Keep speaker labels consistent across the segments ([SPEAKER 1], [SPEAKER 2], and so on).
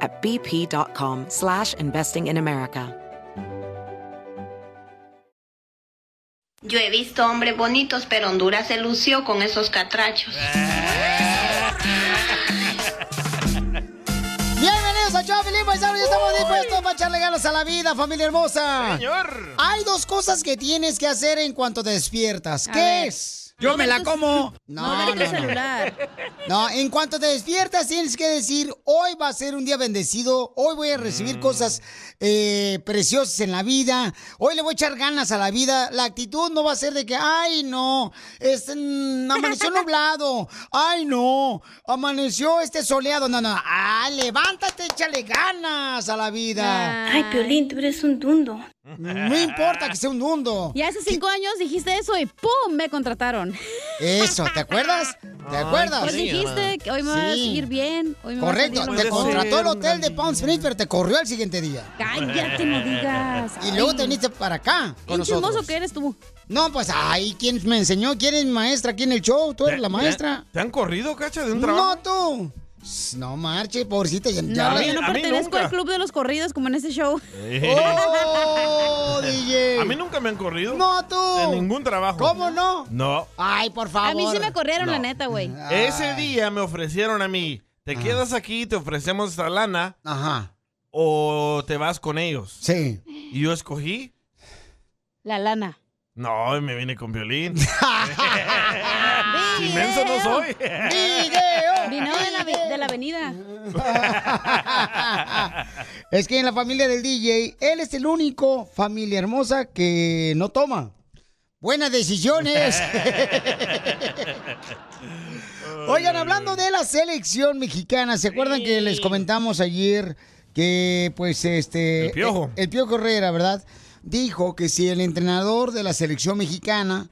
[SPEAKER 1] at bp.com slash investing in America.
[SPEAKER 2] Yo he visto hombres bonitos, pero Honduras se lució con esos catrachos.
[SPEAKER 3] Bienvenidos a Choplin, paisanos. Ya estamos dispuestos para echarle ganas a la vida, familia hermosa.
[SPEAKER 4] Señor.
[SPEAKER 3] Hay dos cosas que tienes que hacer en cuanto te despiertas. ¿Qué
[SPEAKER 5] ver.
[SPEAKER 3] es?
[SPEAKER 5] Yo No me la metas- como.
[SPEAKER 3] No,
[SPEAKER 5] no
[SPEAKER 3] no,
[SPEAKER 5] metas
[SPEAKER 3] no.
[SPEAKER 5] celular.
[SPEAKER 3] No, Ah, en cuanto te despiertas tienes que decir, hoy va a ser un día bendecido, hoy voy a recibir cosas eh, preciosas en la vida, hoy le voy a echar ganas a la vida. La actitud no va a ser de que, ay, no, es, mm, amaneció nublado, ay, no, amaneció este soleado. No, no, ah, levántate, échale ganas a la vida.
[SPEAKER 2] Ay, Piolín, tú eres un dundo.
[SPEAKER 3] No importa que sea un mundo.
[SPEAKER 5] Y hace cinco años dijiste eso y ¡pum! Me contrataron.
[SPEAKER 3] Eso, ¿te acuerdas? ¿Te acuerdas?
[SPEAKER 5] Pues dijiste que hoy me va a
[SPEAKER 3] Sí.
[SPEAKER 5] seguir bien. Hoy me va a
[SPEAKER 3] Correcto,
[SPEAKER 5] salir lo
[SPEAKER 3] te
[SPEAKER 5] mejor.
[SPEAKER 3] contrató el hotel de Palm Springs, pero te corrió al siguiente día.
[SPEAKER 5] Cállate, no digas.
[SPEAKER 3] Y luego
[SPEAKER 5] Ay.
[SPEAKER 3] te viniste para acá con
[SPEAKER 5] Bien chismoso
[SPEAKER 3] nosotros.
[SPEAKER 5] que eres tú.
[SPEAKER 3] No, pues, ay, ¿quién me enseñó? ¿Quién es mi maestra aquí en el show? ¿Tú eres la maestra?
[SPEAKER 4] ¿Te han corrido, cacha, de un trabajo?
[SPEAKER 3] No, tú. Sss, No marche, pobrecita. Ya, ya
[SPEAKER 5] No,
[SPEAKER 3] la-
[SPEAKER 5] yo no
[SPEAKER 4] a mí
[SPEAKER 5] pertenezco
[SPEAKER 4] nunca.
[SPEAKER 5] al club de los corridos como en ese show.
[SPEAKER 3] ¡Oh, DJ!
[SPEAKER 4] A mí nunca me han corrido.
[SPEAKER 3] No, tú.
[SPEAKER 4] En ningún trabajo.
[SPEAKER 3] ¿Cómo no?
[SPEAKER 4] No.
[SPEAKER 3] Ay, por favor. Ah.
[SPEAKER 5] A mí sí me corrieron,
[SPEAKER 4] No.
[SPEAKER 5] la neta, güey.
[SPEAKER 4] Ese día me ofrecieron a mí, ¿te quedas aquí, te ofrecemos esta lana
[SPEAKER 3] Ajá,
[SPEAKER 4] o te vas con ellos?
[SPEAKER 3] sí.
[SPEAKER 4] Y yo escogí.
[SPEAKER 5] La lana.
[SPEAKER 4] No, y me vine con violín. Inmenso no soy.
[SPEAKER 3] ¡Video!
[SPEAKER 5] Vino de la, de la avenida.
[SPEAKER 3] Es que en la familia del DJ, él es el único familia hermosa que no toma. Buenas decisiones. Oigan, hablando de la selección mexicana, ¿se acuerdan que les comentamos ayer que, pues, este.
[SPEAKER 4] El Piojo.
[SPEAKER 3] El, el Piojo Herrera, ¿verdad? Dijo que si el entrenador de la selección mexicana,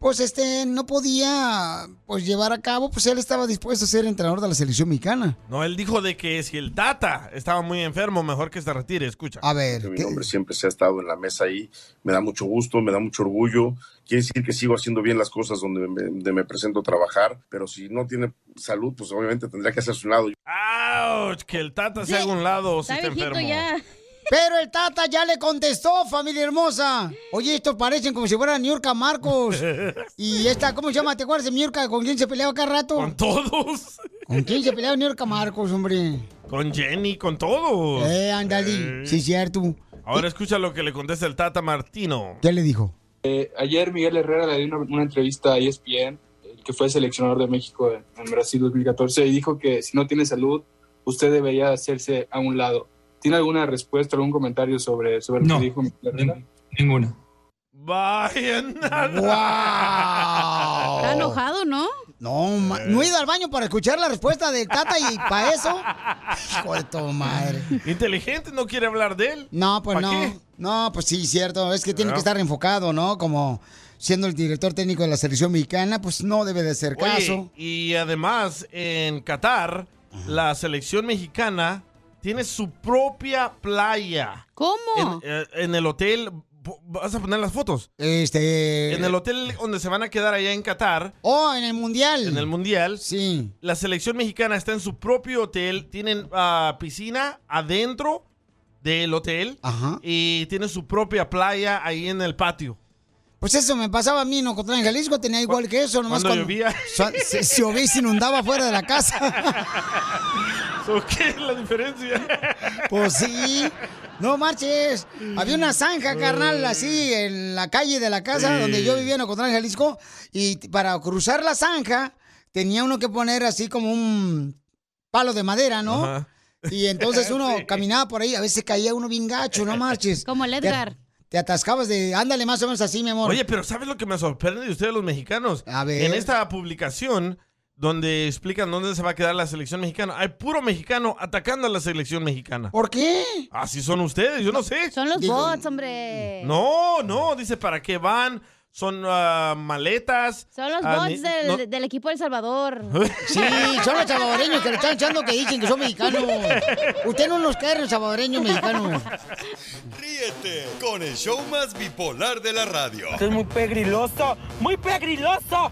[SPEAKER 3] pues, este, no podía, pues, llevar a cabo, pues él estaba dispuesto a ser entrenador de la selección mexicana.
[SPEAKER 4] No, él dijo de que si el Tata estaba muy enfermo, mejor que se retire, escucha.
[SPEAKER 3] A ver.
[SPEAKER 6] que mi
[SPEAKER 3] ¿qué-
[SPEAKER 6] nombre siempre se ha estado en la mesa ahí. Me da mucho gusto, me da mucho orgullo. Quiere decir que sigo haciendo bien las cosas donde me, donde me presento a trabajar, pero si no tiene salud, pues obviamente tendría que hacerse un lado.
[SPEAKER 4] ¡Auch! Que el Tata se
[SPEAKER 5] Sí,
[SPEAKER 4] haga un lado si
[SPEAKER 5] Está
[SPEAKER 4] está
[SPEAKER 5] viejito
[SPEAKER 4] enfermo.
[SPEAKER 5] ya.
[SPEAKER 3] Pero el Tata ya le contestó, familia hermosa. Oye, estos parecen como si fuera Niurka Marcos. Y esta, ¿cómo se llama? ¿Te acuerdas de Niurka? ¿Con quién se peleaba cada rato?
[SPEAKER 4] Con todos.
[SPEAKER 3] ¿Con quién se peleaba Niurka Marcos, hombre?
[SPEAKER 4] Con Jenny, con todos.
[SPEAKER 3] Eh, ándale. Sí, cierto.
[SPEAKER 4] Ahora escucha lo que le contesta el Tata Martino.
[SPEAKER 3] ¿Qué le dijo?
[SPEAKER 7] Eh, Ayer Miguel Herrera le dio una, una entrevista a E ESPN, el que fue seleccionador de México en, en Brasil 2014, y dijo que si no tiene salud, usted debería hacerse a un lado. ¿Tiene alguna respuesta, algún comentario sobre, sobre lo
[SPEAKER 8] No.
[SPEAKER 7] que dijo Miguel Herrera?
[SPEAKER 8] Ninguna.
[SPEAKER 4] Vaya nada.
[SPEAKER 5] Está
[SPEAKER 3] ¡Wow!
[SPEAKER 5] enojado, ¿no?
[SPEAKER 3] No, ma- no he ido al baño para escuchar la respuesta del Tata y para eso. Hijo de tu madre.
[SPEAKER 4] Inteligente, no quiere hablar de él.
[SPEAKER 3] No, pues
[SPEAKER 4] ¿Pa'
[SPEAKER 3] no.
[SPEAKER 4] qué?
[SPEAKER 3] No, pues sí, cierto. Es que tiene
[SPEAKER 4] No.
[SPEAKER 3] que estar enfocado, ¿no? Como siendo el director técnico de la selección mexicana, pues no debe de ser caso.
[SPEAKER 4] Oye, y además, en Qatar, la selección mexicana tiene su propia playa. En,
[SPEAKER 5] ¿Cómo?
[SPEAKER 4] eh, en el hotel, po- vas a poner las fotos.
[SPEAKER 3] Este.
[SPEAKER 4] En el hotel donde se van a quedar allá en Qatar,
[SPEAKER 3] Oh, en el mundial.
[SPEAKER 4] en el Mundial,
[SPEAKER 3] Sí.
[SPEAKER 4] la selección mexicana está en su propio hotel. Tienen ah, piscina adentro del hotel
[SPEAKER 3] Ajá.
[SPEAKER 4] y tienen su propia playa ahí en el patio.
[SPEAKER 3] Pues eso me pasaba a mí en Ocotlán, Jalisco, tenía igual que eso, nomás
[SPEAKER 4] Cuando llovía.
[SPEAKER 3] Sa- Se, se llovía y se inundaba fuera de la casa.
[SPEAKER 4] So, ¿Qué es la diferencia?
[SPEAKER 3] Pues sí. No marches. Había una zanja, carnal, así en la calle de la casa
[SPEAKER 9] Sí.
[SPEAKER 3] donde yo vivía en Ocotlán, Jalisco. Y t- para cruzar la zanja tenía uno que poner así como un palo de madera, ¿no?
[SPEAKER 9] Ajá.
[SPEAKER 3] Y entonces uno caminaba por ahí, a veces caía uno bien gacho, no marches. Como el
[SPEAKER 4] Edgar.
[SPEAKER 3] Te, atascabas de, ándale más o menos así, mi amor.
[SPEAKER 4] Oye, pero ¿sabes lo que me sorprende de ustedes los mexicanos?
[SPEAKER 3] ver.
[SPEAKER 4] En esta publicación donde explican dónde se va a quedar la selección mexicana, hay puro mexicano atacando a la selección mexicana.
[SPEAKER 3] ¿Por qué?
[SPEAKER 4] Así son ustedes, yo no sé.
[SPEAKER 5] Son los bots, hombre.
[SPEAKER 4] No, no, dice para qué van, son ah, maletas.
[SPEAKER 5] Son los
[SPEAKER 4] ah,
[SPEAKER 5] bots
[SPEAKER 4] ni-
[SPEAKER 5] del,
[SPEAKER 4] no-
[SPEAKER 5] del equipo del Salvador.
[SPEAKER 3] Sí, son los salvadoreños que le están echando que dicen que son mexicanos. Usted no nos cae, los salvadoreños mexicanos.
[SPEAKER 10] Ríete con el show más bipolar de la radio.
[SPEAKER 11] Esto es muy pegriloso, muy pegriloso.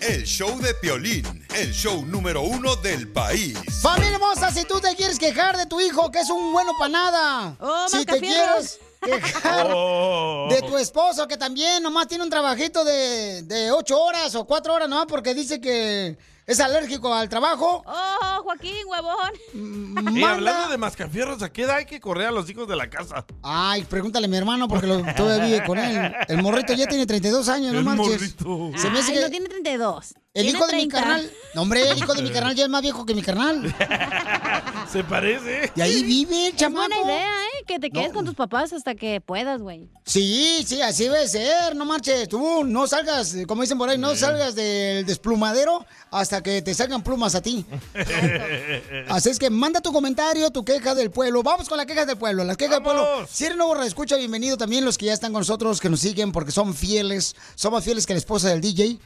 [SPEAKER 10] El show de Piolín, el show número uno del país.
[SPEAKER 3] Familia hermosa, si tú te quieres quejar de tu hijo, que es un bueno para nada. si te
[SPEAKER 9] marcafierros.
[SPEAKER 3] quieres quejar
[SPEAKER 9] Oh.
[SPEAKER 3] de tu esposo, que también nomás tiene un trabajito de, de ocho horas o cuatro horas nomás porque dice que es alérgico al trabajo.
[SPEAKER 5] ¡Oh, Joaquín, huevón!
[SPEAKER 4] Y hablando de mascafierros, ¿a qué edad hay que correr a los hijos de la casa?
[SPEAKER 3] Ay, pregúntale a mi hermano porque lo, todavía vive con él. El morrito ya tiene 32 años, no
[SPEAKER 4] El
[SPEAKER 3] manches.
[SPEAKER 4] morrito.
[SPEAKER 3] Se me hace
[SPEAKER 5] Ay,
[SPEAKER 3] que
[SPEAKER 5] no tiene 32.
[SPEAKER 3] el
[SPEAKER 5] tiene
[SPEAKER 3] hijo de mi
[SPEAKER 5] 30.
[SPEAKER 3] carnal... No, hombre, el hijo de mi carnal ya es más viejo que mi carnal.
[SPEAKER 4] ¿Se parece?
[SPEAKER 3] Y ahí vive el
[SPEAKER 5] Es
[SPEAKER 3] chamaco.
[SPEAKER 5] buena idea, ¿eh? Que te quedes con tus papás hasta que puedas, güey.
[SPEAKER 3] Sí, sí, así debe ser, no marches. Tú no salgas, eh, como dicen por ahí, no salgas del desplumadero hasta que te salgan plumas a ti. Así es que manda tu comentario, tu queja del pueblo. Vamos con las quejas del pueblo, las quejas del pueblo. Si eres nuevo, escucha, bienvenido también los que ya están con nosotros, que nos siguen porque son fieles. Son más fieles que la esposa del DJ.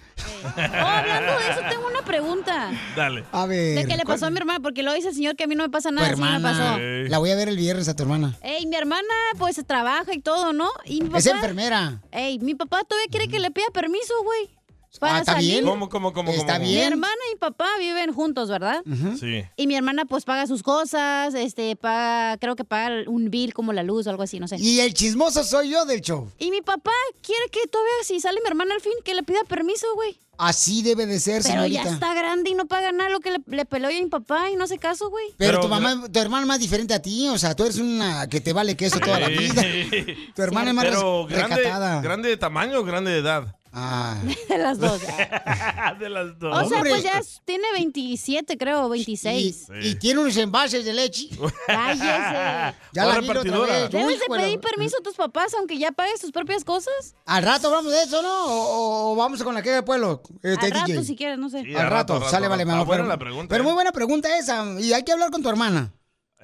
[SPEAKER 5] Hablando de eso, tengo una pregunta.
[SPEAKER 4] Dale.
[SPEAKER 3] A ver.
[SPEAKER 5] ¿De qué le
[SPEAKER 3] ¿cuál-
[SPEAKER 5] pasó a mi hermana? Porque lo dice el señor que a mí no me pasa
[SPEAKER 3] tu
[SPEAKER 5] nada. sí me
[SPEAKER 3] hermana?
[SPEAKER 5] pasó.
[SPEAKER 3] La voy a ver el viernes a tu hermana.
[SPEAKER 5] Ey, mi hermana, pues trabaja y todo, ¿no? Y mi papá,
[SPEAKER 3] Es enfermera.
[SPEAKER 5] Ey, mi papá todavía quiere que le pida permiso, güey. Para
[SPEAKER 4] Ah, ¿está
[SPEAKER 5] salir.
[SPEAKER 4] bien? ¿Cómo, cómo, cómo, Está cómo, cómo?
[SPEAKER 5] Mi
[SPEAKER 4] bien.
[SPEAKER 5] hermana y mi papá viven juntos, ¿verdad?
[SPEAKER 4] Sí.
[SPEAKER 5] Y mi hermana, pues, paga sus cosas, este, paga, creo que paga un bill como la luz o algo así, no sé.
[SPEAKER 3] Y el chismoso soy yo del show.
[SPEAKER 5] Y mi papá quiere que todavía, si sale mi hermana al fin, que le pida permiso, güey.
[SPEAKER 3] Así debe de ser,
[SPEAKER 5] Pero
[SPEAKER 3] señorita.
[SPEAKER 5] ya está grande y no paga nada lo que le, le peleó yo a mi papá y no se caso, güey.
[SPEAKER 3] Pero, tu mamá, tu hermana es más diferente a ti, o sea, tú eres una que te vale queso toda la vida. Tu hermana es más
[SPEAKER 4] Pero
[SPEAKER 3] res-
[SPEAKER 4] grande,
[SPEAKER 3] recatada.
[SPEAKER 4] grande de tamaño o grande de edad.
[SPEAKER 3] Ah.
[SPEAKER 5] De las dos.
[SPEAKER 4] de las dos.
[SPEAKER 5] O sea, pues ya es- tiene 27, creo, 26.
[SPEAKER 3] Y tiene unos envases de leche.
[SPEAKER 5] Cállese.
[SPEAKER 3] Ya la vi la otra vez.
[SPEAKER 5] Debes de
[SPEAKER 3] Uy,
[SPEAKER 5] pedir
[SPEAKER 3] cuela.
[SPEAKER 5] permiso a tus papás aunque ya pagues tus propias cosas.
[SPEAKER 3] Al rato hablamos de eso, ¿no? O, o- o vamos con la queja del pueblo. este,
[SPEAKER 5] Al rato,
[SPEAKER 3] DJ.
[SPEAKER 5] si quieres, no sé.
[SPEAKER 3] al rato, sale, vale, mi
[SPEAKER 4] Ah,
[SPEAKER 3] amor.
[SPEAKER 4] buena
[SPEAKER 3] pero,
[SPEAKER 4] la pregunta,
[SPEAKER 3] pero muy buena pregunta esa. Y hay que hablar con tu hermana.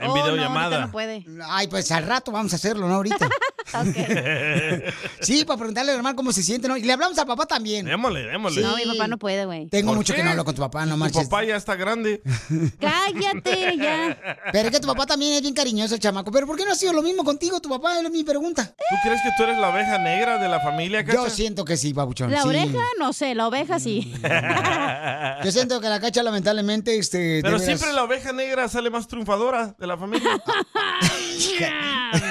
[SPEAKER 5] Oh,
[SPEAKER 4] En videollamada.
[SPEAKER 5] puede.
[SPEAKER 3] Ay, pues al rato vamos a hacerlo, ¿no? Ahorita. Sí, para preguntarle al hermano cómo se siente, ¿no? Y le hablamos al papá también.
[SPEAKER 4] Démosle, démosle.
[SPEAKER 5] No, mi papá no puede, güey.
[SPEAKER 3] Tengo
[SPEAKER 4] ¿Por
[SPEAKER 3] mucho que
[SPEAKER 4] qué?
[SPEAKER 3] no hablo con tu papá, no
[SPEAKER 4] Tu
[SPEAKER 3] marches.
[SPEAKER 4] papá ya está grande.
[SPEAKER 5] Cállate ya.
[SPEAKER 3] Pero es que tu papá también es bien cariñoso el chamaco. Pero ¿por qué no ha sido lo mismo contigo tu papá? Es mi pregunta.
[SPEAKER 4] ¿Tú crees que tú eres la oveja negra de la familia,
[SPEAKER 3] Yo siento que sí, babuchón.
[SPEAKER 5] La
[SPEAKER 3] sí.
[SPEAKER 5] oreja, no sé, la oveja sí.
[SPEAKER 3] Yo siento que la cacha lamentablemente, este.
[SPEAKER 4] Pero
[SPEAKER 3] de veras-
[SPEAKER 4] siempre la oveja negra sale más triunfadora de la familia.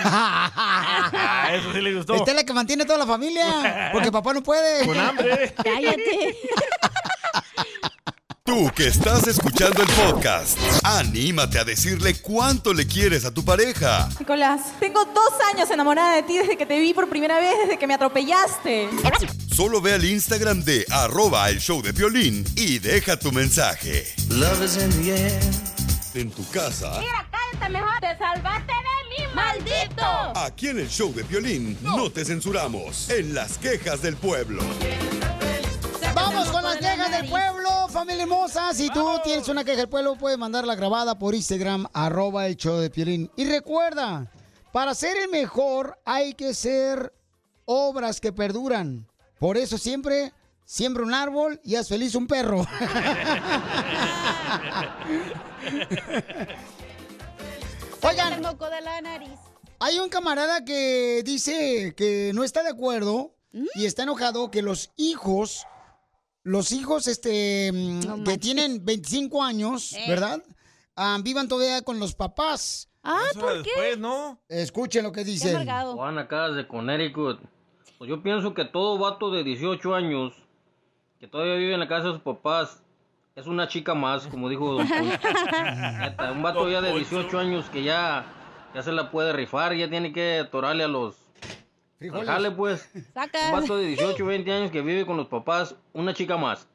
[SPEAKER 4] Ah, eso sí le gustó.
[SPEAKER 3] Esta es la que mantiene toda la familia. Porque papá no puede.
[SPEAKER 4] Con hambre.
[SPEAKER 5] Cállate.
[SPEAKER 10] Tú que estás escuchando el podcast, anímate a decirle cuánto le quieres a tu pareja.
[SPEAKER 12] Nicolás, tengo dos años enamorada de ti desde que te vi por primera vez, desde que me atropellaste.
[SPEAKER 10] Solo ve al Instagram de arroba el show de violín y deja tu mensaje. En tu casa,
[SPEAKER 12] cállate mejor, te salvaste de mí, maldito.
[SPEAKER 10] aquí en el show de violín no te censuramos. En las quejas del pueblo.
[SPEAKER 3] Vamos con las quejas del pueblo, familia hermosa. Si tú tienes una queja del pueblo, puedes mandarla grabada por Instagram, arroba el show de Piolín. Y recuerda, para ser el mejor hay que ser obras que perduran. Por eso siempre siembra un árbol y haz feliz un perro. Oigan.
[SPEAKER 5] El moco de la nariz.
[SPEAKER 3] Hay un camarada que dice que no está de acuerdo y está enojado que los hijos, los hijos este, mm, que tienen 25 años,
[SPEAKER 4] Eh.
[SPEAKER 3] ¿verdad? Ah, vivan todavía con los papás.
[SPEAKER 5] Ah,
[SPEAKER 4] Eso ¿por qué? después, ¿no?
[SPEAKER 3] Escuchen lo que dice. él.
[SPEAKER 7] Juan acá desde Connecticut. Pues yo pienso que todo vato de 18 años que todavía vive en la casa de sus papás es una chica más, como dijo Don Poncho. Neta, un vato ya de 18 años que ya Ya se la puede rifar, ya tiene que atorarle a los...
[SPEAKER 3] Frijoles.
[SPEAKER 7] Jale, pues.
[SPEAKER 5] Saca.
[SPEAKER 7] Un vato de 18, 20 años que vive con los papás, una chica más.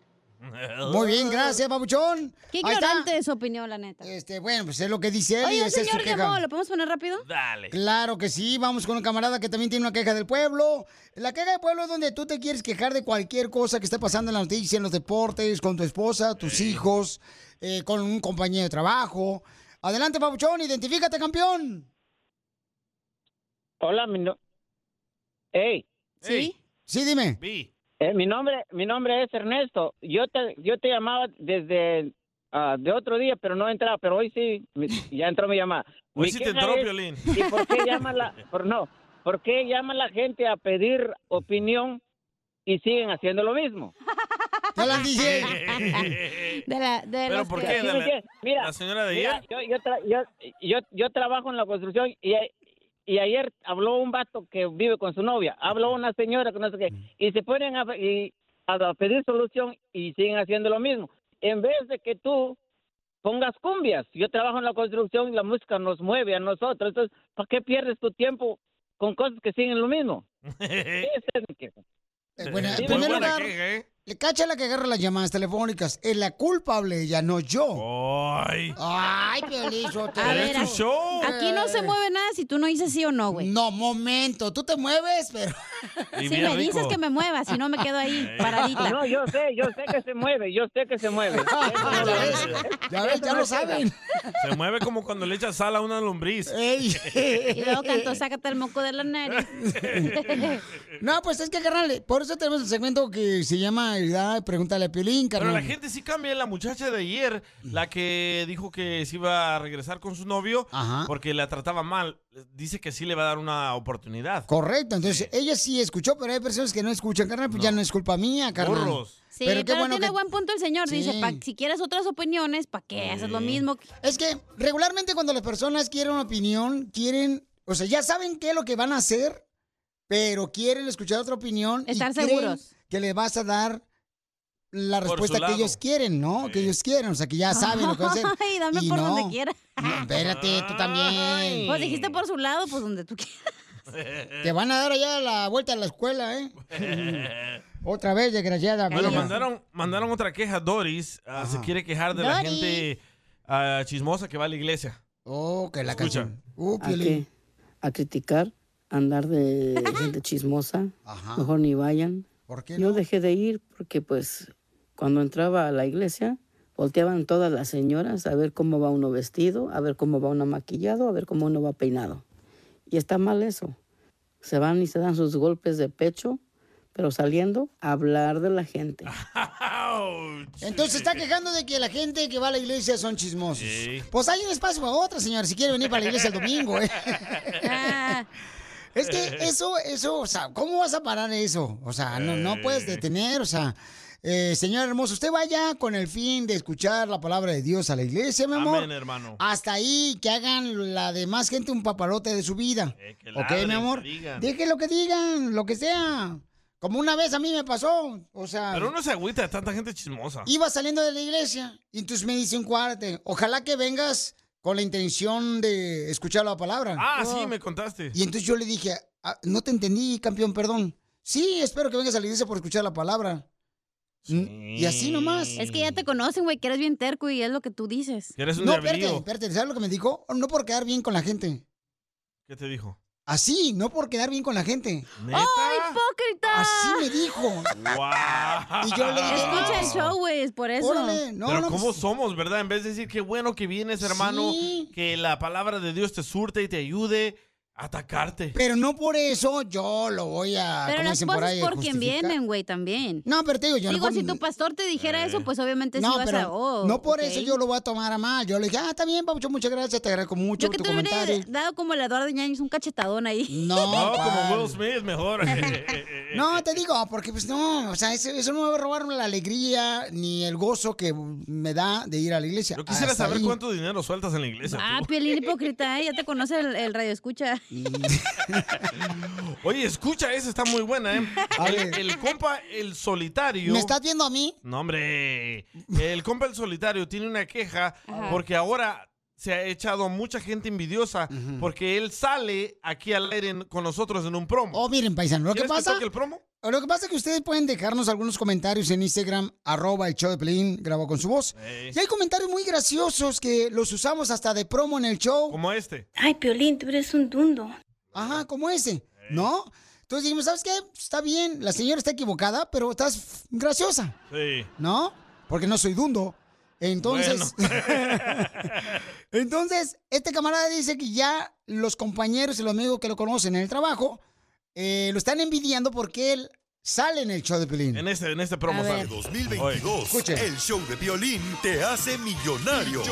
[SPEAKER 3] Muy bien, gracias, babuchón.
[SPEAKER 5] Qué
[SPEAKER 3] Ahí está.
[SPEAKER 5] ignorante de su opinión, la neta.
[SPEAKER 3] Este, bueno, pues es lo que dice él y
[SPEAKER 5] Oye, un
[SPEAKER 3] esa es su
[SPEAKER 5] señor
[SPEAKER 3] queja.
[SPEAKER 5] llamó, ¿lo podemos poner rápido?
[SPEAKER 4] Dale.
[SPEAKER 3] Claro que sí, vamos con un camarada que también tiene una queja del pueblo. La queja del pueblo es donde tú te quieres quejar de cualquier cosa que esté pasando en la noticia, en los deportes, con tu esposa, tus hijos, eh, con un compañero de trabajo. Adelante, Pabuchón, identifícate, campeón.
[SPEAKER 9] Hola, mi no... Ey.
[SPEAKER 3] ¿Sí? Sí, dime.
[SPEAKER 9] Eh, mi nombre, mi nombre es Ernesto. Yo te, yo te llamaba desde ah, de otro día, pero no entraba. Pero hoy sí, mi- ya entró mi llamada.
[SPEAKER 4] Hoy
[SPEAKER 9] Mi
[SPEAKER 4] sí te
[SPEAKER 9] queja
[SPEAKER 4] entró,
[SPEAKER 9] es,
[SPEAKER 4] Piolín.
[SPEAKER 9] ¿Y por qué llama la, por no, por qué llama la gente a pedir opinión y siguen haciendo lo mismo?
[SPEAKER 5] De la, de
[SPEAKER 9] Pero
[SPEAKER 5] los
[SPEAKER 9] ¿por
[SPEAKER 5] que-
[SPEAKER 9] qué? De la- Mira, la
[SPEAKER 4] señora de
[SPEAKER 9] Mira,
[SPEAKER 4] ayer.
[SPEAKER 9] yo, yo, tra- yo- yo- yo trabajo en la construcción y, y ayer habló un vato que vive con su novia, habló una señora que no sé qué, y se ponen a, y- a pedir solución y siguen haciendo lo mismo. En vez de que tú pongas cumbias, yo trabajo en la construcción y la música nos mueve a nosotros, entonces, ¿para qué pierdes tu tiempo con cosas que siguen lo mismo? Esa es mi queja.
[SPEAKER 4] Eh,
[SPEAKER 3] Bueno,
[SPEAKER 9] Sí,
[SPEAKER 3] en primer
[SPEAKER 9] buena
[SPEAKER 3] lugar, le cacha la que agarra las llamadas telefónicas. Es la culpable ella, no yo.
[SPEAKER 4] Ay.
[SPEAKER 3] Ay, Piolín,
[SPEAKER 5] A ver, aquí- aquí no se mueve
[SPEAKER 3] nada si tú no dices sí o no, güey. No, momento, tú te mueves, pero...
[SPEAKER 5] Si me dices que me mueva, si no me quedo ahí paradita.
[SPEAKER 9] No, yo sé, yo sé que se mueve, yo sé que se mueve.
[SPEAKER 3] Ya
[SPEAKER 9] ves, ya lo saben.
[SPEAKER 4] Se mueve como cuando le echas sal a una lombriz.
[SPEAKER 5] Y luego cantó, sácate el moco de la nariz.
[SPEAKER 3] No, pues es que, carnal, por eso tenemos el segmento que se llama ¿verdad? Pregúntale a Piolín,
[SPEAKER 4] Pero
[SPEAKER 3] carnal.
[SPEAKER 4] la gente sí cambia. La muchacha de ayer, la que dijo que se iba a regresar con su novio porque la trataba mal, dice que sí le va a dar una oportunidad.
[SPEAKER 3] Correcto, entonces ella sí escuchó, pero hay personas que no escuchan, carnal, pues ya no es culpa mía, carnal.
[SPEAKER 4] Burros.
[SPEAKER 5] Sí, pero, tiene
[SPEAKER 3] que-
[SPEAKER 5] buen punto el señor. Dice,
[SPEAKER 3] Sí.
[SPEAKER 5] pa- si quieres otras opiniones, ¿para qué haces lo mismo?
[SPEAKER 3] Es que regularmente cuando las personas quieren una opinión, quieren, o sea, ya saben qué es lo que van a hacer, pero quieren escuchar otra opinión. y
[SPEAKER 5] Estar
[SPEAKER 3] creen
[SPEAKER 5] seguros.
[SPEAKER 3] Que le vas a dar la
[SPEAKER 5] Por su
[SPEAKER 3] respuesta que
[SPEAKER 5] lado.
[SPEAKER 3] ellos quieren, ¿no? Que ellos quieren, o sea, que ya saben lo que hacen.
[SPEAKER 5] Ay, dame
[SPEAKER 3] y
[SPEAKER 5] por
[SPEAKER 3] no.
[SPEAKER 5] donde quiera.
[SPEAKER 3] Espérate, tú también.
[SPEAKER 5] Pues dijiste por su lado, pues donde tú quieras.
[SPEAKER 3] Te van a dar allá la vuelta a la escuela, ¿eh? Otra vez, desgraciada.
[SPEAKER 4] Bueno,
[SPEAKER 3] mía.
[SPEAKER 4] mandaron, mandaron otra queja. Doris ah, se quiere quejar de la
[SPEAKER 3] Doris.
[SPEAKER 4] gente ah, chismosa que va a la iglesia.
[SPEAKER 3] Oh, que la
[SPEAKER 4] Escucha.
[SPEAKER 3] canción. Uh,
[SPEAKER 13] ¿A
[SPEAKER 3] Piolín.
[SPEAKER 13] qué? A criticar, a andar de gente chismosa.
[SPEAKER 3] Ajá.
[SPEAKER 13] Mejor ni vayan.
[SPEAKER 3] ¿Por qué
[SPEAKER 13] Yo dejé de ir porque, pues, cuando entraba a la iglesia, volteaban todas las señoras a ver cómo va uno vestido, a ver cómo va uno maquillado, a ver cómo uno va peinado. Y está mal eso. Se van y se dan sus golpes de pecho, pero saliendo a hablar de la gente.
[SPEAKER 3] Entonces está quejando de que la gente que va a la iglesia son chismosos. Pues hay un espacio para otra, señor, si quiere venir para la iglesia el domingo. ¿eh? es que eso, eso, o sea, ¿cómo vas a parar eso? O sea, no,
[SPEAKER 4] Eh.
[SPEAKER 3] no puedes detener, o sea. eh, señor hermoso, usted vaya con el fin de escuchar la palabra de Dios a la iglesia, mi amor.
[SPEAKER 4] Amén, hermano.
[SPEAKER 3] Hasta ahí que hagan la demás gente un papalote de su vida.
[SPEAKER 4] Eh, que
[SPEAKER 3] ok,
[SPEAKER 4] ladren,
[SPEAKER 3] mi amor.
[SPEAKER 4] que digan.
[SPEAKER 3] Deje lo que digan, lo que sea. Como una vez a mí me pasó. O sea.
[SPEAKER 4] Pero uno se agüita de tanta gente chismosa.
[SPEAKER 3] Iba saliendo de la iglesia y entonces me dice un cuate, ojalá que vengas con la intención de escuchar la palabra. Oh.
[SPEAKER 4] Ah, sí, me contaste.
[SPEAKER 3] Y entonces yo le dije, "Ah, no te entendí, campeón, perdón. Sí, espero que vengas a la iglesia por escuchar la palabra. Y así nomás.
[SPEAKER 5] Es que ya te conocen, güey, que eres bien terco y es lo que tú dices.
[SPEAKER 4] Que eres un
[SPEAKER 3] No, espérate,
[SPEAKER 4] diablillo.
[SPEAKER 3] espérate, ¿sabes lo que me dijo? "Oh, No por quedar bien con la gente.
[SPEAKER 4] ¿Qué te dijo?
[SPEAKER 3] Así, no por quedar bien con la gente.
[SPEAKER 4] ¿Neta? ¡Oh,
[SPEAKER 5] hipócrita!
[SPEAKER 3] Así me dijo.
[SPEAKER 4] ¡Wow!
[SPEAKER 3] Ah. Y yo le dije,
[SPEAKER 5] Escucha el show, güey, es por eso.
[SPEAKER 3] Órale, no,
[SPEAKER 4] Pero
[SPEAKER 3] no, pues,
[SPEAKER 4] cómo somos, ¿verdad? En vez de decir qué bueno que vienes, hermano,
[SPEAKER 3] Sí.
[SPEAKER 4] que la palabra de Dios te surte y te ayude a atacarte.
[SPEAKER 3] Pero no por eso yo lo voy a.
[SPEAKER 5] Pero
[SPEAKER 3] como
[SPEAKER 5] las
[SPEAKER 3] ah, dicen por
[SPEAKER 5] cosas
[SPEAKER 3] ahí,
[SPEAKER 5] por quien
[SPEAKER 3] justificar.
[SPEAKER 5] vienen, güey, también.
[SPEAKER 3] No, pero te digo, yo no
[SPEAKER 5] Digo,
[SPEAKER 3] por-
[SPEAKER 5] si tu pastor te dijera
[SPEAKER 4] Eh.
[SPEAKER 5] eso, pues obviamente sí
[SPEAKER 3] No,
[SPEAKER 5] vas
[SPEAKER 3] pero
[SPEAKER 5] a... oh,
[SPEAKER 3] no por
[SPEAKER 5] ok.
[SPEAKER 3] eso yo lo voy a tomar a mal. Yo le dije, ah, está bien, Pabuchón, muchas gracias, te agradezco mucho
[SPEAKER 5] Yo que
[SPEAKER 3] tu
[SPEAKER 5] te hubiera
[SPEAKER 3] comentario.
[SPEAKER 5] dado como el Eduardo Ñañez un cachetadón ahí.
[SPEAKER 4] No,
[SPEAKER 3] ¿cuál?
[SPEAKER 4] como Will Smith, mejor. Eh,
[SPEAKER 3] No, te digo, porque pues no, o sea, eso, eso no me va a robar la alegría ni el gozo que me da de ir a la iglesia.
[SPEAKER 4] Yo quisiera
[SPEAKER 3] Hasta
[SPEAKER 4] saber
[SPEAKER 3] ahí.
[SPEAKER 4] cuánto dinero sueltas en la iglesia.
[SPEAKER 5] Ah,
[SPEAKER 4] tú.
[SPEAKER 5] pielín hipócrita, ¿eh? ya te conoce el, el radio escucha.
[SPEAKER 4] Oye, escucha, esa está muy buena, ¿eh? El, el compa, el solitario.
[SPEAKER 3] ¿Me estás viendo a mí?
[SPEAKER 4] No, hombre. El compa, el solitario, tiene una queja
[SPEAKER 3] Ajá.
[SPEAKER 4] porque ahora se ha echado mucha gente envidiosa porque él sale aquí al aire en- con nosotros en un promo.
[SPEAKER 3] Oh, miren, paisano, lo que
[SPEAKER 4] ¿Quieres
[SPEAKER 3] pasa...
[SPEAKER 4] toque el promo?
[SPEAKER 3] Lo que pasa es que ustedes pueden dejarnos algunos comentarios en Instagram, arroba el show de Pelín, grabado con su voz.
[SPEAKER 4] Ey.
[SPEAKER 3] Y hay comentarios muy graciosos que los usamos hasta de promo en el show.
[SPEAKER 4] Como este.
[SPEAKER 3] Ay, Piolín, tú eres un dundo. Ajá, como ese, ¿no? Entonces dijimos, ¿sabes qué? Está bien, la señora está equivocada, pero estás f- graciosa,
[SPEAKER 4] Sí.
[SPEAKER 3] ¿no? Porque no soy dundo. Entonces... Entonces, este camarada dice que ya los compañeros y los amigos que lo conocen en el trabajo eh, lo están envidiando porque él sale en el show de Pelín.
[SPEAKER 4] En este, en este promo
[SPEAKER 3] A
[SPEAKER 4] sale.
[SPEAKER 3] ver.
[SPEAKER 10] 2022, el show de violín te hace millonario.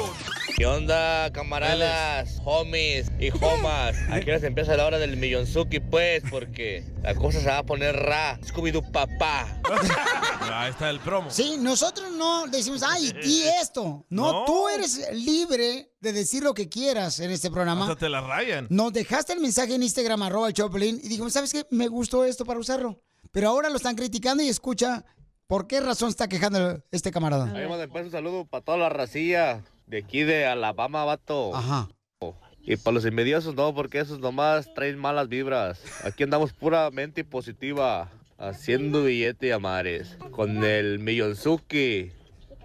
[SPEAKER 14] ¿Qué onda, camaradas, homies y homas? Aquí nos empieza la hora del millonzuki, pues, porque la cosa se va a poner ra. Scooby-Doo papá.
[SPEAKER 4] Ahí está el promo.
[SPEAKER 3] Sí, nosotros no decimos, ay, y esto. No,
[SPEAKER 4] No.
[SPEAKER 3] tú eres libre de decir lo que quieras en este programa.
[SPEAKER 4] Hasta te la rayan.
[SPEAKER 3] Nos dejaste el mensaje en Instagram, arroba el show de Pelín, y dijimos, ¿sabes qué? Me gustó esto para usarlo. Pero ahora lo están criticando y escucha por qué razón está quejando este camarada.
[SPEAKER 14] Ahí vamos a empezar un saludo para toda la racilla de aquí de Alabama, vato.
[SPEAKER 3] Ajá.
[SPEAKER 14] Y para los envidiosos no, porque esos nomás traen malas vibras. Aquí andamos puramente positiva, haciendo billete a mares. Con el Millonzuki,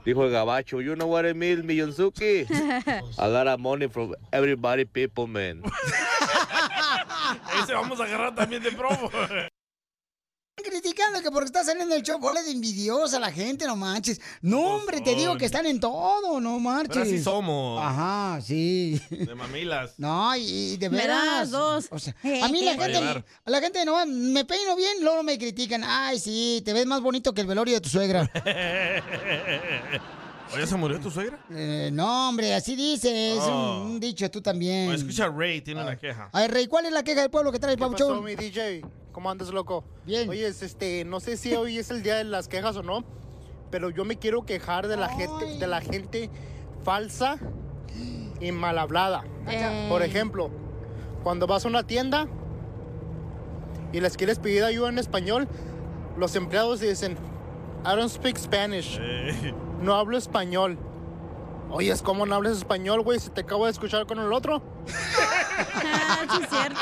[SPEAKER 14] dijo el gabacho, you know what I mean, Millonzuki? A lot of money from everybody people, man.
[SPEAKER 4] Ese vamos a agarrar también de promo.
[SPEAKER 3] criticando que porque está saliendo el show, bola de envidiosa la gente, no manches. No, hombre, te digo que están en todo, no marches.
[SPEAKER 4] Pero así somos.
[SPEAKER 3] Ajá, sí.
[SPEAKER 4] De mamilas.
[SPEAKER 3] No, y, y de
[SPEAKER 4] Me
[SPEAKER 3] veras.
[SPEAKER 4] das
[SPEAKER 3] dos. a mí la
[SPEAKER 4] Para
[SPEAKER 3] gente,
[SPEAKER 4] llevar.
[SPEAKER 3] la gente no, me peino bien, luego me critican. Ay, sí, te ves más bonito que el velorio de tu suegra.
[SPEAKER 4] ¿Oye, se murió tu suegra?
[SPEAKER 3] Eh, no, hombre, así dice, es un-
[SPEAKER 4] Oh.
[SPEAKER 3] un, dicho, tú también.
[SPEAKER 4] O Pues, escucha, Ray tiene una queja.
[SPEAKER 3] Ay, Rey, ¿cuál es la queja del pueblo que trae el
[SPEAKER 15] ¿Qué pasó,
[SPEAKER 3] papuchón?
[SPEAKER 15] mi DJ? ¿Cómo andas, loco? Bien. Oye, es, este, no sé si hoy es el día de las quejas o no, pero yo me quiero quejar de la gente, de la gente falsa y mal hablada. Por ejemplo, cuando vas a una tienda y les quieres pedir ayuda en español, los empleados dicen, I don't speak Spanish.
[SPEAKER 4] Eh,
[SPEAKER 15] No hablo español. Oye, es ¿cómo no hablas español, güey? Si te acabo de escuchar con el otro.
[SPEAKER 3] Ah, sí, es cierto.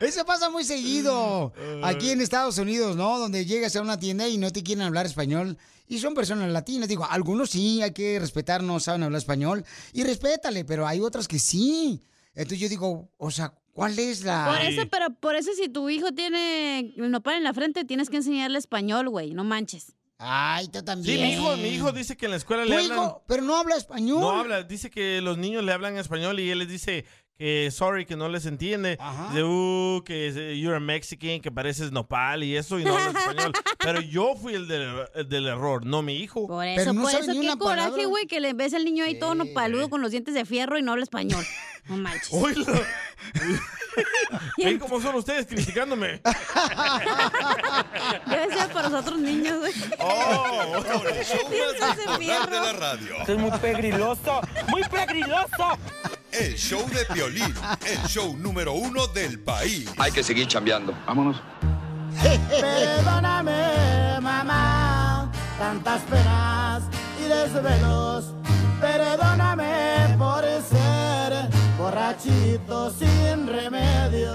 [SPEAKER 3] Eso pasa muy seguido
[SPEAKER 15] Mm, eh.
[SPEAKER 3] aquí en Estados Unidos, ¿no? Donde llegas a una tienda y no te quieren hablar español. Y son personas latinas. Digo, algunos sí, hay que respetar, no saben hablar español. Y respétale, pero hay otras que sí. Entonces yo digo, o sea, ¿cuál es la...?
[SPEAKER 5] Por eso, pero por eso si tu hijo tiene nopal en la frente, tienes que enseñarle español, güey, no manches.
[SPEAKER 3] Ay, tú también.
[SPEAKER 4] Sí, mi hijo, mi hijo dice que en la escuela
[SPEAKER 3] Tu
[SPEAKER 4] le
[SPEAKER 3] hijo,
[SPEAKER 4] hablan...
[SPEAKER 3] pero no habla español.
[SPEAKER 4] No habla, dice que los niños le hablan español y él les dice que sorry, que no les entiende. Dice, "Uh, que es- you're a Mexican, que pareces nopal y eso, y no habla español. Pero yo fui el del, el del error, no mi hijo.
[SPEAKER 5] Por eso, por eso, qué coraje, güey, que le ves al niño ahí todo nopaludo con los dientes de fierro y no habla español. No manches.
[SPEAKER 4] ¿Ven cómo son ustedes criticándome?
[SPEAKER 5] Debe ser para los otros niños, güey.
[SPEAKER 10] Oh, el show más
[SPEAKER 5] Dientes
[SPEAKER 10] bipolar
[SPEAKER 5] de
[SPEAKER 10] de
[SPEAKER 5] fierro.
[SPEAKER 10] la radio.
[SPEAKER 11] Esto es muy pegriloso, muy pegriloso.
[SPEAKER 10] El show de violín, el show número uno del país.
[SPEAKER 16] Hay que seguir chambeando. Vámonos.
[SPEAKER 17] Perdóname, mamá, tantas penas y desvelos. Perdóname por ser borrachito sin remedio.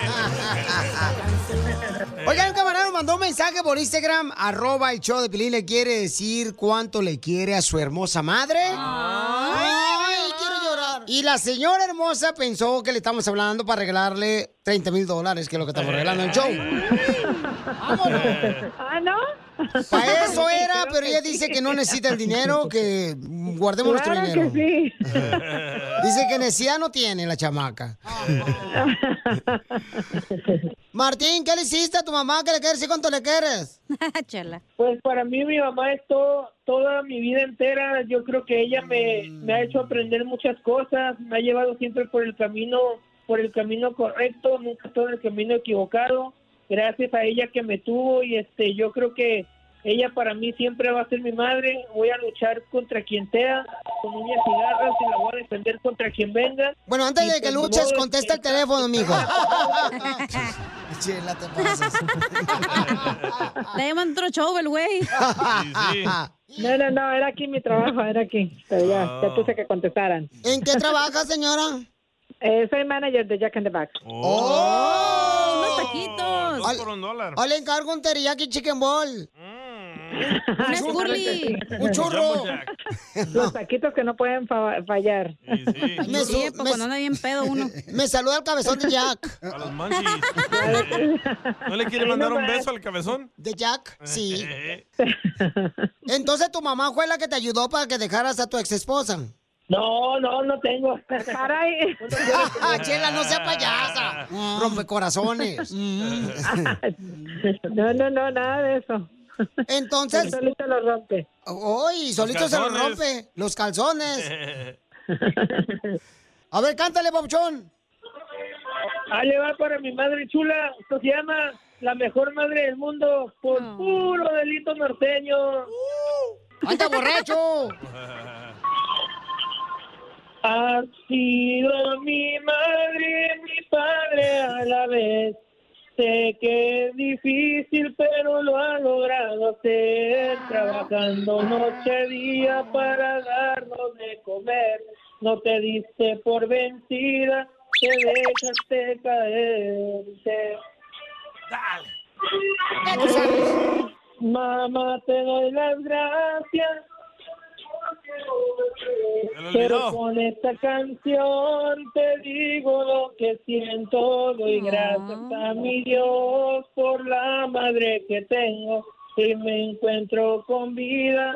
[SPEAKER 18] Eh.
[SPEAKER 3] Oigan, un camarero mandó un mensaje por Instagram, arroba el show de Pilín, le quiere decir cuánto le quiere a su hermosa madre. Ay, quiero llorar. Y la señora hermosa pensó que le estamos hablando para regalarle 30 mil dólares, que es lo que
[SPEAKER 18] Eh.
[SPEAKER 3] estamos regalando en el show.
[SPEAKER 18] ¿Ah, no?
[SPEAKER 3] Para eso era,
[SPEAKER 18] Creo
[SPEAKER 3] pero
[SPEAKER 18] que
[SPEAKER 3] ella
[SPEAKER 18] sí.
[SPEAKER 3] dice que no necesita el dinero, que guardemos
[SPEAKER 18] Claro
[SPEAKER 3] nuestro dinero.
[SPEAKER 18] que
[SPEAKER 3] Dice que necesidad no tiene la chamaca. Martín, ¿qué le hiciste a tu mamá que le quieres decir cuánto le quieres?
[SPEAKER 5] Chela.
[SPEAKER 18] Pues para mí mi mamá es todo, toda mi vida entera. Yo creo que ella me, me ha hecho aprender muchas cosas, me ha llevado siempre por el camino, por el camino correcto, nunca todo el camino equivocado. Gracias a ella que me tuvo y este, yo creo que Ella para mí siempre va a ser mi madre. Voy a luchar contra quien sea, con uñas y garras, y la voy a defender contra quien venga.
[SPEAKER 3] Bueno, antes
[SPEAKER 18] Y
[SPEAKER 3] de que
[SPEAKER 18] pues, ni
[SPEAKER 3] luches,
[SPEAKER 18] modo,
[SPEAKER 3] contesta el teléfono, mijo. Chela, te pasas.
[SPEAKER 5] Le llaman otro show el güey.
[SPEAKER 19] No, no, no, era aquí mi trabajo, era aquí. Pero ya, ya puse que contestaran.
[SPEAKER 3] ¿En qué trabaja, señora?
[SPEAKER 18] Eh,
[SPEAKER 19] soy manager de Jack and the Back.
[SPEAKER 3] ¡Oh!
[SPEAKER 5] ¡Unos taquitos!
[SPEAKER 4] Dos por un dólar. Mm.
[SPEAKER 3] O le encargo un teriyaki chicken ball.
[SPEAKER 19] Un
[SPEAKER 3] escurly. Un churro.
[SPEAKER 19] Los taquitos que no pueden fa- fallar.
[SPEAKER 3] Me su-
[SPEAKER 4] pues,
[SPEAKER 3] me su- Me saluda el cabezón de Jack.
[SPEAKER 4] A los manchis. Eh, ¿No le quiere mandar un beso al cabezón?
[SPEAKER 3] ¿De Jack? Sí. Entonces tu mamá fue la que te ayudó para que dejaras a tu ex esposa.
[SPEAKER 18] No, no, no tengo.
[SPEAKER 19] Caray.
[SPEAKER 3] Chela, no sea payasa. Rompe corazones.
[SPEAKER 19] No, no, no, nada de eso.
[SPEAKER 3] Entonces.
[SPEAKER 19] Él solito lo rompe.
[SPEAKER 3] Uy, solito se lo
[SPEAKER 19] calzones.
[SPEAKER 3] rompe. Los calzones. A ver, cántale, Papuchón.
[SPEAKER 18] Ah, le va para mi madre chula. Esto se llama La Mejor Madre del Mundo por puro delito norteño.
[SPEAKER 3] ¡Uh! ¡Anda borracho!
[SPEAKER 18] Ha sido mi madre y mi padre a la vez. Sé que es difícil, pero lo ha logrado hacer. Trabajando noche y día para darnos de comer. No te diste por vencida, te dejaste caer. Te- Mamá, te doy las gracias. Pero con esta canción te digo lo que siento. Doy gracias a mi Dios por la madre que tengo. Y me encuentro con vida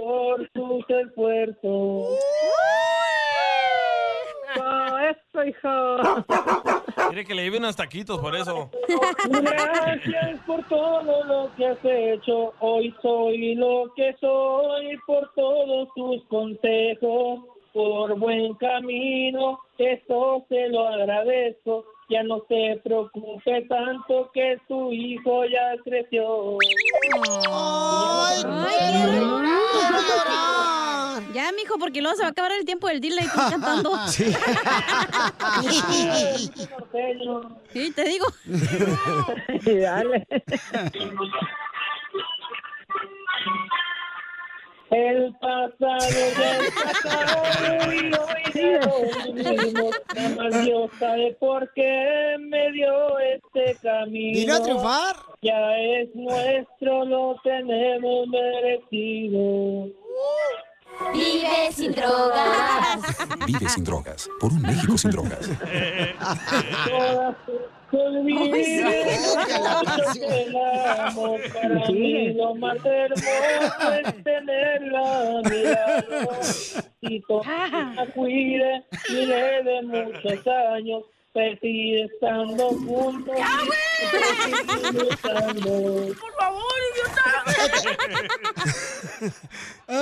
[SPEAKER 18] por sus esfuerzos.
[SPEAKER 19] Oh, esto, hijo.
[SPEAKER 4] Quiere que le lleve unos taquitos por eso.
[SPEAKER 18] Gracias por todo lo que has hecho. Hoy soy lo que soy por todos tus consejos. Por buen camino, eso se lo agradezco. Ya no se preocupe tanto que su hijo ya creció.
[SPEAKER 3] ¡Ay,
[SPEAKER 5] Ya, mijo, porque luego se va a acabar el tiempo del dile y tú cantando.
[SPEAKER 3] Sí.
[SPEAKER 5] Sí, te digo.
[SPEAKER 19] Dale.
[SPEAKER 18] El pasado ya es pasado y hoy ya lo vivimos. Nada más Dios sabe por qué me dio este camino.
[SPEAKER 3] Vino a triunfar.
[SPEAKER 18] Ya es nuestro, lo tenemos merecido.
[SPEAKER 20] Vive sin drogas.
[SPEAKER 21] Vive sin drogas. Por un México sin drogas.
[SPEAKER 18] Todas conmigo Para mí lo más hermoso es tenerla a mi lado. Y con
[SPEAKER 5] Ah.
[SPEAKER 18] la cuide y le dé muchos años. Seguir estando juntos.
[SPEAKER 5] ¡Ah,
[SPEAKER 18] Por
[SPEAKER 5] favor,
[SPEAKER 3] Ay.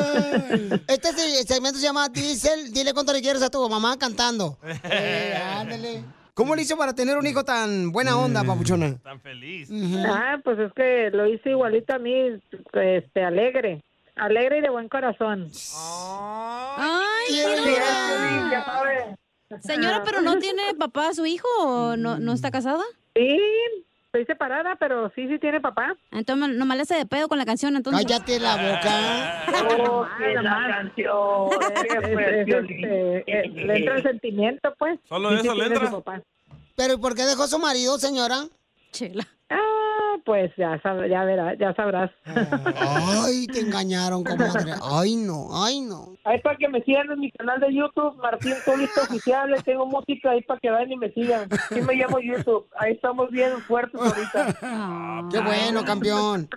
[SPEAKER 3] Este se- segmento se llama Diesel. Dile cuánto le quieres a tu mamá cantando. Eh, ándale. ¿Cómo le hizo para tener un hijo tan buena onda, papuchona?
[SPEAKER 4] Mm. Tan feliz.
[SPEAKER 19] Ah, pues es que lo hice igualito a mí, este, alegre. Alegre y de buen corazón.
[SPEAKER 5] Ay,
[SPEAKER 19] Piolín, ya Ah.
[SPEAKER 5] señora. Señora, pero no tiene papá su hijo o no, no está casada?
[SPEAKER 19] Mm. Sí, estoy separada, pero sí, sí tiene papá.
[SPEAKER 5] Entonces, nomás le hace de pedo con la canción, entonces.
[SPEAKER 3] Cállate la
[SPEAKER 19] Oh, qué la canción. Es, este, eh, le entra el sentimiento, pues.
[SPEAKER 4] Solo
[SPEAKER 19] Sí, sí
[SPEAKER 4] eso le
[SPEAKER 19] tiene su
[SPEAKER 4] entra.
[SPEAKER 19] papá.
[SPEAKER 3] ¿Pero ¿y por qué dejó a su marido, señora?
[SPEAKER 5] Chela.
[SPEAKER 19] Ah, pues ya, sab- ya, verás, ya sabrás.
[SPEAKER 3] Ay, te engañaron, comadre. Ay, no, ay, no.
[SPEAKER 18] Ahí para que me sigan en mi canal de YouTube, Martín Solista Oficial, les tengo música ahí para que vayan y me sigan. Sí me llamo YouTube, ahí estamos bien fuertes
[SPEAKER 5] Ah,
[SPEAKER 18] ahorita.
[SPEAKER 3] Qué bueno, campeón.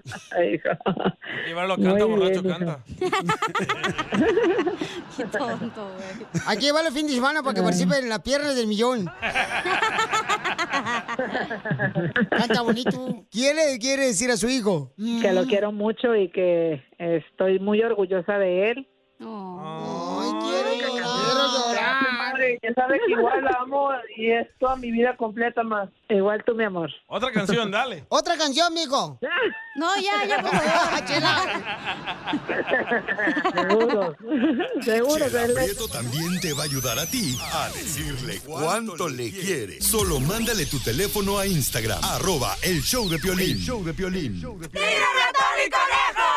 [SPEAKER 4] Llevarlo canta,
[SPEAKER 3] Muy
[SPEAKER 4] borracho
[SPEAKER 3] bien,
[SPEAKER 4] canta.
[SPEAKER 5] Qué tonto, güey.
[SPEAKER 3] Aquí va el fin de semana para que participe en la pierna del millón. Canta bonito. ¿Quién le quiere decir a su hijo?
[SPEAKER 19] Que lo quiero mucho y que estoy muy orgullosa de él.
[SPEAKER 3] Quiero llorar.
[SPEAKER 19] sabe, que sabe que igual la amo y es toda mi vida completa más. Igual tú, mi amor.
[SPEAKER 4] Otra canción, dale.
[SPEAKER 3] Otra canción, mijo.
[SPEAKER 5] No, ya, ya, por favor, Chela.
[SPEAKER 19] Seguro. Seguro,
[SPEAKER 10] Chela
[SPEAKER 19] ¿verdad?
[SPEAKER 10] Prieto también te va a ayudar a ti a decirle cuánto le quiere. Solo mándale tu teléfono a Instagram, arroba el show de Piolín. El show de Piolín.
[SPEAKER 17] ¡Tírame a Tony Conejo!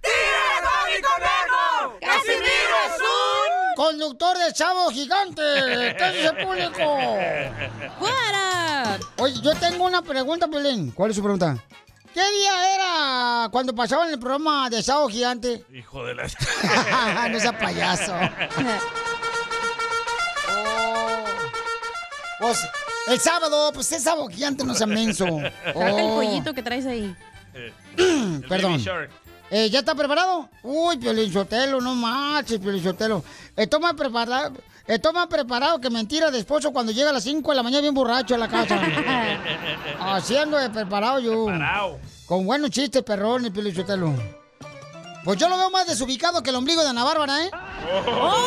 [SPEAKER 17] ¡Tírame a Tony Conejo! ¡Casimiro es un...
[SPEAKER 3] Conductor de Chavo Gigante. ¿Qué dice Eh, el público? ¡Fuera! Oye, yo tengo una pregunta, Pelín. ¿Cuál es su pregunta? ¿Qué día era cuando pasaban el programa de Sábado Gigante?
[SPEAKER 4] Hijo de la...
[SPEAKER 3] no seas payaso. Oh. Pues, el sábado, pues es Sábado Gigante, no sea menso.
[SPEAKER 5] Saca el
[SPEAKER 3] Oh.
[SPEAKER 5] pollito que traes ahí.
[SPEAKER 3] Perdón. Eh, ¿Ya está preparado? Uy, Piolinsotelo, no marches, Piolinsotelo. Estoy más preparado, estoy más preparado que mentira de esposo cuando llega a las 5 de la mañana bien borracho a la casa. Haciendo de preparado yo. Con buenos chistes, perrones, Piolinsotelo. Pues yo lo veo más desubicado que el ombligo de Ana Bárbara, ¿eh?
[SPEAKER 4] Oh,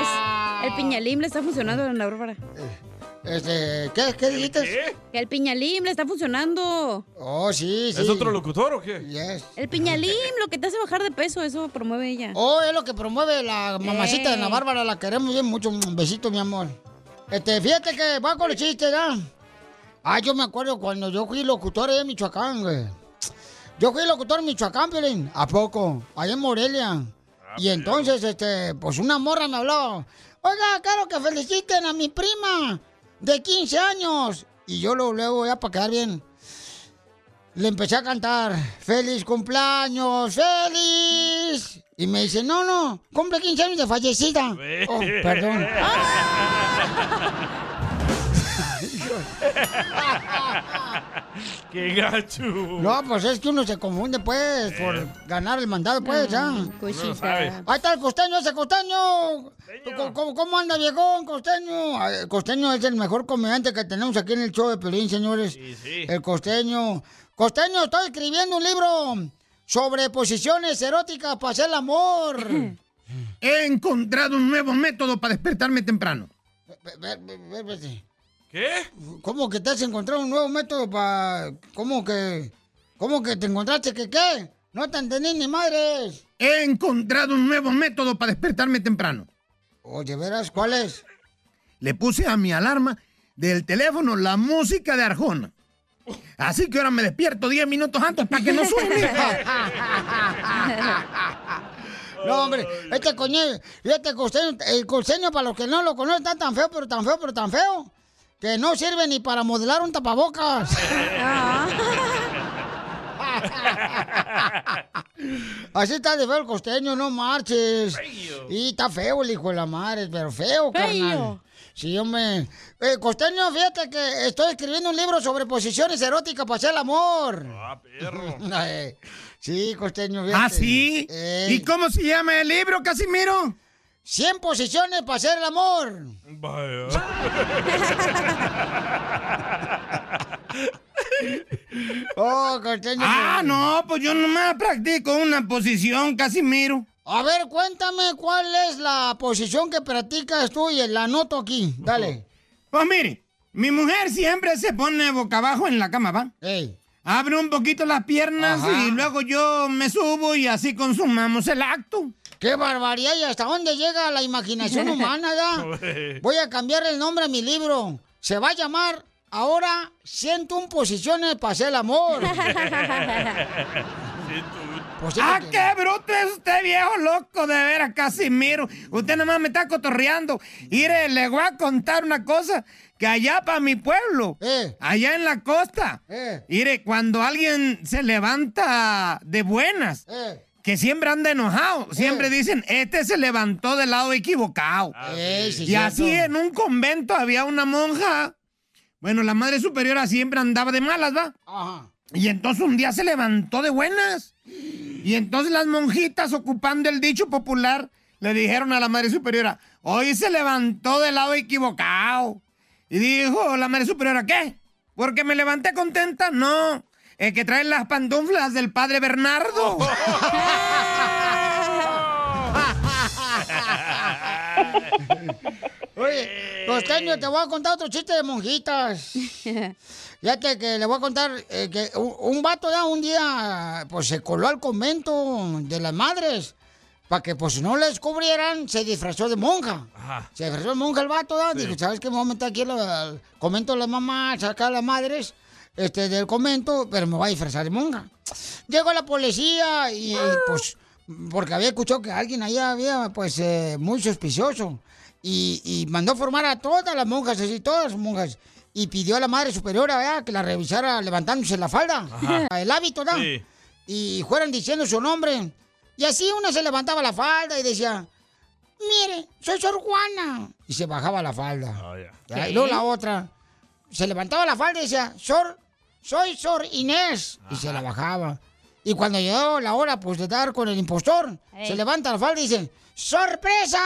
[SPEAKER 5] Es, el piñalín le está funcionando a Ana Bárbara.
[SPEAKER 3] Este, ¿qué, ¿Qué dijiste?
[SPEAKER 5] Que el piñalín le está funcionando.
[SPEAKER 3] Oh, sí, sí.
[SPEAKER 4] ¿Es otro locutor o qué?
[SPEAKER 3] Yes.
[SPEAKER 5] El piñalín, lo que te hace bajar de peso, eso promueve ella.
[SPEAKER 3] Oh, es lo que promueve la mamacita de Ana
[SPEAKER 5] Ey.
[SPEAKER 3] Bárbara, la queremos bien mucho. Un besito, mi amor. Este, fíjate que va con los chistes, ¿ya? Ah, yo me acuerdo cuando yo fui locutor allá en Michoacán, güey. Yo fui locutor en Michoacán, Piolín. ¿A poco? Allá en
[SPEAKER 4] Ah,
[SPEAKER 3] Morelia.
[SPEAKER 4] pues,
[SPEAKER 3] y entonces, este, pues una morra me habló. Oiga, claro que feliciten a mi prima de 15 años. Y yo lo luego, ya para quedar bien. Le empecé a cantar, feliz cumpleaños, feliz. Y me dice, no, no, cumple 15 años de fallecida. Oh, perdón.
[SPEAKER 4] ¡Qué gacho!
[SPEAKER 3] No, pues es que uno se confunde, pues, por ganar el mandado, pues, ya.
[SPEAKER 4] cosita. Eh. Uno no sabe.
[SPEAKER 3] Ahí está el costeño, ese costeño. Pues, ¿Cómo- ¿Cómo, cómo anda, viejón, costeño? Ay, El costeño es el mejor comediante que tenemos aquí en el show de Pelín, señores. El costeño. Costeño, estoy escribiendo un libro sobre posiciones eróticas para hacer el amor.
[SPEAKER 22] He encontrado un nuevo método para despertarme temprano.
[SPEAKER 4] ¿Qué?
[SPEAKER 3] ¿Cómo que te has encontrado un nuevo método para... ¿Cómo que... ¿Cómo que te encontraste que qué? No te entendí ni madres.
[SPEAKER 22] He encontrado un nuevo método para despertarme temprano.
[SPEAKER 3] Oye, verás, ¿cuál es?
[SPEAKER 22] Le puse a mi alarma del teléfono la música de Arjona. Así que ahora me despierto 10 minutos antes para que no suene.
[SPEAKER 3] No, hombre, este coño, este costeño, el costeño, para los que no lo conocen, está tan feo, pero tan feo, pero tan feo, que no sirve ni para modelar un tapabocas. Así está de feo el costeño, no marches. Y está feo el hijo de la madre, pero feo, carnal.
[SPEAKER 17] Feo.
[SPEAKER 3] Sí, hombre. Eh, costeño, fíjate que estoy escribiendo un libro sobre posiciones eróticas para hacer el amor.
[SPEAKER 4] Ah, perro.
[SPEAKER 3] Eh, sí, costeño, fíjate.
[SPEAKER 22] ¿Ah, sí? ¿Y cómo se llama el libro, Casimiro?
[SPEAKER 3] 100 posiciones para hacer el amor. Oh, costeño.
[SPEAKER 22] Ah, no, pues yo nomás practico una posición, Casimiro.
[SPEAKER 3] A ver, cuéntame cuál es la posición que practicas tú y la anoto aquí. Dale.
[SPEAKER 22] Pues mire, mi mujer siempre se pone boca abajo en la cama, ¿va? Abre un poquito las piernas
[SPEAKER 3] Ajá.
[SPEAKER 22] y luego yo me subo y así consumamos el acto.
[SPEAKER 3] ¡Qué barbaridad! ¿Y hasta dónde llega la imaginación humana ya? Voy a cambiar el nombre a mi libro. Se va a llamar Ahora 101 posiciones para hacer el amor. Pues sí,
[SPEAKER 22] ¡Ah,
[SPEAKER 3] porque-
[SPEAKER 22] qué bruto es usted, viejo loco! De veras, Casimiro. Usted nomás me está cotorreando. Mire, le voy a contar una cosa. Que allá para mi pueblo,
[SPEAKER 3] Eh.
[SPEAKER 22] allá en la costa,
[SPEAKER 17] Eh.
[SPEAKER 22] mire, cuando alguien se levanta de buenas,
[SPEAKER 3] Eh.
[SPEAKER 22] que siempre anda enojado, siempre dicen, este se levantó del lado equivocado.
[SPEAKER 3] sí,
[SPEAKER 22] y
[SPEAKER 3] cierto.
[SPEAKER 22] así en un convento había una monja, bueno, la madre superiora siempre andaba de malas, ¿va?
[SPEAKER 3] Ajá.
[SPEAKER 22] Y entonces un día se levantó de buenas. Y entonces las monjitas, ocupando el dicho popular, le dijeron a la Madre Superiora, hoy se levantó del lado equivocado. Y dijo la Madre Superiora, ¿qué? ¿Porque me levanté contenta? No, es que traen las pantuflas del Padre Bernardo.
[SPEAKER 3] Oye, Costeño, te voy a contar otro chiste de monjitas. Fíjate que le voy a contar eh, que un, un vato ya un día pues se coló al convento de las madres para que pues no le descubrieran, se disfrazó de monja.
[SPEAKER 17] Ajá.
[SPEAKER 3] Se disfrazó de monja el vato, ¿verdad? Dijo, ¿sabes qué? Me voy a meter aquí al- al convento de las mamás, acá a las madres este, del convento, pero me voy a disfrazar de monja. Llegó la policía y, y, pues, porque había escuchado que alguien ahí había, pues, eh, muy sospechoso. Y, y mandó formar a todas las monjas, así, todas las monjas. Y pidió a la madre superiora, ¿verdad? Que la revisara levantándose la falda,
[SPEAKER 17] Ajá.
[SPEAKER 3] el hábito, ¿verdad?
[SPEAKER 17] Sí.
[SPEAKER 3] Y fueran diciendo su nombre. Y así una se levantaba la falda y decía, mire, soy Sor Juana. Y se bajaba la falda.
[SPEAKER 22] Ah,
[SPEAKER 3] Ya, Y luego la otra. Se levantaba la falda y decía, Sor, soy Sor Inés. Y se la bajaba. Y cuando llegó la hora pues, de dar con el impostor,
[SPEAKER 17] Ey.
[SPEAKER 3] se levanta la falda y dice, ¡sorpresa!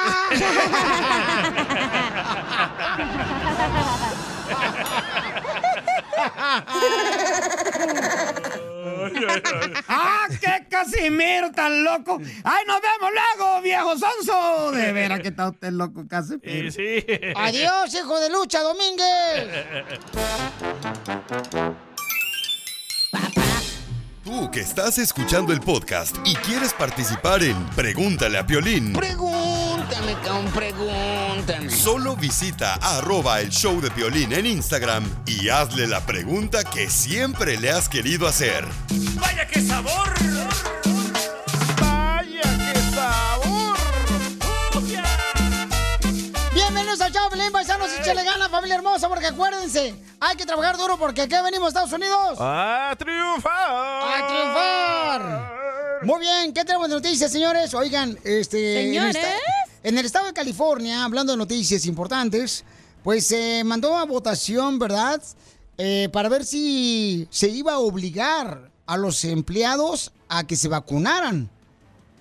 [SPEAKER 22] ¡Ah, qué Casimiro tan loco! ¡Ay, nos vemos luego, viejo sonso! De veras que está usted loco, Casimiro.
[SPEAKER 4] Sí.
[SPEAKER 3] Adiós, hijo de lucha, Domínguez.
[SPEAKER 10] Tú que estás escuchando el podcast y quieres participar en Pregúntale a Piolín,
[SPEAKER 17] Pregúntame, con pregúntame.
[SPEAKER 10] solo visita arroba el show de Piolín en Instagram y hazle la pregunta que siempre le has querido hacer.
[SPEAKER 17] ¡Vaya qué sabor! ¡Vaya qué sabor!
[SPEAKER 3] Bienvenidos al Chavo Pelín, paisanos, y le gana, familia hermosa, porque acuérdense, hay que trabajar duro porque aquí venimos, Estados Unidos.
[SPEAKER 4] ¡A triunfar!
[SPEAKER 3] ¡A triunfar! Muy bien, ¿qué tenemos de noticias, señores? Oigan, este... en
[SPEAKER 17] ¿Señores?
[SPEAKER 3] esta- En el estado de California, hablando de noticias importantes, pues se mandó a votación, ¿verdad? Eh, para ver si se iba a obligar a los empleados a que se vacunaran.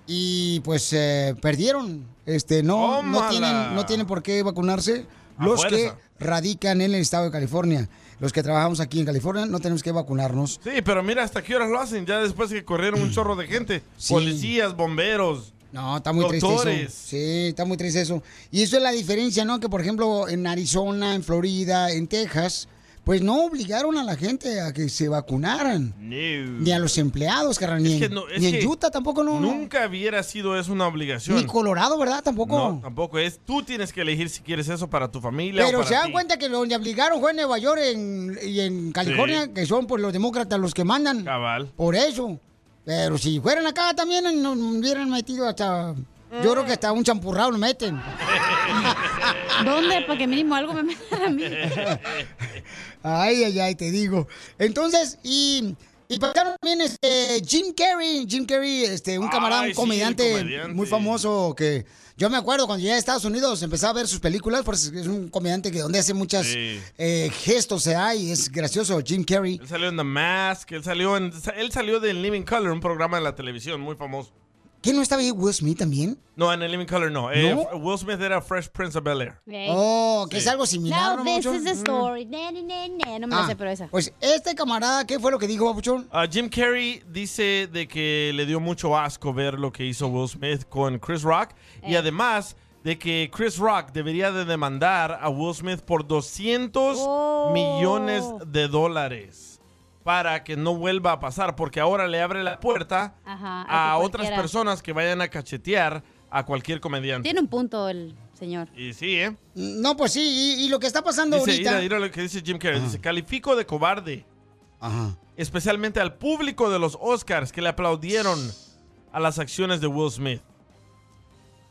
[SPEAKER 3] Y pues eh, perdieron. Este, no, no
[SPEAKER 17] Tómala.
[SPEAKER 3] tienen, no tienen por qué vacunarse
[SPEAKER 17] A
[SPEAKER 3] los
[SPEAKER 4] fuerza.
[SPEAKER 3] que radican en el estado de California. Los que trabajamos aquí en California no tenemos que vacunarnos.
[SPEAKER 4] Sí, pero mira hasta qué horas lo hacen, ya después que corrieron un chorro de gente. Policías, bomberos.
[SPEAKER 3] No, está muy triste
[SPEAKER 4] doctores.
[SPEAKER 3] eso. Sí, está muy triste eso. Y eso es la diferencia, ¿no? Que por ejemplo en Arizona, en Florida, en Texas, pues no obligaron a la gente a que se vacunaran. Ni a los empleados, carnal. Ni,
[SPEAKER 4] Es que
[SPEAKER 3] en-
[SPEAKER 4] no, es
[SPEAKER 3] ni en
[SPEAKER 4] que
[SPEAKER 3] Utah tampoco, no. no.
[SPEAKER 4] Nunca hubiera sido eso una obligación.
[SPEAKER 3] Ni Colorado, ¿verdad? Tampoco.
[SPEAKER 4] No, tampoco es. Tú tienes que elegir si quieres eso para tu familia o
[SPEAKER 3] Pero
[SPEAKER 4] para
[SPEAKER 3] se dan
[SPEAKER 4] ti.
[SPEAKER 3] cuenta que donde obligaron fue en Nueva York en- y en California,
[SPEAKER 4] Sí.
[SPEAKER 3] que son pues, los demócratas los que mandan.
[SPEAKER 4] Cabal.
[SPEAKER 3] Por eso. Pero si fueran acá también nos hubieran metido hasta... Yo creo que hasta un champurrado lo meten.
[SPEAKER 5] ¿Dónde? Porque mínimo algo me metan a mí.
[SPEAKER 3] Ay, ay, ay, te digo. Entonces, y, y pasaron también este, Jim Carrey. Jim Carrey, este, un camarada,
[SPEAKER 17] Ay,
[SPEAKER 3] un
[SPEAKER 17] sí,
[SPEAKER 3] comediante,
[SPEAKER 17] comediante.
[SPEAKER 3] muy famoso que yo me acuerdo cuando llegué a Estados Unidos empecé a ver sus películas, porque es un comediante que donde hace muchas
[SPEAKER 4] Sí.
[SPEAKER 3] eh, gestos, se da y es gracioso, Jim Carrey.
[SPEAKER 4] Él salió en The Mask, él salió en él salió de Living Color, un programa de la televisión muy famoso.
[SPEAKER 3] ¿Quién no estaba ahí Will Smith también?
[SPEAKER 4] No, en el Living Color no. Eh,
[SPEAKER 3] ¿No?
[SPEAKER 4] Will Smith era Fresh Prince of Bel Air.
[SPEAKER 3] Oh, que es algo similar.
[SPEAKER 5] No, this
[SPEAKER 3] Babuchón?
[SPEAKER 5] is the
[SPEAKER 3] Mm.
[SPEAKER 5] story. Ne, ne, ne, ne. No me la
[SPEAKER 3] Ah,
[SPEAKER 5] sé, pero esa.
[SPEAKER 3] Pues este camarada, ¿qué fue lo que dijo, Babuchón?
[SPEAKER 4] Ah, Jim Carrey dice de que le dio mucho asco ver lo que hizo Will Smith con Chris Rock
[SPEAKER 5] Eh.
[SPEAKER 4] y además de que Chris Rock debería de demandar a Will Smith por 200
[SPEAKER 5] Oh.
[SPEAKER 4] millones de dólares para que no vuelva a pasar porque ahora le abre la puerta
[SPEAKER 5] Ajá,
[SPEAKER 4] a,
[SPEAKER 5] Ah, que
[SPEAKER 4] otras
[SPEAKER 5] cualquiera.
[SPEAKER 4] personas que vayan a cachetear a cualquier comediante.
[SPEAKER 5] Tiene un punto el señor.
[SPEAKER 4] Y sí, ¿eh?
[SPEAKER 3] No, pues sí, y, y lo que está pasando
[SPEAKER 4] Dice,
[SPEAKER 3] ahorita...
[SPEAKER 4] mira, mira lo que dice Jim Carrey. Dice, califico de cobarde. Especialmente al público de los Oscars que le aplaudieron a las acciones de Will Smith.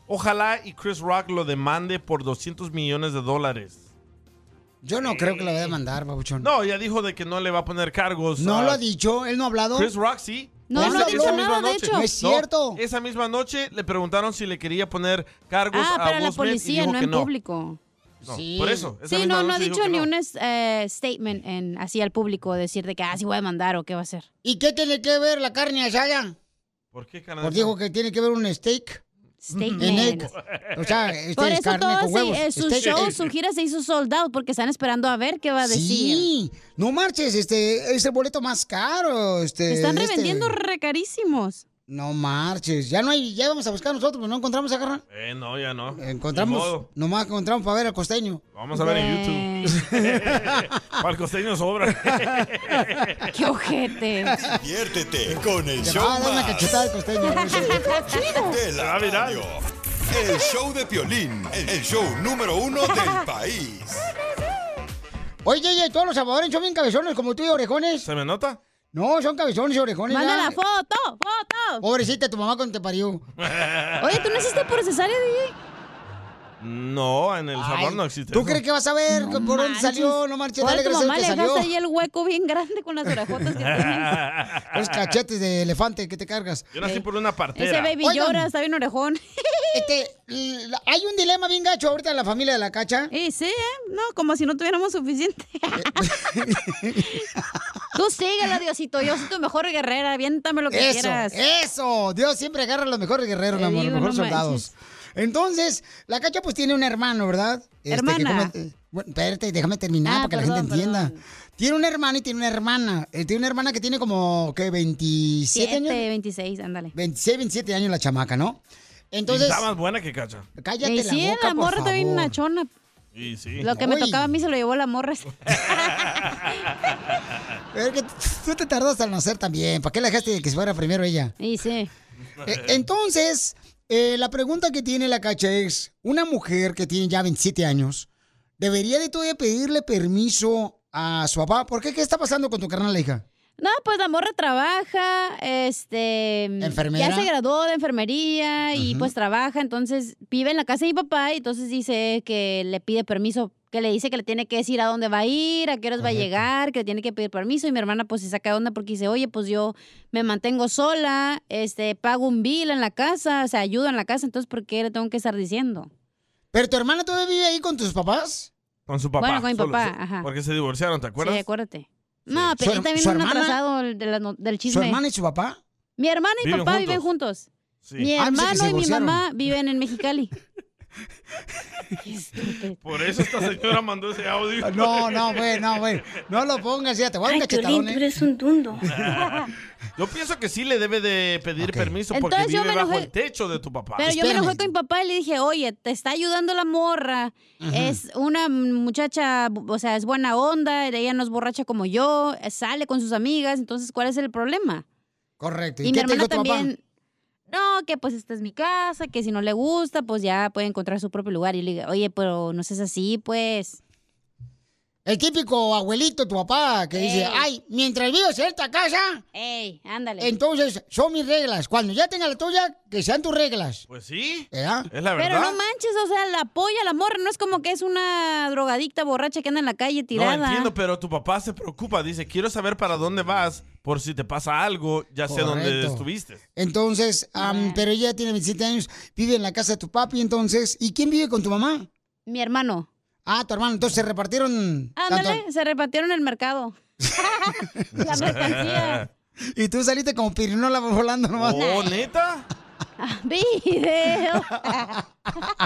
[SPEAKER 4] Ojalá y Chris Rock lo demande por 200 millones de dólares.
[SPEAKER 3] Yo no creo que lo vaya a mandar, Babuchón.
[SPEAKER 4] No, ya dijo de que no le va a poner cargos.
[SPEAKER 3] No
[SPEAKER 4] a-
[SPEAKER 3] lo ha dicho, él no ha hablado.
[SPEAKER 4] Chris Rock sí.
[SPEAKER 3] No,
[SPEAKER 4] Esa-
[SPEAKER 3] no ha dicho
[SPEAKER 4] esa misma
[SPEAKER 3] nada, de hecho. No es cierto.
[SPEAKER 4] esa misma noche le preguntaron si le quería poner cargos
[SPEAKER 5] Ah,
[SPEAKER 4] a
[SPEAKER 5] para
[SPEAKER 4] Will
[SPEAKER 5] la
[SPEAKER 4] Smith y
[SPEAKER 5] policía,
[SPEAKER 4] dijo
[SPEAKER 5] no
[SPEAKER 4] que
[SPEAKER 5] en público.
[SPEAKER 4] No, Por eso. esa
[SPEAKER 5] Sí,
[SPEAKER 4] misma
[SPEAKER 5] no, no ha
[SPEAKER 4] noche dijo
[SPEAKER 5] dicho
[SPEAKER 4] que
[SPEAKER 5] ni
[SPEAKER 4] no.
[SPEAKER 5] un es- eh, statement en, así al público, decir de que, ah, sí voy a mandar o qué va a hacer.
[SPEAKER 3] ¿Y qué tiene que ver la carne asada?
[SPEAKER 4] ¿Por qué, canal?
[SPEAKER 3] Porque dijo que tiene que ver un steak.
[SPEAKER 5] Steak
[SPEAKER 3] En
[SPEAKER 5] man.
[SPEAKER 3] egg. O sea, este
[SPEAKER 5] Por
[SPEAKER 3] es
[SPEAKER 5] eso
[SPEAKER 3] carne
[SPEAKER 5] todo eh,
[SPEAKER 3] con huevos. Este
[SPEAKER 5] su
[SPEAKER 3] Steak
[SPEAKER 5] show,
[SPEAKER 3] egg.
[SPEAKER 5] su gira se hizo sold out porque están esperando a ver qué va a decir.
[SPEAKER 3] Sí, no marches, este es el boleto más caro. Este,
[SPEAKER 5] Están
[SPEAKER 3] de este-
[SPEAKER 5] revendiendo recarísimos.
[SPEAKER 3] No marches. Ya no hay, ya vamos a buscar nosotros, pero no encontramos a carnal.
[SPEAKER 4] Eh, no, ya no. Ni
[SPEAKER 3] Encontramos,
[SPEAKER 4] modo.
[SPEAKER 3] nomás encontramos para ver al costeño.
[SPEAKER 4] Vamos a ver en YouTube. Para el costeño sobra.
[SPEAKER 5] ¡Qué ojete!
[SPEAKER 10] Diviértete con el
[SPEAKER 3] Te
[SPEAKER 10] show
[SPEAKER 3] va a dar una
[SPEAKER 10] más
[SPEAKER 3] cachetada al costeño.
[SPEAKER 10] de la radio. El show de Piolín, el show número uno del país.
[SPEAKER 3] Oye, oye, todos los salvadoreños son bien cabezones como tú y orejones.
[SPEAKER 4] ¿Se me nota?
[SPEAKER 3] No, son cabezones y orejones.
[SPEAKER 5] ¡Manda
[SPEAKER 3] ya.
[SPEAKER 5] la foto! ¡Foto!
[SPEAKER 3] Pobrecita tu mamá cuando te parió.
[SPEAKER 5] Oye, ¿tú naciste por cesárea, DJ?
[SPEAKER 4] No, en El Salvador no existe.
[SPEAKER 3] ¿Tú
[SPEAKER 4] eso.
[SPEAKER 3] crees que vas a ver por dónde
[SPEAKER 5] manches.
[SPEAKER 3] salió? No marches,
[SPEAKER 5] Ahora
[SPEAKER 3] dale
[SPEAKER 5] tu
[SPEAKER 3] gracias a
[SPEAKER 5] mamá
[SPEAKER 3] Dios
[SPEAKER 5] le
[SPEAKER 3] que
[SPEAKER 5] dejaste ahí
[SPEAKER 3] salió.
[SPEAKER 5] el hueco bien grande con las orejotas que tenías.
[SPEAKER 3] Los cachetes de elefante que te cargas.
[SPEAKER 4] Yo nací por una partera.
[SPEAKER 5] Ese baby
[SPEAKER 3] Oigan.
[SPEAKER 5] llora, está bien orejón.
[SPEAKER 3] Este, la- hay un dilema bien gacho ahorita en la familia de la cacha.
[SPEAKER 5] Y sí, ¿eh? No, como si no tuviéramos suficiente. Tú síguela, Diosito. Yo soy tu mejor guerrera. Aviéntame lo que
[SPEAKER 3] eso, eh,
[SPEAKER 5] quieras.
[SPEAKER 3] Eso, Dios siempre agarra a los mejores guerreros,
[SPEAKER 5] Te
[SPEAKER 3] mi amor, los
[SPEAKER 5] digo,
[SPEAKER 3] mejores
[SPEAKER 5] no
[SPEAKER 3] soldados. Entonces, la cacha pues tiene un hermano, ¿verdad? Este, que
[SPEAKER 5] Hermana.
[SPEAKER 3] come- eh, bueno, espérate, déjame terminar
[SPEAKER 5] Ah,
[SPEAKER 3] para que la
[SPEAKER 5] perdón,
[SPEAKER 3] gente entienda. Tiene un hermano y tiene una hermana. Eh, tiene una hermana que tiene como, ¿qué? 27
[SPEAKER 5] 7,
[SPEAKER 3] años.
[SPEAKER 5] 26, ándale.
[SPEAKER 3] 26, 27 años la chamaca, ¿no? Entonces,
[SPEAKER 4] Y está más buena que Cacha.
[SPEAKER 3] cállate
[SPEAKER 5] Y
[SPEAKER 3] la
[SPEAKER 5] Eh, sí,
[SPEAKER 3] boca,
[SPEAKER 5] la
[SPEAKER 3] por
[SPEAKER 5] morra está bien
[SPEAKER 3] favor.
[SPEAKER 5] nachona.
[SPEAKER 4] Y sí.
[SPEAKER 5] Lo que me tocaba a mí se lo llevó la morra.
[SPEAKER 3] Pero que t- tú te tardaste en nacer también. ¿Para qué la dejaste que se fuera primero ella?
[SPEAKER 5] Y sí.
[SPEAKER 3] Eh, Entonces, eh, la pregunta que tiene la cacha es, una mujer que tiene ya 27 años, ¿debería de todavía pedirle permiso a su papá? ¿Por qué? ¿Qué está pasando con tu carnal, hija?
[SPEAKER 5] No, pues la morra trabaja, este...
[SPEAKER 3] Enfermera.
[SPEAKER 5] Ya se graduó de enfermería y
[SPEAKER 3] Ujú.
[SPEAKER 5] pues trabaja, entonces vive en la casa de mi papá y entonces dice que le pide permiso, que le dice que le tiene que decir a dónde va a ir, a qué horas va a llegar, que le tiene que pedir permiso y mi hermana pues se saca de onda porque dice, oye, pues yo me mantengo sola, este, pago un bill en la casa, o sea, ayudo en la casa, entonces ¿por qué le tengo que estar diciendo?
[SPEAKER 3] ¿Pero tu hermana todavía vive ahí con tus papás?
[SPEAKER 4] Con su papá.
[SPEAKER 5] Bueno, con mi
[SPEAKER 4] solo,
[SPEAKER 5] papá,
[SPEAKER 4] sí,
[SPEAKER 5] ajá.
[SPEAKER 4] Porque se divorciaron, ¿te acuerdas?
[SPEAKER 5] Sí, acuérdate. No,
[SPEAKER 3] ¿Su
[SPEAKER 5] pero ahí
[SPEAKER 3] her-
[SPEAKER 5] también
[SPEAKER 3] su
[SPEAKER 5] es un
[SPEAKER 3] hermana?
[SPEAKER 5] atrasado de la no- del
[SPEAKER 3] ¿Su
[SPEAKER 5] chisme.
[SPEAKER 3] hermana y su papá?
[SPEAKER 5] Mi hermana y
[SPEAKER 3] ¿Viven
[SPEAKER 5] papá viven juntos.
[SPEAKER 3] Sí.
[SPEAKER 5] Mi
[SPEAKER 3] Ah, pensé que se
[SPEAKER 5] hermano y mi
[SPEAKER 3] divorciaron.
[SPEAKER 5] mamá viven en Mexicali.
[SPEAKER 4] Por eso esta señora mandó ese audio.
[SPEAKER 3] No, no, güey, no, güey. No lo pongas ya, te voy a dar un cachetadón, ¿eh?
[SPEAKER 5] eres un dundo.
[SPEAKER 4] Yo pienso que sí le debe de pedir permiso porque
[SPEAKER 5] Entonces yo
[SPEAKER 4] vive
[SPEAKER 5] me
[SPEAKER 4] bajo
[SPEAKER 5] enojé-
[SPEAKER 4] el techo de tu papá.
[SPEAKER 5] Pero yo me enojé con mi papá y le dije, oye, te está ayudando la morra.
[SPEAKER 4] Ajá.
[SPEAKER 5] Es una muchacha, o sea, es buena onda, ella no es borracha como yo, sale con sus amigas, entonces, ¿cuál es el problema?
[SPEAKER 3] Correcto.
[SPEAKER 5] Y, mi hermana también. No, que pues esta es mi casa, que si no le gusta, pues ya puede encontrar su propio lugar. Y le digo, oye, pero no seas así, pues.
[SPEAKER 3] El típico abuelito, tu papá, que dice, ay, mientras vivas en esta casa,
[SPEAKER 5] Ey, ándale.
[SPEAKER 3] entonces son mis reglas. Cuando ya tenga la tuya, que sean tus reglas.
[SPEAKER 4] Pues sí.
[SPEAKER 3] ¿Ya?
[SPEAKER 4] Es la
[SPEAKER 5] Pero
[SPEAKER 4] verdad.
[SPEAKER 5] no manches, o sea, la apoya la morra, no es como que es una drogadicta borracha que anda en la calle tirada.
[SPEAKER 4] No entiendo, pero tu papá se preocupa. Dice, quiero saber para dónde vas por si te pasa algo, ya sé dónde
[SPEAKER 3] Correcto.
[SPEAKER 4] estuviste.
[SPEAKER 3] Entonces, am, pero ella tiene 27 años, vive en la casa de tu papi, entonces. ¿Y quién vive con tu mamá?
[SPEAKER 5] Mi hermano.
[SPEAKER 3] Ah, tu hermano. Entonces se repartieron.
[SPEAKER 5] Ándale, se repartieron el mercado. la mercancía.
[SPEAKER 3] Y tú saliste como pirinola volando nomás.
[SPEAKER 4] Oh, neta.
[SPEAKER 5] Ah, Video.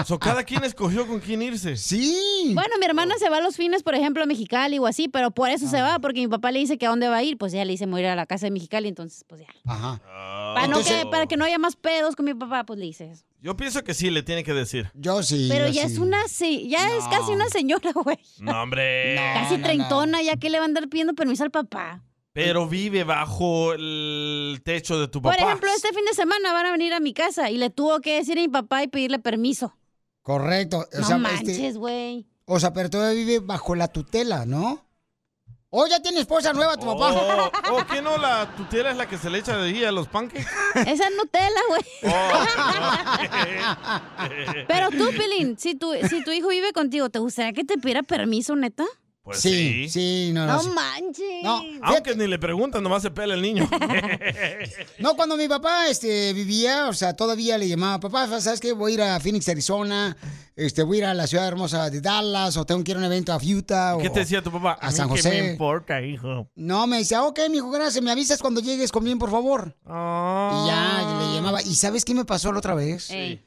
[SPEAKER 4] So, cada quien escogió con quién irse.
[SPEAKER 3] Sí.
[SPEAKER 5] Bueno, mi hermana se va a los fines, por ejemplo, a Mexicali o así, pero por eso se
[SPEAKER 4] Ah.
[SPEAKER 5] va, porque mi papá le dice que a dónde va a ir, pues ya le dice, me voy a ir a la casa de Mexicali, entonces, pues ya.
[SPEAKER 3] Ajá.
[SPEAKER 4] Ah.
[SPEAKER 5] Para, no que, para que no haya más pedos con mi papá, pues le dice eso.
[SPEAKER 4] Yo pienso que sí, le tiene que decir.
[SPEAKER 3] Yo sí.
[SPEAKER 5] Pero ya es una, se- ya es casi una señora, güey.
[SPEAKER 4] No, hombre.
[SPEAKER 5] Casi treintona, ya que le va a andar pidiendo permiso al papá.
[SPEAKER 4] Pero vive bajo el techo de tu papá.
[SPEAKER 5] Por ejemplo, este fin de semana van a venir a mi casa y le tuvo que decir a mi papá y pedirle permiso.
[SPEAKER 3] Correcto. O
[SPEAKER 5] no
[SPEAKER 3] sea, este,
[SPEAKER 5] manches, güey.
[SPEAKER 3] o sea, pero todavía vive bajo la tutela, ¿no? Oh, ya tiene esposa nueva tu
[SPEAKER 4] Oh,
[SPEAKER 3] papá.
[SPEAKER 4] oh, ¿qué no? La tutela es la que se le echa de guía a los panques.
[SPEAKER 5] Esa es Nutella, güey. Pero tú, Pelín, si tu, si tu hijo vive contigo, ¿te gustaría que te pidiera permiso, neta?
[SPEAKER 3] sí, sí. no, no.
[SPEAKER 5] No
[SPEAKER 3] sí.
[SPEAKER 5] manches.
[SPEAKER 3] No,
[SPEAKER 4] Pues Aunque ni le preguntan, nomás se pela el niño.
[SPEAKER 3] No, cuando mi papá este, vivía, o sea, todavía le llamaba, papá, ¿sabes qué? Voy a ir a Phoenix, Arizona, este, voy a ir a la ciudad hermosa de Dallas, o tengo que ir a un evento a Utah.
[SPEAKER 4] ¿Qué
[SPEAKER 3] o-
[SPEAKER 4] te decía tu papá?
[SPEAKER 3] A San
[SPEAKER 4] mí qué
[SPEAKER 3] José.
[SPEAKER 4] me importa, hijo?
[SPEAKER 3] No, me decía, ok, mijo, gracias, me avisas cuando llegues con bien, por favor. Y ya le llamaba. ¿Y sabes qué me pasó la otra vez?
[SPEAKER 5] Ey.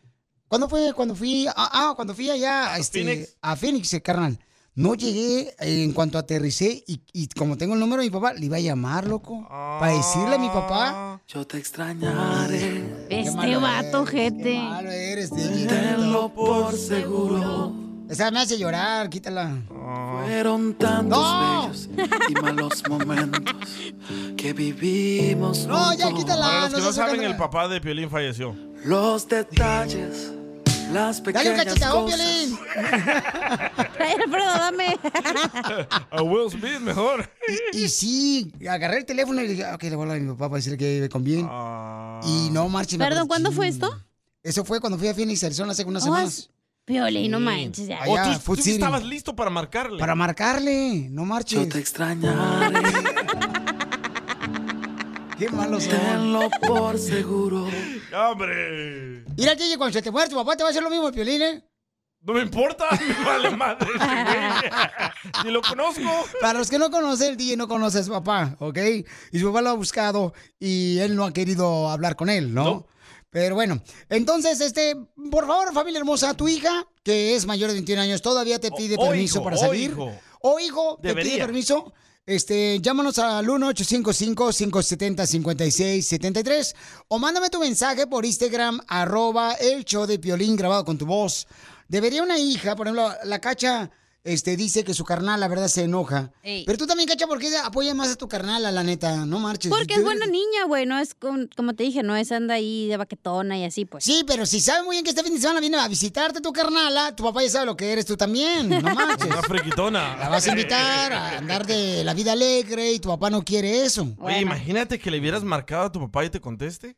[SPEAKER 3] ¿Cuándo fue? Cuando fui, ah, ah, cuando fui allá este,
[SPEAKER 5] Phoenix?
[SPEAKER 3] a Phoenix, eh, carnal. No llegué eh, en cuanto aterricé y, y como tengo el número de mi papá, le iba a llamar, loco. Para decirle a mi papá. Yo te extrañaré.
[SPEAKER 5] Este
[SPEAKER 3] ¿eh?
[SPEAKER 5] vato, gente.
[SPEAKER 3] malo eres, Tenlo por seguro. Esa me hace llorar, quítala.
[SPEAKER 17] Fueron tantos bellos y malos momentos que vivimos.
[SPEAKER 3] No, ya quítala,
[SPEAKER 4] Para los que
[SPEAKER 3] no
[SPEAKER 4] no
[SPEAKER 3] seas
[SPEAKER 4] saben,
[SPEAKER 3] sacándola.
[SPEAKER 4] el papá de Piolín falleció.
[SPEAKER 17] Los detalles, las
[SPEAKER 3] Dale un
[SPEAKER 17] pequeñas
[SPEAKER 3] cachetadón,
[SPEAKER 17] cosas.
[SPEAKER 3] Piolín.
[SPEAKER 5] Alfredo, dame.
[SPEAKER 4] A Will Smith mejor.
[SPEAKER 3] Y, y sí, agarré el teléfono y le dije, "Ah, ok, le voy a hablar a mi papá para decirle que vive con bien.
[SPEAKER 4] Ah.
[SPEAKER 3] Y no marche. me
[SPEAKER 5] Perdón,
[SPEAKER 3] acordé,
[SPEAKER 5] ¿cuándo fue
[SPEAKER 3] chin.
[SPEAKER 5] esto?
[SPEAKER 3] Eso fue cuando fui a Phoenix, Arizona, hace unas
[SPEAKER 5] Oh,
[SPEAKER 3] semanas.
[SPEAKER 5] Piolín, no
[SPEAKER 3] Sí.
[SPEAKER 5] manches. Ya.
[SPEAKER 3] Allá,
[SPEAKER 4] Oh, tú-
[SPEAKER 3] Food
[SPEAKER 4] tú
[SPEAKER 3] City.
[SPEAKER 4] estabas listo para marcarle.
[SPEAKER 3] Para marcarle, no marches. Yo te
[SPEAKER 17] extrañaré.
[SPEAKER 3] Qué malos son.
[SPEAKER 17] Tenlo por seguro.
[SPEAKER 4] ¡Hombre!
[SPEAKER 3] Mira, Gigi, cuando se te muera tu papá, te va a hacer lo mismo, Piolín, ¿eh?
[SPEAKER 4] No me importa, me vale madre este güey. Ni lo conozco.
[SPEAKER 3] Para los que no conocen, el DJ no conoce a su papá, ¿ok? Y su papá lo ha buscado y él no ha querido hablar con él, ¿no? Pero bueno, entonces, este, por favor, familia hermosa, tu hija, que es mayor de 21 años, todavía te pide
[SPEAKER 17] o
[SPEAKER 3] permiso
[SPEAKER 17] hijo,
[SPEAKER 3] para
[SPEAKER 17] o
[SPEAKER 3] salir.
[SPEAKER 17] hijo.
[SPEAKER 3] O Oh, hijo, te pide
[SPEAKER 17] Debería.
[SPEAKER 3] permiso. Este, llámanos al 1-855-570-5673 o mándame tu mensaje por Instagram, arroba el show de Piolín grabado con tu voz. Debería una hija, por ejemplo, la cacha este, dice que su carnal, la verdad, se enoja.
[SPEAKER 5] Ey.
[SPEAKER 3] Pero tú también, cacha, ¿por qué apoyas más a tu carnal, la neta? No marches.
[SPEAKER 5] Porque
[SPEAKER 3] Tú
[SPEAKER 5] es buena
[SPEAKER 3] eres-
[SPEAKER 5] niña, güey. No es con- como te dije, no es anda ahí de baquetona y así, pues.
[SPEAKER 3] Sí, pero si sabe muy bien que este fin de semana viene a visitarte tu carnala, tu papá ya sabe lo que eres tú también, no marches.
[SPEAKER 4] Una friquitona.
[SPEAKER 3] La vas a invitar a andar de la vida alegre y tu papá no quiere eso.
[SPEAKER 4] Oye, imagínate que le hubieras marcado a tu papá y te conteste.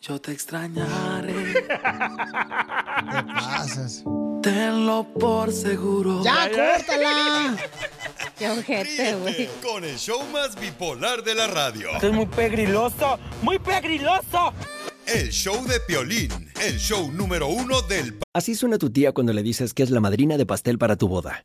[SPEAKER 17] Yo te
[SPEAKER 3] Ah,
[SPEAKER 17] extrañaré.
[SPEAKER 3] ¿Qué pasas?
[SPEAKER 17] Tenlo por seguro.
[SPEAKER 3] ¡Ya, córtala!
[SPEAKER 5] ¡Qué ojete,
[SPEAKER 17] güey!
[SPEAKER 10] Con el show más bipolar de la radio.
[SPEAKER 11] Esto es muy pegriloso, muy pegriloso.
[SPEAKER 10] El show de Piolín, el show número uno del
[SPEAKER 1] Así suena tu tía cuando le dices que es la madrina de pastel para tu boda.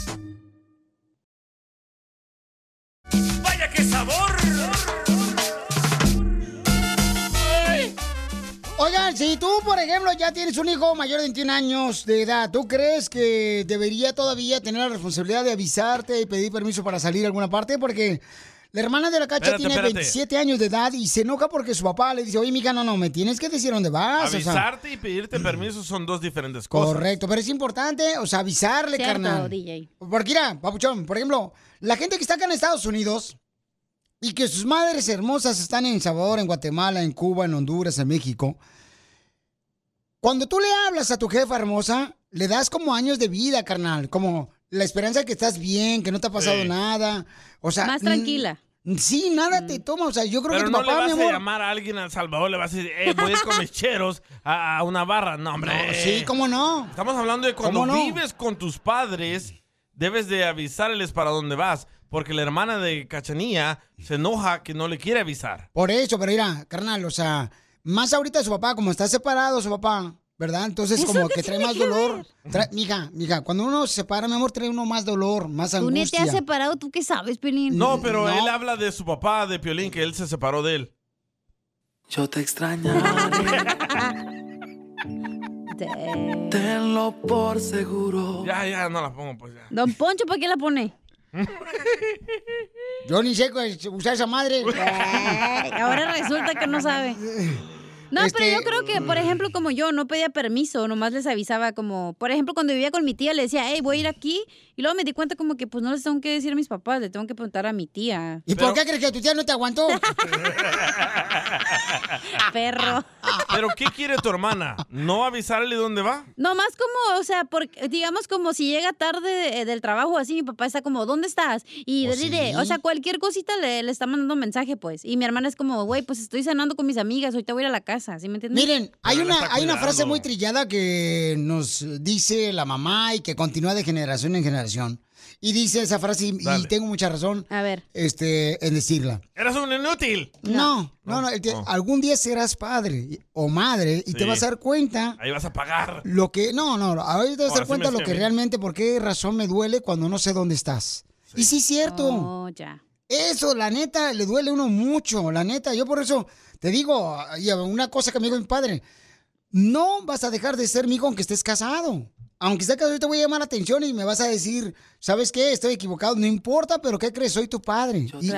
[SPEAKER 17] ¡Vaya qué sabor!
[SPEAKER 3] Oigan, si tú, por ejemplo, ya tienes un hijo mayor de 21 años de edad, ¿tú crees que debería todavía tener la responsabilidad de avisarte y pedir permiso para salir a alguna parte? Porque la hermana de la cacha
[SPEAKER 4] Espérate,
[SPEAKER 3] tiene
[SPEAKER 4] espérate.
[SPEAKER 3] 27 años de edad y se enoja porque su papá le dice, oye, mija, no, no, me tienes que decir dónde vas. o sea,
[SPEAKER 4] Ah, Avisarte y pedirte permiso son dos diferentes cosas.
[SPEAKER 3] Correcto, pero es importante, o sea, avisarle,
[SPEAKER 4] Cierto,
[SPEAKER 3] carnal.
[SPEAKER 5] DJ.
[SPEAKER 3] Porque mira, papuchón, por ejemplo, la gente que está acá en Estados Unidos y que sus madres hermosas están en El Salvador, en Guatemala, en Cuba, en Honduras, en México. Cuando tú le hablas a tu jefa hermosa, le das como años de vida, carnal, como la esperanza de que estás bien, que no te ha pasado
[SPEAKER 4] Sí.
[SPEAKER 3] nada, o sea,
[SPEAKER 5] Más
[SPEAKER 3] mm,
[SPEAKER 5] tranquila.
[SPEAKER 3] Sí, nada te toma, o sea, yo creo
[SPEAKER 4] Pero
[SPEAKER 3] que tu
[SPEAKER 4] no
[SPEAKER 3] papá,
[SPEAKER 4] le vas
[SPEAKER 3] mi
[SPEAKER 4] a
[SPEAKER 3] amor,
[SPEAKER 4] llamar a alguien al Salvador, le vas a decir, eh, voy a ir con mis cheros a, a una barra. No, hombre.
[SPEAKER 3] sí, ¿cómo no?
[SPEAKER 4] Estamos hablando de cuando
[SPEAKER 3] ¿Cómo no?
[SPEAKER 4] vives con tus padres, debes de avisarles para dónde vas. Porque la hermana de Cachanía se enoja que no le quiere avisar.
[SPEAKER 3] Por eso, pero mira, carnal, o sea, más ahorita su papá, como está separado su papá, ¿verdad? Entonces,
[SPEAKER 5] ¿Eso
[SPEAKER 3] como
[SPEAKER 5] qué
[SPEAKER 3] que trae
[SPEAKER 5] tiene
[SPEAKER 3] más
[SPEAKER 5] Pues que
[SPEAKER 3] dolor. Trae- mija, mija, cuando uno se separa, mi amor, trae uno más dolor, más
[SPEAKER 5] Tú ni te
[SPEAKER 3] angustia.
[SPEAKER 5] has separado, ¿tú qué sabes, Piolín?
[SPEAKER 4] No, pero él habla de su papá, de Piolín, que él se separó de él.
[SPEAKER 17] Yo te extrañaré. Tenlo por seguro.
[SPEAKER 4] Ya, ya, no la pongo, pues ya.
[SPEAKER 5] Don Poncho, ¿para qué la pone?
[SPEAKER 3] Yo ni sé cu- usar esa madre.
[SPEAKER 5] Ahora resulta que no sabe. No,
[SPEAKER 3] Este,
[SPEAKER 5] pero yo creo que, por ejemplo, como yo, no pedía permiso, nomás les avisaba como, por ejemplo, cuando vivía con mi tía, le decía, hey, voy a ir aquí, y luego me di cuenta como que, pues, no les tengo que decir a mis papás, le tengo que preguntar a mi tía.
[SPEAKER 3] ¿Y por qué crees que tu tía no te aguantó?
[SPEAKER 5] Perro.
[SPEAKER 4] ¿Pero qué quiere tu hermana? ¿No avisarle dónde va?
[SPEAKER 5] Nomás como, o sea, porque, digamos como si llega tarde eh, del trabajo, así mi papá está como, ¿dónde estás? Y
[SPEAKER 4] Oh,
[SPEAKER 5] diré,
[SPEAKER 4] sí.
[SPEAKER 5] o sea, cualquier cosita le, le está mandando un mensaje, pues. Y mi hermana es como, güey, pues estoy cenando con mis amigas, ahorita voy a ir a la casa, ¿sí me entiendes?
[SPEAKER 3] Miren, hay una, hay una frase muy trillada que nos dice la mamá y que continúa de generación en generación. Y dice esa frase, y, y
[SPEAKER 4] Dale.
[SPEAKER 3] tengo mucha razón
[SPEAKER 5] a ver.
[SPEAKER 3] Este, en decirla.
[SPEAKER 4] Eres un inútil.
[SPEAKER 3] No, no, no, el te- algún día serás padre y- o madre y te
[SPEAKER 4] Sí.
[SPEAKER 3] vas a dar cuenta
[SPEAKER 4] Ahí vas a pagar.
[SPEAKER 3] lo que. No, no, no, ahora te vas a
[SPEAKER 4] Ahora
[SPEAKER 3] dar
[SPEAKER 4] sí
[SPEAKER 3] cuenta
[SPEAKER 4] me
[SPEAKER 3] lo
[SPEAKER 4] sé a
[SPEAKER 3] que
[SPEAKER 4] mí.
[SPEAKER 3] realmente, por qué razón me duele cuando no sé dónde estás. Y sí, es cierto.
[SPEAKER 5] Oh, ya.
[SPEAKER 3] Eso, la neta, le duele a uno mucho, la neta. Yo por eso te digo, y una cosa que me dijo mi padre, no vas a dejar de ser mi hijo aunque estés casado. Aunque estés casado, yo te voy a llamar la atención y me vas a decir, ¿sabes qué? Estoy equivocado, no importa, pero ¿qué crees? Soy tu padre. Y-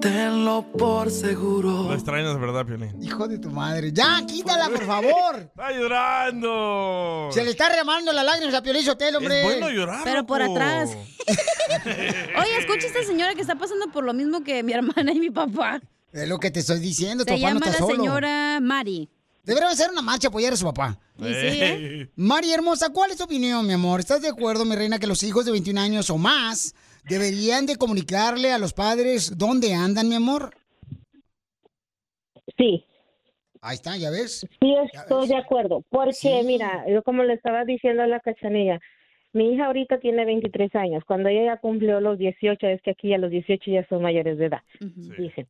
[SPEAKER 17] Tenlo por seguro.
[SPEAKER 4] Lo extrañas, ¿verdad, Piolín?
[SPEAKER 3] Hijo de tu madre. Ya, quítala, por favor.
[SPEAKER 4] ¡Está llorando!
[SPEAKER 3] Se le está remando las lágrimas a Piolín Sotelo, hombre.
[SPEAKER 4] Es bueno llorar,
[SPEAKER 5] Pero por
[SPEAKER 4] loco.
[SPEAKER 5] atrás. Oye, escucha esta señora que está pasando por lo mismo que mi hermana y mi papá.
[SPEAKER 3] Es lo que te estoy diciendo, tu
[SPEAKER 5] Se
[SPEAKER 3] papá no
[SPEAKER 5] llama
[SPEAKER 3] está
[SPEAKER 5] la
[SPEAKER 3] solo.
[SPEAKER 5] señora Mari.
[SPEAKER 3] Deberíamos hacer una marcha a apoyar a su papá.
[SPEAKER 5] Y sí, ¿eh?
[SPEAKER 3] Mari hermosa, ¿cuál es tu opinión, mi amor? ¿Estás de acuerdo, mi reina, que los hijos de 21 años o más deberían de comunicarle a los padres dónde andan, mi amor?
[SPEAKER 2] Sí.
[SPEAKER 3] Ahí está, ya ves.
[SPEAKER 2] Sí, estoy de acuerdo, porque mira, yo como le estaba diciendo a la cachanilla, mi hija ahorita tiene 23 años, cuando ella ya cumplió los 18, es que aquí a los 18 ya son mayores de edad, dicen.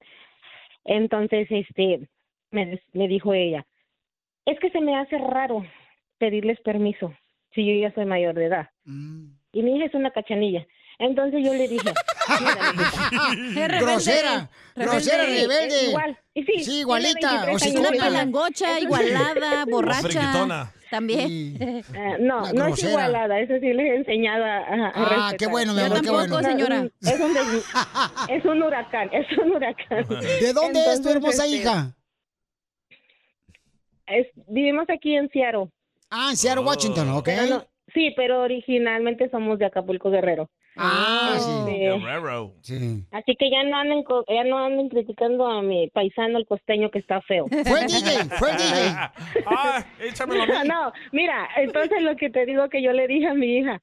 [SPEAKER 2] Entonces, este, me, des- me dijo ella, es que se me hace raro pedirles permiso si yo ya soy mayor de edad. Y mi hija es una cachanilla. Entonces yo le dije, "Mira, mijita,
[SPEAKER 17] Rebelde, Grosera, rebelde. grosera,
[SPEAKER 2] Sí,
[SPEAKER 17] rebelde.
[SPEAKER 2] es Eh, Igual, y sí,
[SPEAKER 17] Sí,
[SPEAKER 2] tiene
[SPEAKER 17] igualita,
[SPEAKER 2] 23
[SPEAKER 17] hocicona.
[SPEAKER 2] años de edad.
[SPEAKER 17] Una palangocha,
[SPEAKER 2] Entonces-
[SPEAKER 17] igualada, borracha. Friquitona.
[SPEAKER 5] También.
[SPEAKER 2] Eh, no,
[SPEAKER 17] Una
[SPEAKER 2] no es
[SPEAKER 17] grosera.
[SPEAKER 2] igualada, eso sí les he enseñado a, a- a
[SPEAKER 17] Ah,
[SPEAKER 2] respetar.
[SPEAKER 17] qué bueno, mi Yo amor, qué tampoco, bueno. señora.
[SPEAKER 2] Es un, desvi- es un huracán, es un huracán.
[SPEAKER 3] ¿De dónde es tu
[SPEAKER 2] Entonces,
[SPEAKER 3] hermosa
[SPEAKER 2] este,
[SPEAKER 3] hija?
[SPEAKER 2] es- vivimos aquí en Seattle.
[SPEAKER 3] Ah, en Seattle, Washington, ok.
[SPEAKER 2] Pero no- sí, pero originalmente somos de Acapulco, Guerrero.
[SPEAKER 3] Ah,
[SPEAKER 2] Este, Así que ya no anden co- ya no anden criticando a mi paisano el costeño que está feo.
[SPEAKER 3] Fue el DJ, fue el DJ.
[SPEAKER 4] ¡Ah, échamelo a mí!
[SPEAKER 2] No, mira, entonces lo que te digo que yo le dije a mi hija,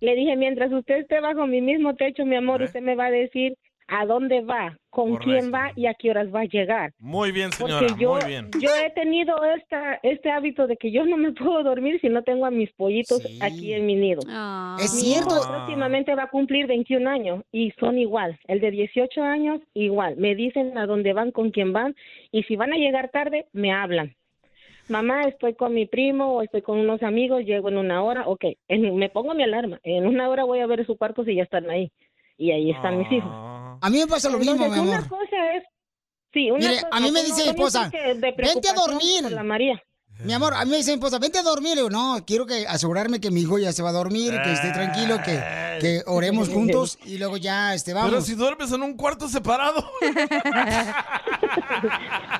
[SPEAKER 2] le dije, mientras usted esté bajo mi mismo techo, mi amor, usted me va a decir a dónde va, con quién va y a qué horas va a llegar.
[SPEAKER 4] Muy bien,
[SPEAKER 2] Porque
[SPEAKER 4] señora,
[SPEAKER 2] yo,
[SPEAKER 4] muy bien.
[SPEAKER 2] yo he tenido esta, este hábito de que yo no me puedo dormir si no tengo a mis pollitos aquí en mi nido.
[SPEAKER 3] Es
[SPEAKER 2] Mi hijo
[SPEAKER 3] cierto.
[SPEAKER 2] próximamente va a cumplir 21 años y son igual. El de 18 años, igual. Me dicen a dónde van, con quién van y si van a llegar tarde, me hablan. Mamá, estoy con mi primo o estoy con unos amigos, llego en una hora, ok, en- me pongo mi alarma, en una hora voy a ver su cuarto si ya están ahí. Y ahí están mis hijos.
[SPEAKER 4] Ah.
[SPEAKER 3] A mí me pasa lo mismo, mi
[SPEAKER 2] Entonces, una
[SPEAKER 3] amor.
[SPEAKER 2] cosa es- sí, una
[SPEAKER 3] Mire,
[SPEAKER 2] cosa-
[SPEAKER 3] a mí me
[SPEAKER 2] no,
[SPEAKER 3] dice mi
[SPEAKER 2] no, no,
[SPEAKER 3] esposa,
[SPEAKER 2] porque de
[SPEAKER 3] vente a
[SPEAKER 2] preocupación
[SPEAKER 3] dormir.
[SPEAKER 2] por la María.
[SPEAKER 3] Mi amor, a mí me dice mi esposa, vente a dormir. Le digo, no, quiero que asegurarme que mi hijo ya se va a dormir, que esté tranquilo, que, que
[SPEAKER 2] Eh,
[SPEAKER 3] oremos juntos y luego ya este, vamos.
[SPEAKER 4] Pero si duermes en un cuarto separado.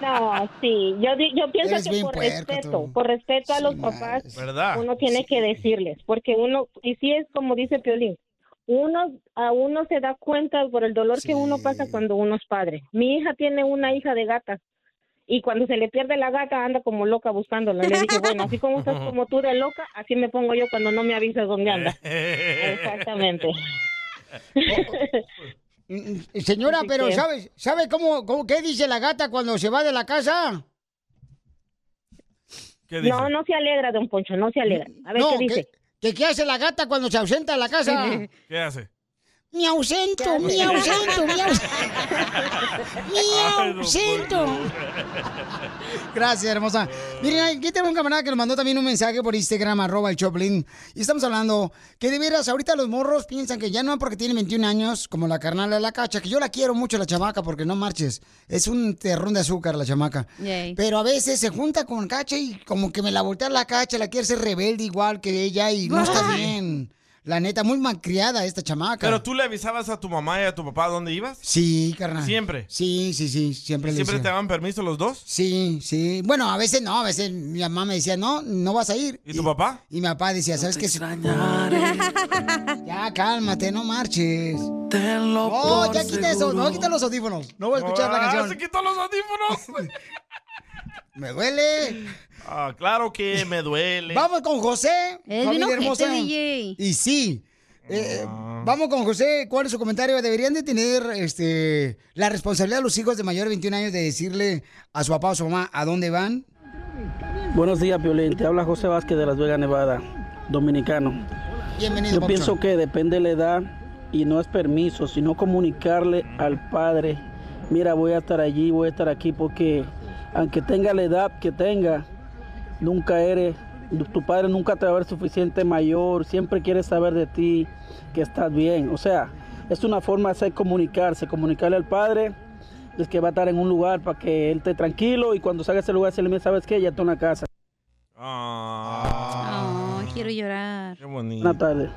[SPEAKER 2] No, sí, yo, di- yo pienso
[SPEAKER 4] Eres
[SPEAKER 2] que
[SPEAKER 4] bien
[SPEAKER 2] por
[SPEAKER 4] puerco,
[SPEAKER 2] respeto,
[SPEAKER 4] tú.
[SPEAKER 2] por respeto a los papás,
[SPEAKER 4] ¿Verdad?
[SPEAKER 2] uno tiene que decirles, porque uno, y si es como dice Piolín, uno, a uno se da cuenta por el dolor que uno pasa cuando uno es padre. Mi hija tiene una hija de gata, y cuando se le pierde la gata anda como loca buscándola. Le dije, bueno, así como estás como tú de loca, así me pongo yo cuando no me avisas dónde anda. Exactamente.
[SPEAKER 4] Oh,
[SPEAKER 3] Señora,
[SPEAKER 2] Así
[SPEAKER 3] pero
[SPEAKER 2] que-
[SPEAKER 3] ¿sabe, ¿sabe cómo, cómo, qué dice la gata cuando se va de la casa?
[SPEAKER 2] No, no se alegra, don Poncho, no se alegra. A ver
[SPEAKER 3] No,
[SPEAKER 2] qué dice.
[SPEAKER 3] ¿Qué, qué hace la gata cuando se ausenta de la casa?
[SPEAKER 4] ¿Qué hace?
[SPEAKER 3] Me ausento, me ausento, me ausento.
[SPEAKER 17] Miau, siento.
[SPEAKER 3] Gracias, hermosa. Miren, aquí tenemos un camarada que nos mandó también un mensaje por Instagram, arroba el Choplin. Y estamos hablando que de veras, ahorita los morros piensan que ya no porque tienen 21 años, como la carnal de la cacha, que yo la quiero mucho la chamaca, porque no marches. Es un terrón de azúcar la chamaca.
[SPEAKER 17] Yay.
[SPEAKER 3] Pero a veces se junta con cacha y como que me la voltea la cacha, la quiere ser rebelde igual que ella y no está
[SPEAKER 17] Ay.
[SPEAKER 3] bien. La neta, muy malcriada esta chamaca.
[SPEAKER 4] Pero tú le avisabas a tu mamá y a tu papá dónde ibas.
[SPEAKER 3] Sí, carnal.
[SPEAKER 4] Siempre.
[SPEAKER 3] Sí, sí, sí, siempre le
[SPEAKER 4] ¿Siempre
[SPEAKER 3] decía.
[SPEAKER 4] te daban permiso los dos?
[SPEAKER 3] Sí, sí. Bueno, a veces no, a veces mi mamá me decía, no, no vas a ir.
[SPEAKER 4] ¿Y tu papá?
[SPEAKER 3] Y mi papá decía, ¿sabes qué? ya, cálmate, no marches.
[SPEAKER 8] Tenlo
[SPEAKER 3] No,
[SPEAKER 8] por
[SPEAKER 3] ya quita eso,
[SPEAKER 8] seguro.
[SPEAKER 3] no, quita los audífonos. No voy a escuchar la
[SPEAKER 4] Ah,
[SPEAKER 3] canción.
[SPEAKER 4] se quitó los audífonos!
[SPEAKER 3] ¡Me duele!
[SPEAKER 4] Ah, claro que me duele.
[SPEAKER 3] Vamos con José.
[SPEAKER 4] Es
[SPEAKER 3] familia
[SPEAKER 4] bien ojete,
[SPEAKER 3] hermosa.
[SPEAKER 4] DJ.
[SPEAKER 3] Y sí. eh, eh,
[SPEAKER 4] Ah.
[SPEAKER 3] vamos con José. ¿Cuál es su comentario? Deberían de tener este, la responsabilidad de los hijos de mayor de 21 años de decirle a su papá o su mamá a dónde van.
[SPEAKER 23] Buenos días, Piolín. Te habla José Vázquez de Las Vegas, Nevada, dominicano.
[SPEAKER 3] Bienvenido,
[SPEAKER 23] Yo
[SPEAKER 3] papuchón.
[SPEAKER 23] pienso que depende de la edad y no es permiso, sino comunicarle al padre, mira, voy a estar allí, voy a estar aquí, porque aunque tenga la edad que tenga, nunca eres, tu padre nunca te va a ver suficiente mayor, siempre quiere saber de ti, que estás bien. O sea, es una forma de hacer comunicarse, comunicarle al padre es que va a estar en un lugar para que él esté tranquilo y cuando salga de ese lugar, se le mira, ¿sabes qué? Ya está en la casa.
[SPEAKER 5] Ay, quiero llorar.
[SPEAKER 4] Ah. Qué bonito.
[SPEAKER 23] Buenas tardes.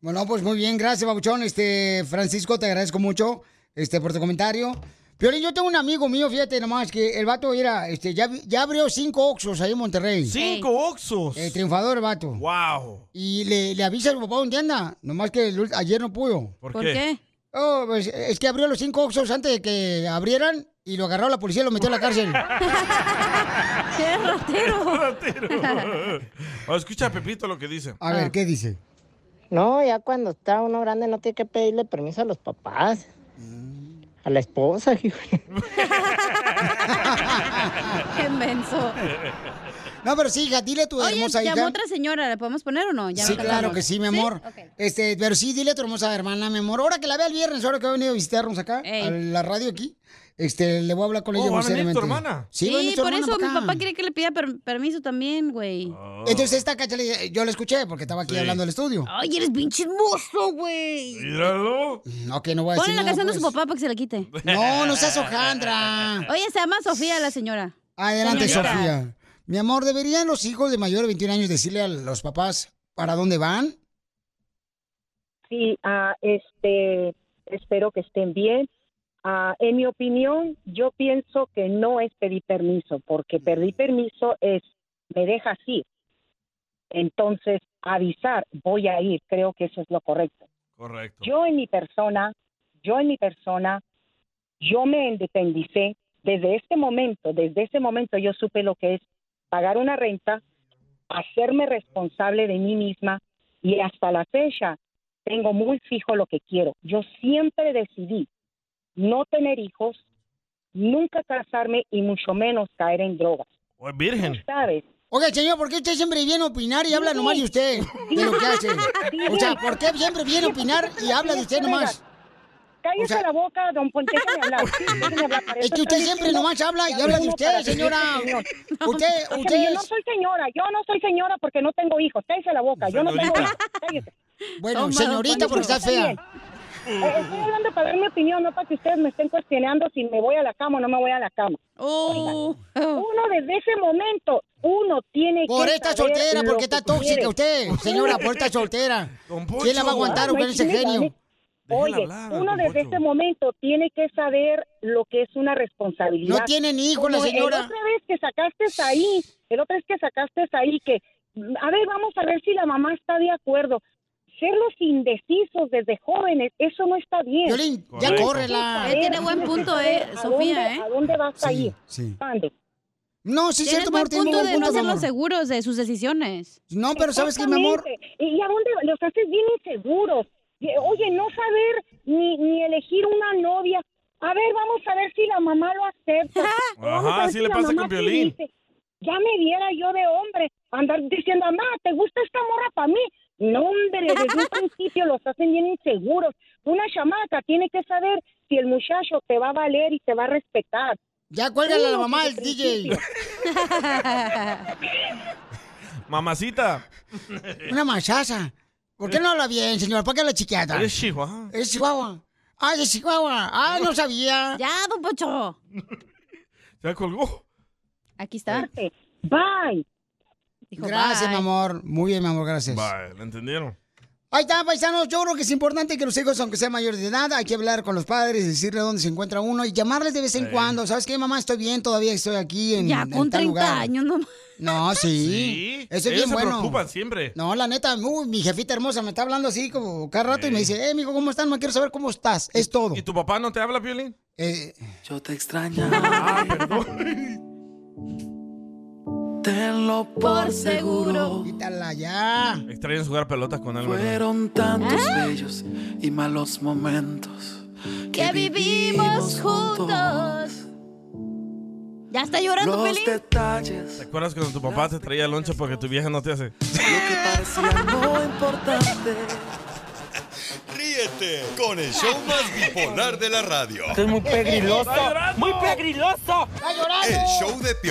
[SPEAKER 3] Bueno, pues muy bien, gracias, Babuchón. Este, Francisco, te agradezco mucho este, por tu comentario. Piolín, yo tengo un amigo mío, fíjate nomás, que el vato era, este, ya, vi- ya abrió cinco Oxxos ahí en Monterrey.
[SPEAKER 4] ¿Cinco Oxxos?
[SPEAKER 3] El triunfador, el vato.
[SPEAKER 4] ¡Wow!
[SPEAKER 3] Y le, le avisa a su papá dónde anda, nomás que el ul- ayer no pudo.
[SPEAKER 4] ¿Por ¿Por qué? qué?
[SPEAKER 3] Oh, pues, es que abrió los cinco Oxxos antes de que abrieran y lo agarró la policía y lo metió a la cárcel.
[SPEAKER 4] ¡Qué ratero! Oh, escucha a Pepito lo que dice.
[SPEAKER 3] A ver, ¿qué dice?
[SPEAKER 24] No, ya cuando está uno grande no tiene que pedirle permiso a los papás. A la esposa, hijo.
[SPEAKER 5] Qué menso.
[SPEAKER 3] No, pero sí, hija, dile a tu
[SPEAKER 5] Oye,
[SPEAKER 3] hermosa
[SPEAKER 5] llamó
[SPEAKER 3] hija.
[SPEAKER 5] otra señora, ¿la podemos poner o no? Ya
[SPEAKER 3] sí,
[SPEAKER 5] no
[SPEAKER 3] claro
[SPEAKER 5] cantamos.
[SPEAKER 3] que sí, mi amor. Este, pero sí, dile a tu hermosa hermana, mi amor. Ahora que la vea el viernes, ahora que ha venido a visitarnos acá, a la radio aquí, este, le voy a hablar con
[SPEAKER 4] Oh,
[SPEAKER 3] ella
[SPEAKER 4] ¿va a
[SPEAKER 3] muy
[SPEAKER 4] venir tu
[SPEAKER 3] seriamente.
[SPEAKER 4] hermana?
[SPEAKER 3] Sí, va a venir tu
[SPEAKER 5] por
[SPEAKER 3] hermana
[SPEAKER 5] eso
[SPEAKER 3] pa'
[SPEAKER 5] mi
[SPEAKER 3] acá.
[SPEAKER 5] papá quiere que le pida per- permiso también, güey.
[SPEAKER 4] Oh.
[SPEAKER 3] Entonces esta cacha, le- yo la escuché porque estaba aquí
[SPEAKER 5] Sí.
[SPEAKER 3] hablando del estudio.
[SPEAKER 5] Ay, eres bien chismoso, güey.
[SPEAKER 4] Míralo.
[SPEAKER 3] No, que Mm, no voy a decir
[SPEAKER 5] Ponle la
[SPEAKER 3] nada,
[SPEAKER 5] canción de su
[SPEAKER 3] pues.
[SPEAKER 5] papá para que se la quite.
[SPEAKER 3] No, no seas hojandra.
[SPEAKER 5] Oye, se llama Sofía la señora.
[SPEAKER 3] Adelante,
[SPEAKER 5] Señorita.
[SPEAKER 3] Sofía. Mi amor, ¿deberían los hijos de mayor de 21 años decirle a los papás para dónde van?
[SPEAKER 16] Sí, ah, este, espero que estén bien. Ah, en mi opinión, yo pienso que no es pedir permiso, porque pedir permiso es, me dejas ir. Entonces, avisar, voy a ir, creo que eso es lo correcto.
[SPEAKER 4] Correcto.
[SPEAKER 16] Yo en mi persona, yo en mi persona, yo me independicé desde este momento, desde ese momento yo supe lo que es pagar una renta, hacerme responsable de mí misma y hasta la fecha tengo muy fijo lo que quiero. Yo siempre decidí no tener hijos, nunca casarme y mucho menos caer en drogas.
[SPEAKER 4] Oh, es virgen.
[SPEAKER 16] ¿Sabes?
[SPEAKER 3] Oiga, señor, ¿por qué usted siempre viene a opinar y habla
[SPEAKER 16] Sí.
[SPEAKER 3] nomás de usted? De lo que hace. O sea, ¿por qué siempre viene a opinar y habla de usted nomás?
[SPEAKER 16] Cállese la boca, don Ponte, déjeme hablar. Sí, déjeme hablar, para
[SPEAKER 3] Es
[SPEAKER 16] eso
[SPEAKER 3] que usted
[SPEAKER 16] estoy
[SPEAKER 3] siempre
[SPEAKER 16] diciendo
[SPEAKER 3] nomás habla y
[SPEAKER 16] que
[SPEAKER 3] habla de
[SPEAKER 16] uno
[SPEAKER 3] usted,
[SPEAKER 16] para ser
[SPEAKER 3] señora.
[SPEAKER 16] señor.
[SPEAKER 3] Usted,
[SPEAKER 16] Óyeme,
[SPEAKER 3] usted.
[SPEAKER 16] Yo no soy señora, yo no soy señora porque no tengo hijos. Cállese la boca, yo no tengo
[SPEAKER 3] Señorita.
[SPEAKER 16] hijos. Cállese.
[SPEAKER 3] Bueno, Toma, señorita, porque está fea.
[SPEAKER 16] También. Eh, estoy hablando para dar mi opinión, no para que ustedes me estén cuestionando si me voy a la cama o no me voy a la cama. Oigan, uno desde ese momento, uno tiene
[SPEAKER 3] Por
[SPEAKER 16] que
[SPEAKER 3] esta
[SPEAKER 16] saber
[SPEAKER 3] soltera,
[SPEAKER 16] lo
[SPEAKER 3] porque
[SPEAKER 16] que
[SPEAKER 3] está
[SPEAKER 16] quiere.
[SPEAKER 3] tóxica usted, señora, por esta soltera. ¿Quién la va a aguantar
[SPEAKER 16] Ay,
[SPEAKER 3] con ese
[SPEAKER 16] imagínate,
[SPEAKER 3] genio?
[SPEAKER 16] Oye,
[SPEAKER 3] hablar,
[SPEAKER 16] uno
[SPEAKER 3] don
[SPEAKER 16] desde
[SPEAKER 3] Poncho.
[SPEAKER 16] ese momento tiene que saber lo que es una responsabilidad.
[SPEAKER 3] No tienen hijo la
[SPEAKER 16] Como
[SPEAKER 3] señora.
[SPEAKER 16] El otra vez que sacaste ahí, el otra vez que sacaste ahí que, a ver, vamos a ver si la mamá está de acuerdo. Ser los indecisos desde jóvenes, eso no está bien.
[SPEAKER 3] Violín, ya Correcto. córrela.
[SPEAKER 16] Tienes que
[SPEAKER 3] Eh, tiene
[SPEAKER 16] saber,
[SPEAKER 3] buen
[SPEAKER 16] tienes
[SPEAKER 3] punto,
[SPEAKER 16] que saber
[SPEAKER 3] eh,
[SPEAKER 16] a
[SPEAKER 5] Sofía,
[SPEAKER 16] dónde-
[SPEAKER 5] eh.
[SPEAKER 16] ¿A dónde vas a
[SPEAKER 3] Sí,
[SPEAKER 16] ir?
[SPEAKER 3] sí.
[SPEAKER 16] Mande.
[SPEAKER 3] No, sí, es
[SPEAKER 5] Tienes
[SPEAKER 3] cierto, mi
[SPEAKER 5] buen
[SPEAKER 3] amor, tiene
[SPEAKER 5] punto
[SPEAKER 3] buen
[SPEAKER 5] de
[SPEAKER 3] punto,
[SPEAKER 5] no
[SPEAKER 3] mi
[SPEAKER 5] hacerlos
[SPEAKER 3] amor.
[SPEAKER 5] seguros de sus decisiones.
[SPEAKER 3] No,
[SPEAKER 16] Exactamente. ¿Y y a dónde va? los haces bien inseguros? Y, Oye, no saber ni, ni elegir una novia. A ver, vamos a ver si la mamá lo acepta. O vamos
[SPEAKER 4] Ajá,
[SPEAKER 16] a ver
[SPEAKER 4] así le
[SPEAKER 16] la
[SPEAKER 4] pasa
[SPEAKER 16] mamá
[SPEAKER 4] con
[SPEAKER 16] sí
[SPEAKER 4] Piolín.
[SPEAKER 16] dice. Ya me viera yo de hombre andar diciendo, mamá, ¿te gusta esta morra para mí? No, hombre, desde un principio los hacen bien inseguros. Una chamaca tiene que saber si el muchacho te va a valer y te va a respetar.
[SPEAKER 3] Ya
[SPEAKER 4] cuélgale
[SPEAKER 16] cuélgala
[SPEAKER 4] a la mamá del
[SPEAKER 3] DJ.
[SPEAKER 4] Mamacita.
[SPEAKER 3] Una machaza. ¿Por qué no habla bien, señor? ¿Para qué la chiquiata?
[SPEAKER 4] Eres chihuahua.
[SPEAKER 3] Es Chihuahua. Ay, es Chihuahua. Ay, no sabía.
[SPEAKER 5] Ya, don Pocho.
[SPEAKER 4] Ya colgó.
[SPEAKER 5] Aquí está.
[SPEAKER 16] Bye.
[SPEAKER 3] Gracias, Eh, mi amor. Muy bien, mi amor, gracias.
[SPEAKER 4] Vale, ¿lo entendieron?
[SPEAKER 3] Ahí está, paisanos. Yo creo que es importante que los hijos, aunque sean mayores de edad, hay que hablar con los padres, decirle dónde se encuentra uno y llamarles de vez en
[SPEAKER 5] Sí.
[SPEAKER 3] cuando. ¿Sabes qué, mamá? Estoy bien, todavía estoy aquí en,
[SPEAKER 5] Ya,
[SPEAKER 3] en
[SPEAKER 5] con
[SPEAKER 3] tal
[SPEAKER 5] 30
[SPEAKER 3] lugar.
[SPEAKER 5] años nomás.
[SPEAKER 3] No, sí.
[SPEAKER 4] Sí,
[SPEAKER 3] Eso es
[SPEAKER 4] ellos
[SPEAKER 3] bien
[SPEAKER 4] se
[SPEAKER 3] bueno.
[SPEAKER 4] preocupan siempre.
[SPEAKER 3] No, la neta, uy, mi jefita hermosa me está hablando así como cada rato y me dice, eh, mijo, ¿cómo estás? No quiero saber cómo estás. Es todo. Eh,
[SPEAKER 4] ¿Y tu papá no te habla, Piolín?
[SPEAKER 3] Yo te extraño.
[SPEAKER 18] Tenlo por seguro.
[SPEAKER 3] Quítala ya.
[SPEAKER 4] Extrañas jugar pelotas con él, ¿verdad?
[SPEAKER 18] Fueron tantos
[SPEAKER 3] Ah.
[SPEAKER 18] bellos y malos momentos
[SPEAKER 5] Que vivimos juntos. Ya está llorando,
[SPEAKER 18] Los
[SPEAKER 5] Pelín.
[SPEAKER 18] detalles
[SPEAKER 4] ¿Te acuerdas cuando tu papá te traía lonche porque tu vieja no te hace?
[SPEAKER 18] que parecían no importantes.
[SPEAKER 10] Ríete con el show más bipolar de la radio.
[SPEAKER 25] Esto es muy pegriloso, muy pegriloso.
[SPEAKER 10] El show de Pio-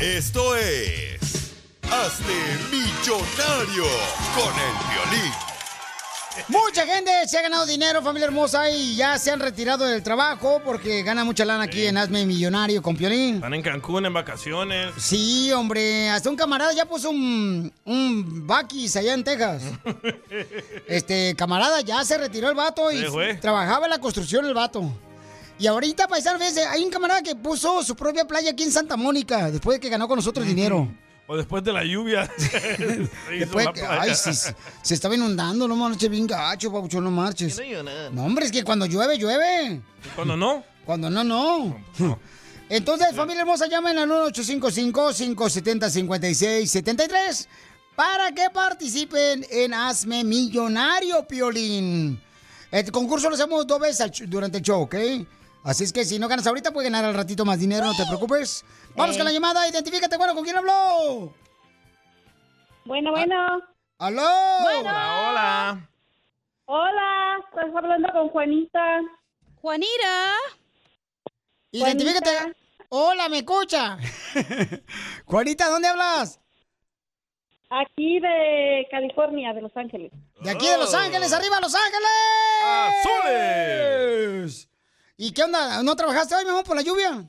[SPEAKER 10] Esto es. Hazte millonario con el violín.
[SPEAKER 3] Mucha gente se ha ganado dinero, familia hermosa, y ya se han retirado del trabajo porque gana mucha lana aquí en Hazme Millonario con Piolín.
[SPEAKER 4] Están en Cancún en vacaciones.
[SPEAKER 3] Sí, hombre, hasta un camarada ya puso un, un Bakis allá en Texas. Este, camarada, ya se retiró el vato y
[SPEAKER 18] Se fue.
[SPEAKER 3] trabajaba en la construcción el vato. Y ahorita, paisano, fíjense, hay un camarada que puso su propia playa aquí en Santa Mónica después de que ganó con nosotros dinero.
[SPEAKER 4] O después de la lluvia. se hizo
[SPEAKER 3] Después
[SPEAKER 4] la
[SPEAKER 3] que-
[SPEAKER 4] playa.
[SPEAKER 3] ay, sí, sí, se estaba inundando, no marches bien gacho, papuchón, no marches. No, hombre, es que cuando llueve, llueve.
[SPEAKER 4] Cuando no.
[SPEAKER 3] Cuando no, no. Entonces, familia hermosa, llamen al 1-855-570-5673 para que participen en Hazme Millonario, Piolín. El concurso lo hacemos dos veces al ch- durante el show, ¿ok? Así es que si no ganas ahorita, puedes ganar al ratito más dinero, no te preocupes. Vamos
[SPEAKER 18] Eh.
[SPEAKER 3] con la llamada, identifícate, bueno, ¿con quién habló?
[SPEAKER 2] Bueno, bueno.
[SPEAKER 3] ¡Aló!
[SPEAKER 2] Hola, hola. Hola, estás hablando con Juanita.
[SPEAKER 5] Juanita.
[SPEAKER 3] Identifícate. Hola, me escucha. Ah, Juanita, ¿dónde hablas?
[SPEAKER 2] Aquí de California, de Los Ángeles.
[SPEAKER 3] De aquí de Los Ángeles, arriba Los Ángeles. ¡Azules! ¿Y qué onda? ¿No trabajaste hoy, mi amor, por la lluvia?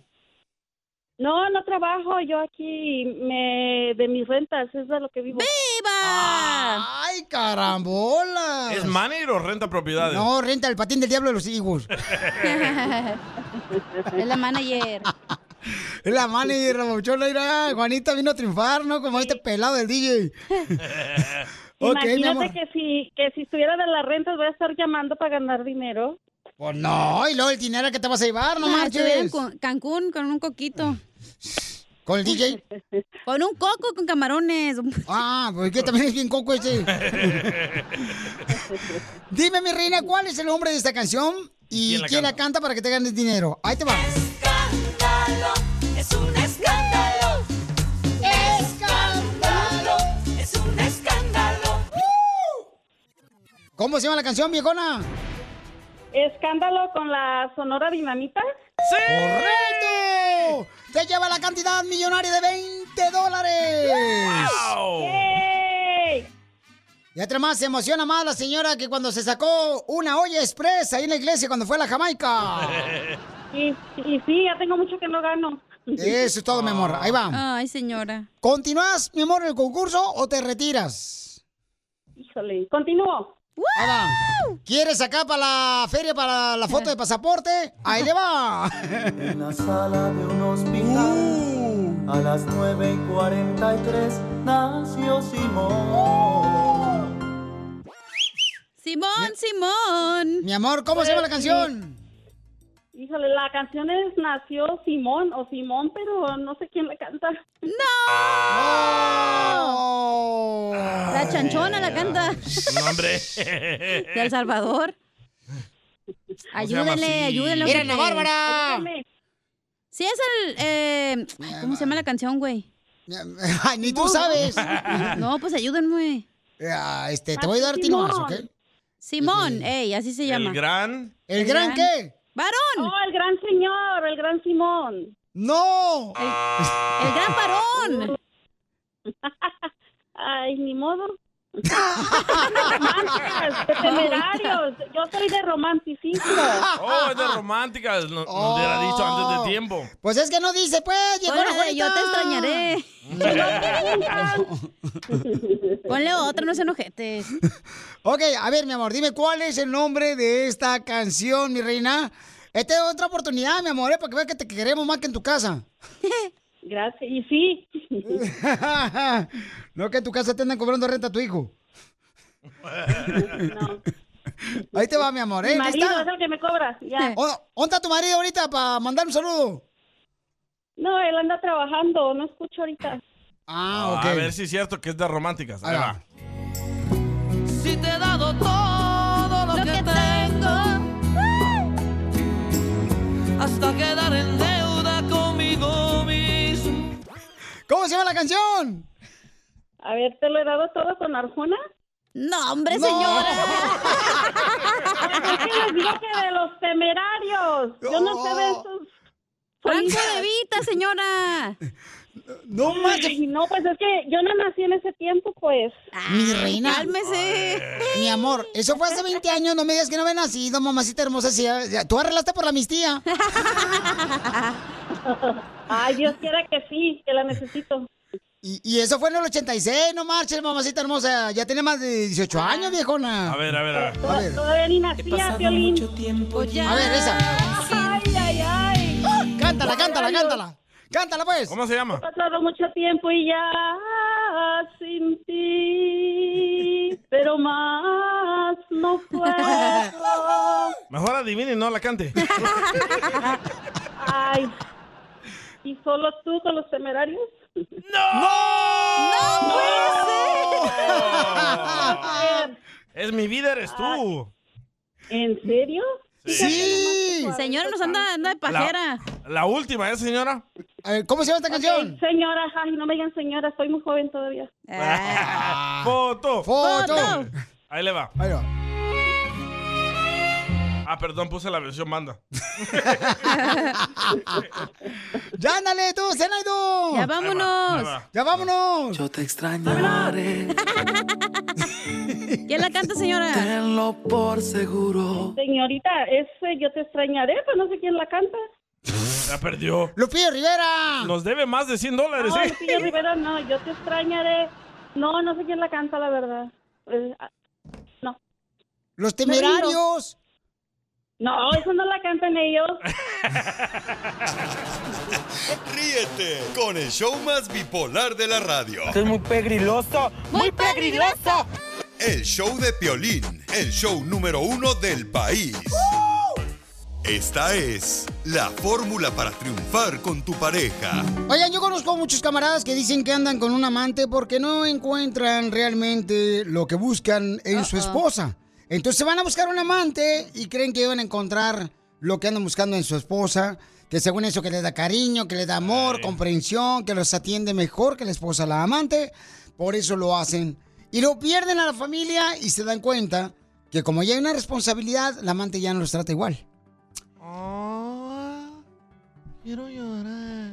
[SPEAKER 2] No, no trabajo, yo aquí me de mis rentas, es de lo que vivo.
[SPEAKER 5] ¡Viva!
[SPEAKER 3] ¡Ay, carambola!
[SPEAKER 4] ¿Es manager o renta propiedades?
[SPEAKER 3] No, renta el patín del diablo de los hijos.
[SPEAKER 5] Es la manager.
[SPEAKER 3] Es la manager, Rabuchona, mira, Juanita vino a triunfar, ¿no? Como este pelado del DJ. Ok, mi
[SPEAKER 2] Imagínate
[SPEAKER 3] amor.
[SPEAKER 2] que si, que si estuviera de las rentas voy a estar llamando para ganar dinero.
[SPEAKER 3] Pues no, y luego el dinero que te vas a llevar, no
[SPEAKER 5] Ah, estuviera
[SPEAKER 3] marches.
[SPEAKER 5] en Cu- Cancún con un coquito.
[SPEAKER 3] ¿Con el DJ?
[SPEAKER 5] Con un coco con camarones.
[SPEAKER 3] Ah, porque también es bien coco ese. Dime, mi reina, ¿cuál es el nombre de esta canción? ¿Y quién la, canta para que te ganes dinero? Ahí te va.
[SPEAKER 18] Escándalo, es un escándalo. Escándalo, es un escándalo.
[SPEAKER 3] ¿Cómo se llama la canción, viejona?
[SPEAKER 2] Escándalo con la Sonora Dinamita.
[SPEAKER 3] ¡Sí! ¡Correcto! Te lleva la cantidad millonaria de 20 dólares.
[SPEAKER 18] ¡Wow!
[SPEAKER 3] Y otra más, se emociona más la señora que cuando se sacó una olla expresa ahí en la iglesia cuando fue a la Jamaica.
[SPEAKER 2] Y, y sí, ya tengo mucho que no gano.
[SPEAKER 3] Eso es todo, mi amor. Ahí va.
[SPEAKER 5] Ay, señora.
[SPEAKER 3] ¿Continúas, mi amor, el concurso o te retiras?
[SPEAKER 2] Híjole, continúo.
[SPEAKER 3] Ahí va. ¿Quieres sacar para la feria, para la foto de pasaporte? Ahí le va.
[SPEAKER 18] En la sala de un hospital,
[SPEAKER 5] Uh.
[SPEAKER 18] a las 9 y 43, nació Simón.
[SPEAKER 5] Simón, Simón.
[SPEAKER 3] Mi amor, ¿cómo se llama la canción?
[SPEAKER 14] Híjole, la canción es Nació Simón o Simón, pero no sé quién la canta.
[SPEAKER 5] ¡No! La chanchona la canta.
[SPEAKER 4] No, hombre.
[SPEAKER 5] De El Salvador.
[SPEAKER 4] llama así?
[SPEAKER 5] Ayúdenle, ayúdenle.
[SPEAKER 4] Miren
[SPEAKER 5] hombre.
[SPEAKER 4] a Bárbara.
[SPEAKER 5] Sí, es el. eh, ay, ¿Cómo se llama la canción, güey?
[SPEAKER 3] Ay, ni tú sabes.
[SPEAKER 5] No, pues ayúdenme.
[SPEAKER 3] Ah, este, te voy a dar tinones, ¿ok?
[SPEAKER 5] Simón, ey, así se llama.
[SPEAKER 4] El gran.
[SPEAKER 3] Este, ¿El gran qué?
[SPEAKER 5] ¡Varón!
[SPEAKER 14] No, el gran señor, el gran Simón.
[SPEAKER 3] ¡No!
[SPEAKER 14] El,
[SPEAKER 5] gran varón.
[SPEAKER 14] Ay, ni modo. Romances, de temerarios. Yo soy de romanticismo.
[SPEAKER 4] Oh, es de romántica. Nos, nos hubiera dicho antes de tiempo.
[SPEAKER 3] Pues es que no dice, pues, llegó
[SPEAKER 5] Ponle
[SPEAKER 3] la
[SPEAKER 5] de Yo te extrañaré.
[SPEAKER 4] Ah,
[SPEAKER 5] Ponle otra, no se enojetes.
[SPEAKER 3] Ok, a ver, mi amor, dime cuál es el nombre de esta canción, mi reina. Esta es otra oportunidad, mi amor, ¿eh? para que veas que te queremos más que en tu casa.
[SPEAKER 14] Gracias, y sí.
[SPEAKER 3] no que en tu casa te andan cobrando renta a tu hijo. Ahí te va, mi amor, ¿eh?
[SPEAKER 14] Mi marido
[SPEAKER 3] ¿Lista?
[SPEAKER 14] es el que me cobra. Ya.
[SPEAKER 3] ¿Dó- ¿Dónde está tu marido ahorita para mandar un saludo?
[SPEAKER 14] No, él anda trabajando, no escucho ahorita.
[SPEAKER 3] Ah,
[SPEAKER 4] A ver si es cierto que es de románticas. Ahí va.
[SPEAKER 17] Si te he dado todo lo, que, tengo, hasta quedar en deuda conmigo mismo.
[SPEAKER 3] ¿Cómo se llama la canción?
[SPEAKER 14] A ver, ¿te lo he dado todo con Arjona?
[SPEAKER 5] No, hombre, señora.
[SPEAKER 14] Es que les digo que de los temerarios. Yo no sé de esos.
[SPEAKER 5] Franco de Vita, señora.
[SPEAKER 3] No
[SPEAKER 14] manches. No, pues es que yo no nací en ese tiempo, pues.
[SPEAKER 3] Mi reina.
[SPEAKER 5] Cálmese.
[SPEAKER 3] Mi amor, eso fue hace 20 años, no me digas que no había nacido, mamacita hermosa. si ya- ya- tú arreglaste por la amnistía.
[SPEAKER 14] Ay, Dios quiera que sí, que la necesito.
[SPEAKER 3] Y, y eso fue en el 86, no marches, mamacita hermosa. Ya tiene más de 18 años, viejona.
[SPEAKER 4] A ver, a ver, a ver.
[SPEAKER 3] A ver.
[SPEAKER 14] Ah. Todavía ni nacía, Piolín.
[SPEAKER 3] A ver, esa. ¡Uh!
[SPEAKER 14] Ay, ay, ay.
[SPEAKER 3] Cántala, cántala, cántala. Cántala, pues.
[SPEAKER 4] ¿Cómo se llama?
[SPEAKER 14] Ha pasado mucho tiempo y ya sin ti, pero más no puedo.
[SPEAKER 4] Mejor adivine y no la cante.
[SPEAKER 14] Ay. ¿Y solo tú con los temerarios? ¡No!
[SPEAKER 4] ¡No!
[SPEAKER 14] Eh,
[SPEAKER 4] Es mi vida, eres tú.
[SPEAKER 14] ¿En serio?
[SPEAKER 3] Sí.
[SPEAKER 5] Señora, nos anda, anda de pajera.
[SPEAKER 4] La última, ¿eh, señora?
[SPEAKER 3] ¿Cómo se llama esta
[SPEAKER 14] canción? Señora, ay, no me digan señora, soy muy joven todavía.
[SPEAKER 4] Ah. Foto.
[SPEAKER 14] Foto.
[SPEAKER 4] Ahí le va.
[SPEAKER 3] Ahí va.
[SPEAKER 4] Ah, perdón, puse la versión manda.
[SPEAKER 3] Ya ándale tú, Zenaido.
[SPEAKER 4] Ya vámonos. Ahí va, ahí va.
[SPEAKER 3] Ya vámonos.
[SPEAKER 11] Yo te extrañaré.
[SPEAKER 5] ¿Quién la canta, señora?
[SPEAKER 11] Tenlo por seguro.
[SPEAKER 14] Señorita, ese yo te extrañaré, pero no sé quién la canta.
[SPEAKER 4] La perdió.
[SPEAKER 3] Lupillo Rivera.
[SPEAKER 4] Nos debe más de 100 dólares,
[SPEAKER 14] No,
[SPEAKER 4] ¿eh?
[SPEAKER 14] Lupillo Rivera, no, yo te extrañaré. No, no sé quién la canta, la verdad. Eh, ah,
[SPEAKER 3] Los
[SPEAKER 14] me rindo.
[SPEAKER 3] temerarios.
[SPEAKER 14] No, eso no la cantan ellos.
[SPEAKER 10] Ríete con el show más bipolar de la radio.
[SPEAKER 11] Esto es muy pegriloso. Muy pegriloso.
[SPEAKER 10] El show de Piolín, el show número uno del país. Esta es la fórmula para triunfar con tu pareja.
[SPEAKER 3] Oigan, yo conozco muchos camaradas que dicen que andan con un amante porque no encuentran realmente lo que buscan en su esposa. Entonces van a buscar un amante y creen que van a encontrar lo que andan buscando en su esposa, que según eso que le da cariño, que le da amor, comprensión, que los atiende mejor que la esposa, la amante. Por eso lo hacen. Y lo pierden a la familia y se dan cuenta que como ya hay una responsabilidad, la amante ya no los trata igual.
[SPEAKER 17] Oh, Quiero llorar.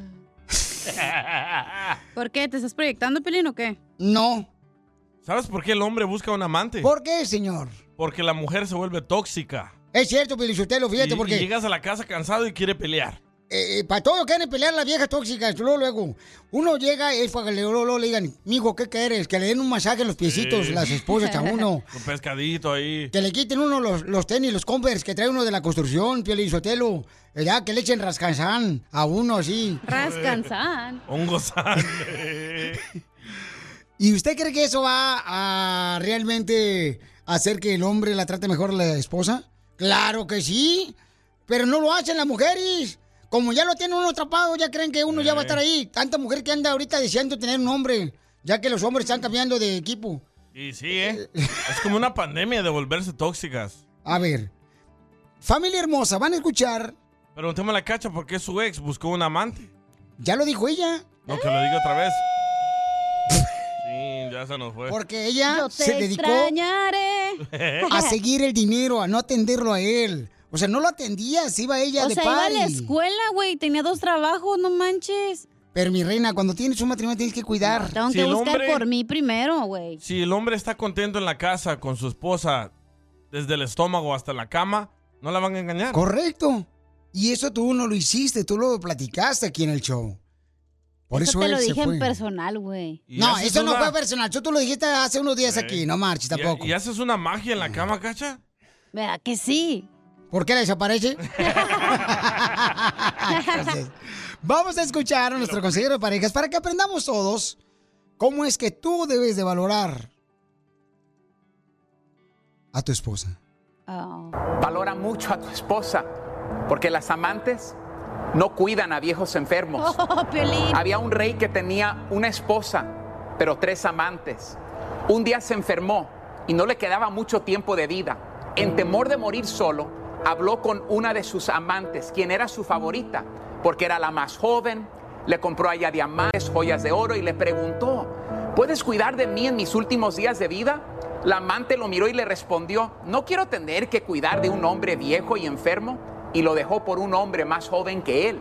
[SPEAKER 5] ¿Por qué? ¿Te estás proyectando, Pelín, o qué?
[SPEAKER 3] No.
[SPEAKER 4] ¿Sabes por qué el hombre busca un amante?
[SPEAKER 3] ¿Por qué, señor?
[SPEAKER 4] Porque la mujer se vuelve tóxica.
[SPEAKER 3] Es cierto, Pelichotelo, Eh, fíjate,
[SPEAKER 4] Y-
[SPEAKER 3] porque...
[SPEAKER 4] y llegas a la casa cansado y quiere pelear.
[SPEAKER 3] eh, eh, para todos quieren pelear las viejas tóxicas, luego, luego. Uno llega y es para que le, luego, luego le digan, mijo, ¿qué quieres? Que le den un masaje en los piecitos
[SPEAKER 4] Sí.
[SPEAKER 3] las esposas a uno.
[SPEAKER 4] Con pescadito ahí.
[SPEAKER 3] Que le quiten uno los, los tenis, los converse que trae uno de la construcción, Piolín Sotelo. Eh, Ya, que le echen rascanzán a uno así.
[SPEAKER 5] Rascanzán.
[SPEAKER 4] Hongo san.
[SPEAKER 3] ¿Y usted cree que eso va a realmente hacer que el hombre la trate mejor a la esposa? Claro que sí, pero no lo hacen las mujeres. Como ya lo tienen uno atrapado, ya creen que uno ya va a estar ahí. Tanta mujer que anda ahorita deseando tener un hombre, ya que los hombres están cambiando de equipo.
[SPEAKER 4] Y sí, ¿eh? Es como una pandemia de volverse tóxicas.
[SPEAKER 3] A ver, familia hermosa, van a escuchar,
[SPEAKER 4] Preguntemos a la cacha por qué su ex buscó un amante.
[SPEAKER 3] ya lo dijo ella,
[SPEAKER 4] No, que lo diga otra vez. Sí, ya se nos fue.
[SPEAKER 3] porque ella
[SPEAKER 5] Yo te
[SPEAKER 3] se dedicó
[SPEAKER 5] extrañaré.
[SPEAKER 3] a seguir el dinero, a no atenderlo a él. O sea, no lo atendía, se iba ella
[SPEAKER 5] o
[SPEAKER 3] de
[SPEAKER 5] sea, iba a la
[SPEAKER 3] party.
[SPEAKER 5] escuela, güey. Tenía dos trabajos, no manches.
[SPEAKER 3] Pero mi reina, cuando tienes un matrimonio tienes que cuidar.
[SPEAKER 5] Tengo
[SPEAKER 4] Si
[SPEAKER 5] que
[SPEAKER 4] el
[SPEAKER 5] buscar
[SPEAKER 4] hombre-
[SPEAKER 5] por mí primero, güey.
[SPEAKER 4] Si el hombre está contento en la casa con su esposa, desde el estómago hasta la cama, no la van a engañar.
[SPEAKER 3] Correcto. Y eso tú no lo hiciste, tú lo platicaste aquí en el show. Por eso,
[SPEAKER 5] te
[SPEAKER 3] él
[SPEAKER 5] lo
[SPEAKER 3] se
[SPEAKER 5] dije
[SPEAKER 3] fue.
[SPEAKER 5] en personal, güey.
[SPEAKER 3] No, eso no
[SPEAKER 4] una-
[SPEAKER 3] fue personal. Tú, tú lo dijiste hace unos días aquí, no marches
[SPEAKER 4] ¿Eh? ¿Y-
[SPEAKER 3] tampoco. Mm.
[SPEAKER 4] ¿Y, haces una magia en la cama, cacha?
[SPEAKER 5] ¿Verdad que sí?
[SPEAKER 3] ¿Por qué la desaparece? Entonces, vamos a escuchar a nuestro consejero de parejas para que aprendamos todos cómo es que tú debes de valorar a tu esposa.
[SPEAKER 15] Valora mucho a tu esposa, porque las amantes no cuidan a viejos enfermos.
[SPEAKER 5] Oh,
[SPEAKER 15] Había un rey que tenía una esposa, pero tres amantes. Un día se enfermó y no le quedaba mucho tiempo de vida. En temor de morir solo, habló con una de sus amantes, quien era su favorita, porque era la más joven, le compró a ella diamantes, joyas de oro y le preguntó, ¿puedes cuidar de mí en mis últimos días de vida? La amante lo miró y le respondió, no quiero tener que cuidar de un hombre viejo y enfermo y lo dejó por un hombre más joven que él.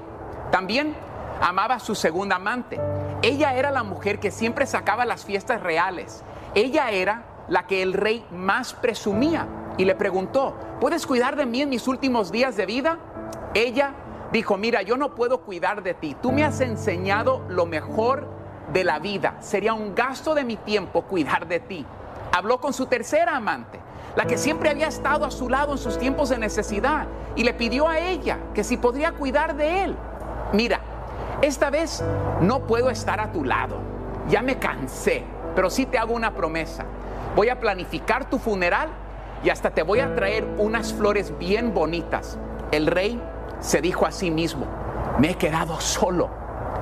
[SPEAKER 15] También amaba a su segunda amante. Ella era la mujer que siempre sacaba las fiestas reales. Ella era la que el rey más presumía y le preguntó, ¿puedes cuidar de mí en mis últimos días de vida? Ella dijo, mira, yo no puedo cuidar de ti. Tú me has enseñado lo mejor de la vida. Sería un gasto de mi tiempo cuidar de ti. Habló con su tercera amante, la que siempre había estado a su lado en sus tiempos de necesidad, y le pidió a ella que si podría cuidar de él. Mira, esta vez no puedo estar a tu lado. Ya me cansé, pero sí te hago una promesa. Voy a planificar tu funeral y hasta te voy a traer unas flores bien bonitas. El rey se dijo a sí mismo, me he quedado solo.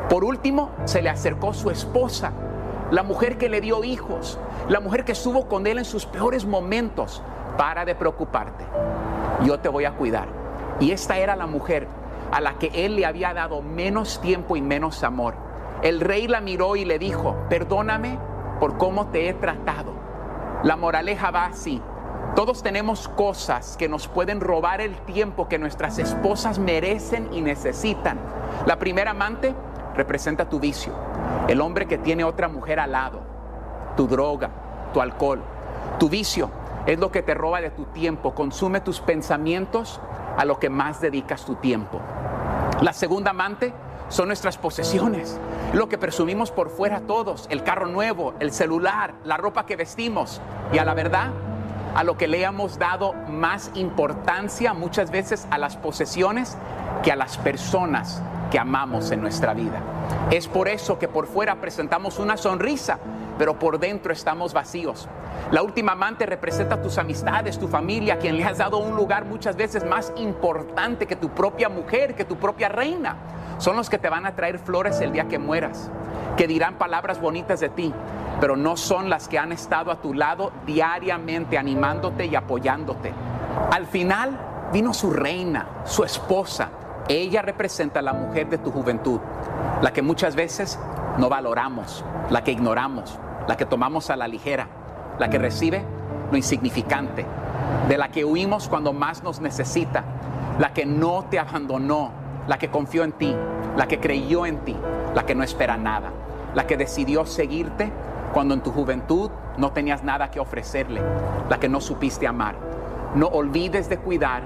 [SPEAKER 15] Por último, se le acercó su esposa, la mujer que le dio hijos, la mujer que estuvo con él en sus peores momentos. Para de preocuparte, yo te voy a cuidar. Y esta era la mujer a la que él le había dado menos tiempo y menos amor. El rey la miró y le dijo, perdóname por cómo te he tratado. La moraleja va así. Todos tenemos cosas que nos pueden robar el tiempo que nuestras esposas merecen y necesitan. La primera amante representa tu vicio, el hombre que tiene otra mujer al lado, tu droga, tu alcohol, tu vicio es lo que te roba de tu tiempo, consume tus pensamientos a lo que más dedicas tu tiempo. La segunda amante son nuestras posesiones, lo que presumimos por fuera todos, el carro nuevo, el celular, la ropa que vestimos y a la verdad, a lo que le hemos dado más importancia muchas veces a las posesiones que a las personas que amamos en nuestra vida. Es por eso que por fuera presentamos una sonrisa, pero por dentro estamos vacíos. La última amante representa tus amistades, tu familia, a quien le has dado un lugar muchas veces más importante que tu propia mujer, que tu propia reina. Son los que te van a traer flores el día que mueras, que dirán palabras bonitas de ti, pero no son las que han estado a tu lado diariamente animándote y apoyándote. Al final vino su reina, su esposa. Ella representa a la mujer de tu juventud, la que muchas veces no valoramos, la que ignoramos, la que tomamos a la ligera, la que recibe lo insignificante, de la que huimos cuando más nos necesita, la que no te abandonó, la que confió en ti, la que creyó en ti, la que no espera nada, la que decidió seguirte cuando en tu juventud no tenías nada que ofrecerle, la que no supiste amar. No olvides de cuidar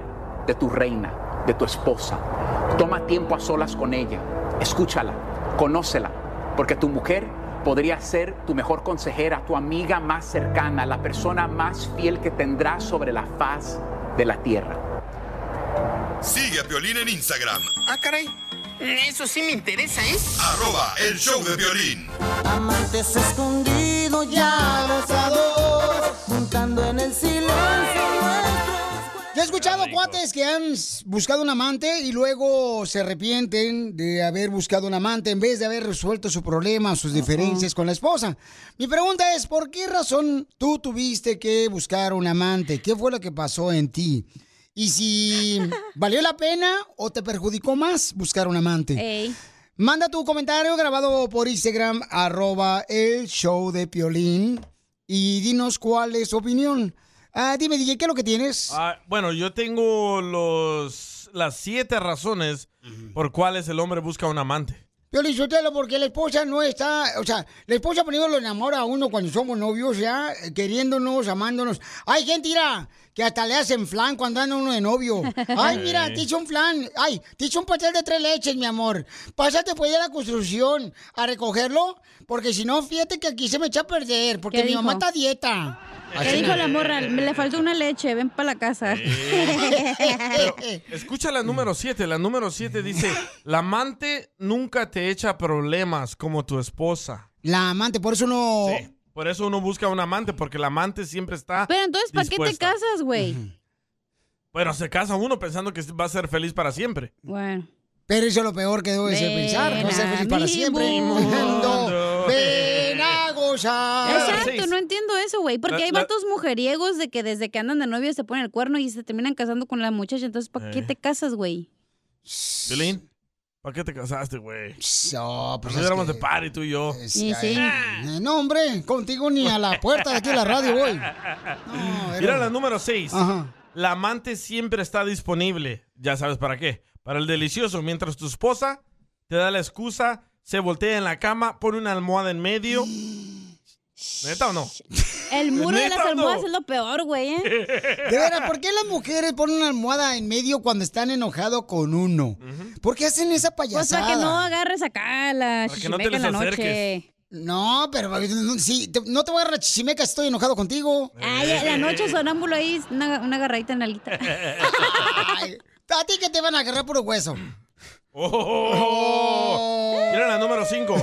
[SPEAKER 15] de tu reina, de tu esposa. Toma tiempo a solas con ella, escúchala, conócela, porque tu mujer podría ser tu mejor consejera, tu amiga más cercana, la persona más fiel que tendrás sobre la faz de la tierra.
[SPEAKER 10] Sigue a Piolín en Instagram.
[SPEAKER 17] Ah, caray. Eso sí me interesa, ¿eh?
[SPEAKER 10] Arroba el show de violín.
[SPEAKER 17] Amantes escondidos ya los a dos. Un
[SPEAKER 3] cantando en el silencio Yo he escuchado cuates que han s- buscado un amante y luego se arrepienten de haber buscado un amante en vez de haber resuelto su problema, sus diferencias con la esposa. Mi pregunta es, ¿por qué razón tú tuviste que buscar un amante? ¿Qué fue lo que pasó en ti? Y si valió la pena o te perjudicó más buscar un amante. Manda tu comentario grabado por Instagram, arroba el show de Piolín. Y dinos cuál es tu opinión. Ah, dime, DJ, ¿qué es lo que tienes?
[SPEAKER 4] Ah, bueno, yo tengo los las siete razones por cuáles el hombre busca un amante.
[SPEAKER 3] Piolín, suéltalo porque la esposa no está... O sea, la esposa primero lo enamora a uno cuando somos novios, ya, eh, queriéndonos, amándonos. Hay gente, mira, que hasta le hacen flan cuando anda uno de novio. Ay, mira,
[SPEAKER 17] Sí.
[SPEAKER 3] te hice un flan. Ay, te hice un pastel de tres leches, mi amor. Pásate pues a la construcción a recogerlo, porque si no, fíjate que aquí se me echa a perder, porque
[SPEAKER 5] ¿Qué
[SPEAKER 3] mi
[SPEAKER 5] dijo?
[SPEAKER 3] mamá está a dieta.
[SPEAKER 5] ¿Qué dijo la morra? Me le faltó una leche, ven para la casa.
[SPEAKER 4] Escucha la
[SPEAKER 3] Mm.
[SPEAKER 4] número siete. La número siete dice, la amante nunca te echa problemas como tu esposa.
[SPEAKER 3] La amante, por eso no...
[SPEAKER 4] Por eso uno busca un amante, porque el amante siempre está
[SPEAKER 5] Pero entonces, ¿para qué te
[SPEAKER 4] dispuesta.
[SPEAKER 5] casas, güey?
[SPEAKER 4] Bueno, se casa uno pensando que va a ser feliz para siempre.
[SPEAKER 5] Bueno.
[SPEAKER 3] Pero eso es lo peor que debes de
[SPEAKER 5] Ven
[SPEAKER 3] pensar, no ser
[SPEAKER 5] a
[SPEAKER 3] feliz para
[SPEAKER 5] mi
[SPEAKER 3] siempre.
[SPEAKER 5] mundo.
[SPEAKER 3] Ven a gozar.
[SPEAKER 5] Eh, Exacto, no entiendo eso, güey. Porque
[SPEAKER 3] La-
[SPEAKER 5] hay
[SPEAKER 3] la-
[SPEAKER 5] vatos mujeriegos de que desde que andan de novios se ponen el cuerno y se terminan casando con la muchacha. Entonces, ¿para qué
[SPEAKER 4] Eh.
[SPEAKER 5] te casas, güey?
[SPEAKER 4] Violín, ¿para qué te casaste, güey?
[SPEAKER 3] No,
[SPEAKER 4] pues
[SPEAKER 3] es
[SPEAKER 4] éramos
[SPEAKER 3] que-
[SPEAKER 4] de party tú y yo.
[SPEAKER 3] Sí, sí. Eh, No, hombre, contigo ni a la puerta de aquí de la radio voy.
[SPEAKER 4] Mira la número 6.
[SPEAKER 3] Ajá.
[SPEAKER 4] La amante siempre está disponible. Ya sabes para qué. Para el delicioso. Mientras tu esposa te da la excusa, se voltea en la cama, pone una almohada en medio. ¿Neta o no?
[SPEAKER 5] El muro de las
[SPEAKER 4] ¿Neta o Pues no?
[SPEAKER 5] almohadas es lo peor, güey. ¿eh?
[SPEAKER 3] De veras, ¿por qué las mujeres ponen una almohada en medio cuando están enojados con uno? ¿Por qué hacen esa
[SPEAKER 5] Pues
[SPEAKER 3] payasada?
[SPEAKER 5] para que no agarres acá a la
[SPEAKER 3] que no te
[SPEAKER 5] chichimeca en la
[SPEAKER 3] les
[SPEAKER 5] noche.
[SPEAKER 3] acerques. No, pero no, sí, te- no te voy a agarrar chichimeca si estoy enojado contigo.
[SPEAKER 5] Ay, a la noche sonámbulo ahí, una, una garradita en la alguita.
[SPEAKER 3] A ti que te van a agarrar puro hueso.
[SPEAKER 4] Oh. Mira la número 5.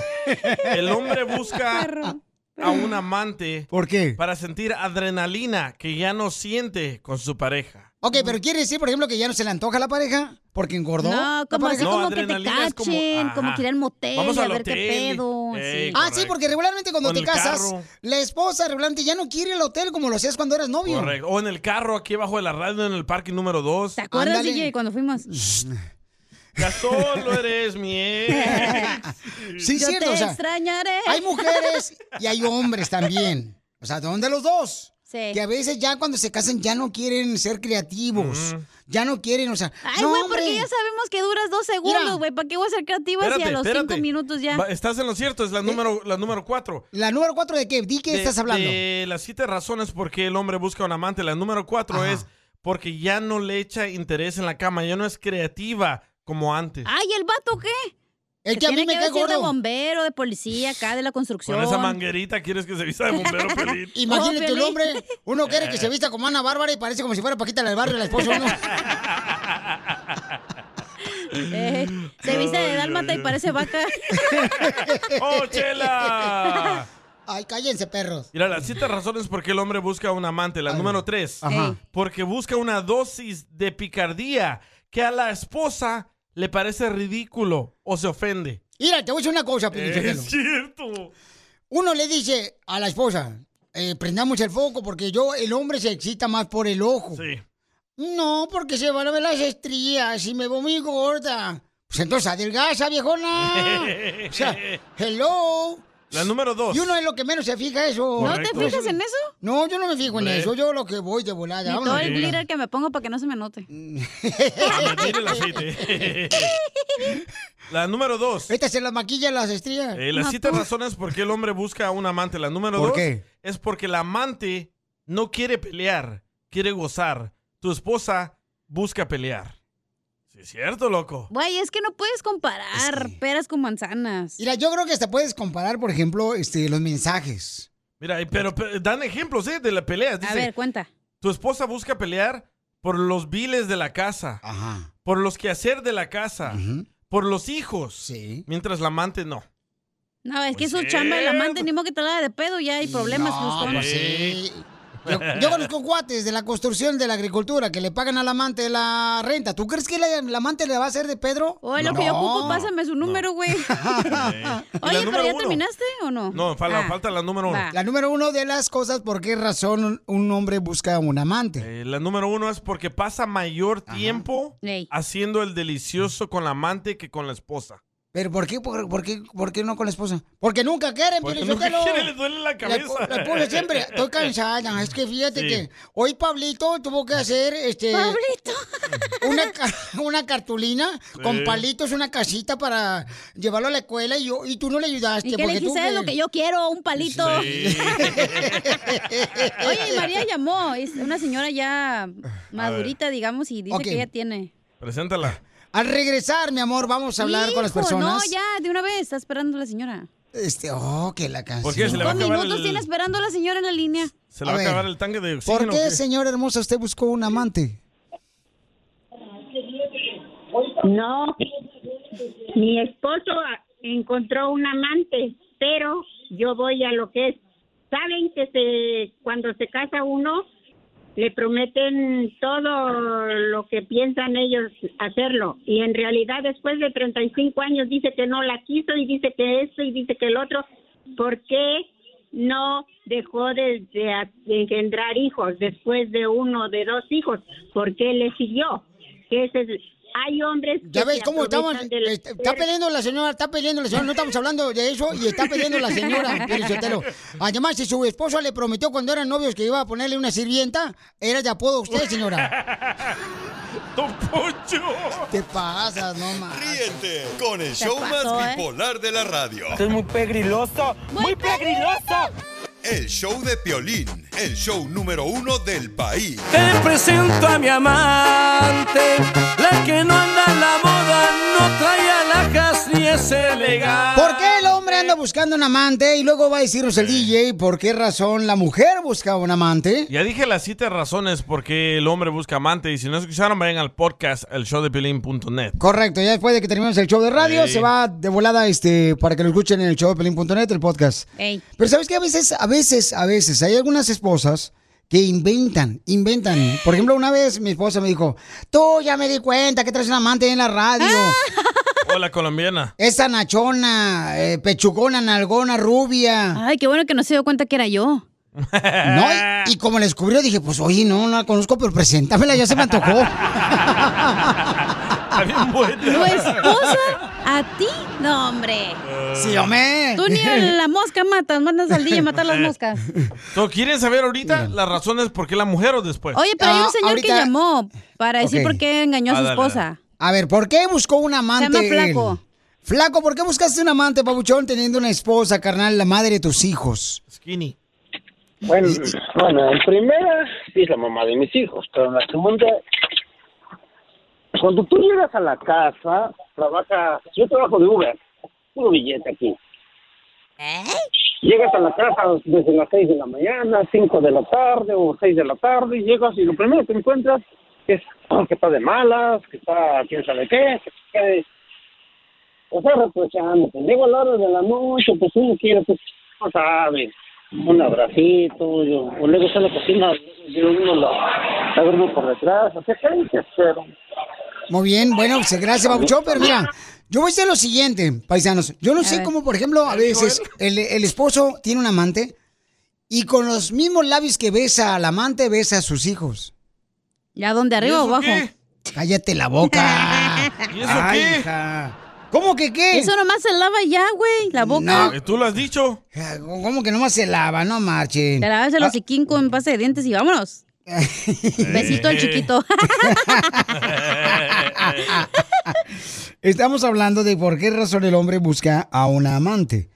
[SPEAKER 4] El hombre busca a un amante.
[SPEAKER 3] ¿Por qué?
[SPEAKER 4] Para sentir adrenalina que ya no siente con su pareja.
[SPEAKER 3] Ok, pero ¿quiere decir, por ejemplo, que ya no se le antoja la pareja? ¿Porque engordó?
[SPEAKER 5] No, como así
[SPEAKER 4] No,
[SPEAKER 5] como que te
[SPEAKER 4] adrenalina es como-
[SPEAKER 5] cachen, como,
[SPEAKER 4] Ajá.
[SPEAKER 5] que ir al motel
[SPEAKER 4] Vamos
[SPEAKER 5] y a
[SPEAKER 4] al
[SPEAKER 5] ver qué
[SPEAKER 4] hotel y-
[SPEAKER 5] pedo.
[SPEAKER 4] Ey,
[SPEAKER 3] ah,
[SPEAKER 4] correcto.
[SPEAKER 3] sí, porque regularmente cuando
[SPEAKER 4] Con
[SPEAKER 3] te
[SPEAKER 4] el
[SPEAKER 3] casas,
[SPEAKER 4] carro.
[SPEAKER 3] la esposa regularmente ya no quiere el hotel como lo hacías cuando eras novio.
[SPEAKER 4] Correcto. O en el carro, aquí abajo de la radio, en el parque número 2. ¿Te
[SPEAKER 5] ¿Recuerdas, DJ, cuando fuimos?
[SPEAKER 4] Ya solo eres mi ex.
[SPEAKER 3] Sí,
[SPEAKER 5] Yo
[SPEAKER 3] cierto,
[SPEAKER 5] te
[SPEAKER 3] o sea,
[SPEAKER 5] extrañaré.
[SPEAKER 3] Hay mujeres y hay hombres también. O sea, ¿dónde los dos?
[SPEAKER 5] Sí.
[SPEAKER 3] Que a veces ya cuando se casan ya no quieren ser creativos. Ya no quieren, o sea.
[SPEAKER 5] Ay,
[SPEAKER 3] no,
[SPEAKER 5] güey,
[SPEAKER 3] hombre.
[SPEAKER 5] porque ya sabemos que duras dos segundos, güey. ¿Para qué voy a ser creativa si a los cinco minutos ya? ¿Eh?
[SPEAKER 4] Va- eh. estás en lo cierto, es la número, la número cuatro.
[SPEAKER 3] ¿La número cuatro de qué? ¿Di qué
[SPEAKER 4] De-
[SPEAKER 3] estás hablando?
[SPEAKER 4] De las siete razones por qué el hombre busca un amante. La número cuatro es porque ya no le echa interés en la cama, ya no es creativa como antes.
[SPEAKER 5] Ay, ¿el vato qué?
[SPEAKER 3] Es
[SPEAKER 5] Se
[SPEAKER 3] que a mí
[SPEAKER 5] tiene
[SPEAKER 3] me cae
[SPEAKER 5] vestir de
[SPEAKER 3] gordo.
[SPEAKER 5] bombero, de policía, acá de la construcción.
[SPEAKER 4] Con esa manguerita quieres que se vista de bombero, Pelín.
[SPEAKER 3] Oh, Imagínate el hombre, uno quiere que se vista como Ana Bárbara y parece como si fuera Paquita la del barrio, la esposa de uno.
[SPEAKER 5] Eh, se viste de dálmata y parece vaca.
[SPEAKER 4] ¡Oh, chela!
[SPEAKER 3] Ay, cállense, perros.
[SPEAKER 4] Mira, las siete razones por qué el hombre busca un amante. La número tres,
[SPEAKER 3] Ajá.
[SPEAKER 4] porque busca una dosis de picardía que a la esposa le parece ridículo o se ofende.
[SPEAKER 3] Mira, te voy a decir una cosa, Piolín
[SPEAKER 4] Es
[SPEAKER 3] Sotelo.
[SPEAKER 4] cierto.
[SPEAKER 3] Uno le dice a la esposa, eh, prendamos el foco porque yo, el hombre se excita más por el ojo.
[SPEAKER 4] Sí.
[SPEAKER 3] No, porque se van a ver las estrías y me veo muy gorda. Pues entonces adelgaza, viejona. o sea, hello.
[SPEAKER 4] La número dos.
[SPEAKER 3] Y uno es lo que menos se fija eso.
[SPEAKER 5] ¿No te Correcto. fijas en eso?
[SPEAKER 3] No, yo no me fijo en
[SPEAKER 4] Hombre.
[SPEAKER 3] eso. Yo lo que voy de volada.
[SPEAKER 5] Y
[SPEAKER 3] vámonos
[SPEAKER 5] todo
[SPEAKER 3] de
[SPEAKER 5] el
[SPEAKER 3] volada.
[SPEAKER 5] glitter que me pongo para que no se me note.
[SPEAKER 4] Me tira el aceite. La número dos.
[SPEAKER 3] Esta se las maquilla las estrías.
[SPEAKER 4] Eh,
[SPEAKER 5] Ah,
[SPEAKER 4] las
[SPEAKER 5] pues.
[SPEAKER 4] siete razones por qué el hombre busca a un amante. La número
[SPEAKER 3] ¿Por
[SPEAKER 4] dos
[SPEAKER 3] qué?
[SPEAKER 4] es porque el amante no quiere pelear, quiere gozar. Tu esposa busca pelear. Sí, es cierto, loco.
[SPEAKER 5] Güey, es que no puedes comparar peras con manzanas.
[SPEAKER 3] Mira, yo creo que hasta puedes comparar, por ejemplo, este, los mensajes.
[SPEAKER 4] Mira, y- pero, pero dan ejemplos eh, de las peleas.
[SPEAKER 5] A
[SPEAKER 4] Dice,
[SPEAKER 5] ver, cuenta.
[SPEAKER 4] tu esposa busca pelear por los biles de la casa, por los quehacer de la casa, por los hijos, mientras la amante no.
[SPEAKER 5] No, es que
[SPEAKER 4] Pues
[SPEAKER 5] su
[SPEAKER 4] sí.
[SPEAKER 5] chamba el amante, ni modo que te la haga de pedo, ya hay problemas,
[SPEAKER 4] No,
[SPEAKER 5] Cruz.
[SPEAKER 4] pues sí.
[SPEAKER 3] Yo, yo conozco guates de la construcción de la agricultura que le pagan al amante la renta. ¿Tú crees que la, el amante le va a hacer de Pedro?
[SPEAKER 5] Oye, lo que yo ocupo, pásame su número, güey. Oye,
[SPEAKER 3] número
[SPEAKER 5] pero ya
[SPEAKER 3] uno?
[SPEAKER 5] terminaste o no?
[SPEAKER 4] No, fal-
[SPEAKER 5] Ah.
[SPEAKER 4] falta la número uno.
[SPEAKER 3] La número uno de las cosas por qué razón un- un hombre busca un amante.
[SPEAKER 4] Eh, la número uno es porque pasa mayor tiempo haciendo el delicioso con la amante que con la esposa.
[SPEAKER 3] ¿Pero por qué, por, por qué, por qué no con la esposa? Porque nunca quieren,
[SPEAKER 4] Porque
[SPEAKER 3] Piolín
[SPEAKER 4] nunca
[SPEAKER 3] Sotelo.
[SPEAKER 4] quieren, les duele la cabeza.
[SPEAKER 3] La, esposa siempre, estoy cansada. Es que fíjate
[SPEAKER 4] Sí.
[SPEAKER 3] que hoy Pablito tuvo que hacer este.
[SPEAKER 5] Pablito.
[SPEAKER 3] Una, ca- una cartulina con
[SPEAKER 5] Sí.
[SPEAKER 3] palitos, una casita para llevarlo a la escuela y, yo, y tú no le ayudaste.
[SPEAKER 5] ¿Y qué le
[SPEAKER 3] porque tú
[SPEAKER 5] dijiste? "Es lo que yo quiero, un palito. Eh, Oye, y María llamó, es una señora ya madurita, digamos, y dice
[SPEAKER 3] Ok.
[SPEAKER 5] que ella tiene.
[SPEAKER 4] Preséntala.
[SPEAKER 3] Al regresar, mi amor, vamos a hablar con las
[SPEAKER 5] Hijo,
[SPEAKER 3] personas.
[SPEAKER 5] No, ya, de una vez, está esperando la señora.
[SPEAKER 3] Este, oh, que la canción.
[SPEAKER 4] ¿Por qué? ¿Se le va a
[SPEAKER 5] Dos
[SPEAKER 4] acabar,
[SPEAKER 5] minutos tiene
[SPEAKER 4] el,
[SPEAKER 5] esperando la señora en la línea.
[SPEAKER 4] se le va
[SPEAKER 3] A
[SPEAKER 4] a
[SPEAKER 3] ver.
[SPEAKER 4] acabar el tanque de
[SPEAKER 3] ¿Por
[SPEAKER 4] oxígeno? o
[SPEAKER 3] qué,
[SPEAKER 4] qué?
[SPEAKER 3] señora hermosa, usted buscó un amante?
[SPEAKER 16] No, mi esposo a- encontró un amante, pero yo voy a lo que es. Saben que se, cuando se casa uno, le prometen todo lo que piensan ellos hacerlo. Y en realidad después de 35 años dice que no la quiso y dice que esto y dice que el otro. ¿Por qué no dejó de, de a- de engendrar hijos después de uno o de dos hijos? ¿Por qué le siguió? Que ese es- hay hombres que
[SPEAKER 3] Ya ves
[SPEAKER 16] se
[SPEAKER 3] cómo estamos.
[SPEAKER 16] aprovechan de las
[SPEAKER 3] est- Está peleando la señora, está peleando la señora. No estamos hablando de eso y está peleando la señora, Pio Lizotelo. Además, si su esposa le prometió cuando eran novios que iba a ponerle una sirvienta, era de apodo usted, señora. Te pasas, no más.
[SPEAKER 10] Ríete con el
[SPEAKER 3] Se
[SPEAKER 10] show
[SPEAKER 3] pasó,
[SPEAKER 10] más
[SPEAKER 3] ¿eh?
[SPEAKER 10] bipolar de la radio.
[SPEAKER 3] Esto es
[SPEAKER 10] muy pegriloso,
[SPEAKER 3] muy pegriloso.
[SPEAKER 10] El show de Piolín, el show número uno del país.
[SPEAKER 11] Te presento a mi amante, la que no anda en la moda, no trae alhajas ni es elegante.
[SPEAKER 3] ¿Por qué el hombre anda buscando un amante y luego va a decirnos el DJ por qué razón la mujer busca un amante?
[SPEAKER 4] Ya dije las siete razones por qué el hombre busca amante. Y si no escucharon, vayan al podcast, el show de Piolín.net.
[SPEAKER 3] Correcto, ya después de que terminemos el show de radio,
[SPEAKER 4] Sí.
[SPEAKER 3] se va de volada este, para que lo escuchen en el show de Pelín.net, el podcast. Pero sabes que a veces, a veces, a veces, hay algunas esposas que inventan, inventan. Por ejemplo, una vez mi esposa me dijo, tú ya me di cuenta que traes un amante en la radio.
[SPEAKER 5] Ah.
[SPEAKER 4] Hola, colombiana.
[SPEAKER 3] Esa nachona, eh, pechucona, nalgona, rubia.
[SPEAKER 5] Ay, qué bueno que no se dio cuenta que era yo.
[SPEAKER 3] No,
[SPEAKER 5] Ah.
[SPEAKER 3] y, y como la descubrió, dije, pues oye, no, no la conozco, pero preséntamela, ya se me antojó.
[SPEAKER 5] ¿Tu esposa? ¿A ti? No, hombre.
[SPEAKER 3] Sí, hombre.
[SPEAKER 5] Tú ni a la mosca matas, mandas al día a matar las moscas.
[SPEAKER 4] So, ¿Quieren saber ahorita las razones por qué la mujer o después?
[SPEAKER 5] Oye, pero hay
[SPEAKER 3] Ah,
[SPEAKER 5] un señor que llamó para decir
[SPEAKER 4] Ok.
[SPEAKER 5] por qué engañó a
[SPEAKER 4] Ah,
[SPEAKER 5] su
[SPEAKER 4] dale,
[SPEAKER 5] esposa.
[SPEAKER 3] A ver, ¿por qué buscó un amante?
[SPEAKER 5] Se llama Flaco.
[SPEAKER 3] él? Flaco, ¿por qué buscaste un amante, pabuchón, teniendo una esposa, carnal, la madre de tus hijos?
[SPEAKER 4] Skinny.
[SPEAKER 20] Bueno, bueno, en primera, sí es la mamá de mis hijos, pero en la segunda, cuando tú llegas a la casa, trabajas, yo trabajo de Uber, puro billete aquí. Llegas a la casa desde las seis de la mañana, cinco de la tarde o seis de la tarde, y llegas y lo primero que encuentras es ah, que está de malas, que está quién sabe qué, que está de- o sea, reprochándote. Llego a la hora de la noche, pues uno quiere, pues, no sabe, un abracito, yo, o luego se la cocina, yo uno lo agarro por detrás, o sea, ¿qué hay que hacer?
[SPEAKER 3] Muy bien, bueno, pues gracias, Babuchón, pero mira, yo voy a decir lo siguiente, paisanos. Yo no sé cómo, por ejemplo, a veces el, el esposo tiene un amante y con los mismos labios que besa al amante, besa a sus hijos.
[SPEAKER 5] ¿Ya dónde arriba o abajo?
[SPEAKER 3] Cállate la boca.
[SPEAKER 4] ¿Y eso
[SPEAKER 3] Ay,
[SPEAKER 4] qué?
[SPEAKER 3] hija. ¿Cómo que qué?
[SPEAKER 5] Eso nomás se lava ya, güey, la boca.
[SPEAKER 4] Eh, ¿Tú lo has dicho?
[SPEAKER 3] ¿Cómo que nomás se lava? No marchen.
[SPEAKER 5] Te lavas el
[SPEAKER 3] Ah,
[SPEAKER 5] hociquín con pasta de dientes y vámonos. Besito al chiquito.
[SPEAKER 3] Estamos hablando de por qué razón el hombre busca a una amante.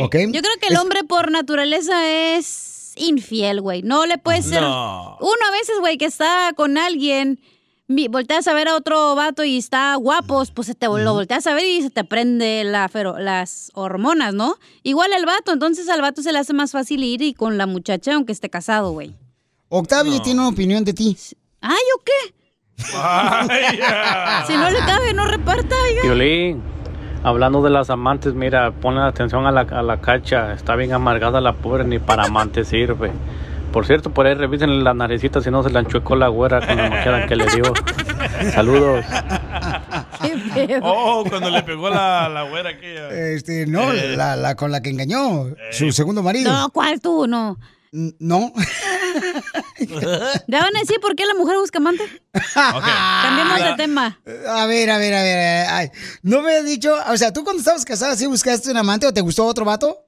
[SPEAKER 3] ¿Ok?
[SPEAKER 5] Yo creo que el
[SPEAKER 3] Es-
[SPEAKER 5] hombre por naturaleza es infiel, güey. No le puede ser.
[SPEAKER 3] No.
[SPEAKER 5] Uno a veces, güey, que está con alguien, mi- volteas a ver a otro vato y está guapos, pues se te lo volteas a ver y se te prende la fero- las hormonas, ¿no? Igual el vato, entonces al vato se le hace más fácil ir y con la muchacha aunque esté casado, güey.
[SPEAKER 3] Octavio tiene una opinión de ti.
[SPEAKER 5] Ay, ¿o qué? Si no le cabe, no reparta, oiga.
[SPEAKER 21] Violín, hablando de las amantes, mira, ponle atención a la, a la cacha. Está bien amargada la pobre, ni para amante sirve. Por cierto, por ahí revisen la naricita si no se la enchuecó la güera con la maquiada que le dio. Saludos.
[SPEAKER 4] Oh, cuando le pegó la, la güera aquella.
[SPEAKER 3] Este, no,
[SPEAKER 4] Eh.
[SPEAKER 3] la, la con la que engañó, su segundo marido.
[SPEAKER 5] No, ¿cuál tú? No.
[SPEAKER 3] No.
[SPEAKER 5] ¿Ya van a decir por qué la mujer busca amante? Cambiemos de
[SPEAKER 3] Ay.
[SPEAKER 5] tema.
[SPEAKER 3] A ver, a ver, a ver. eh, ay. No me has dicho, o sea, tú cuando estabas casada, ¿sí buscaste un amante o te gustó otro vato?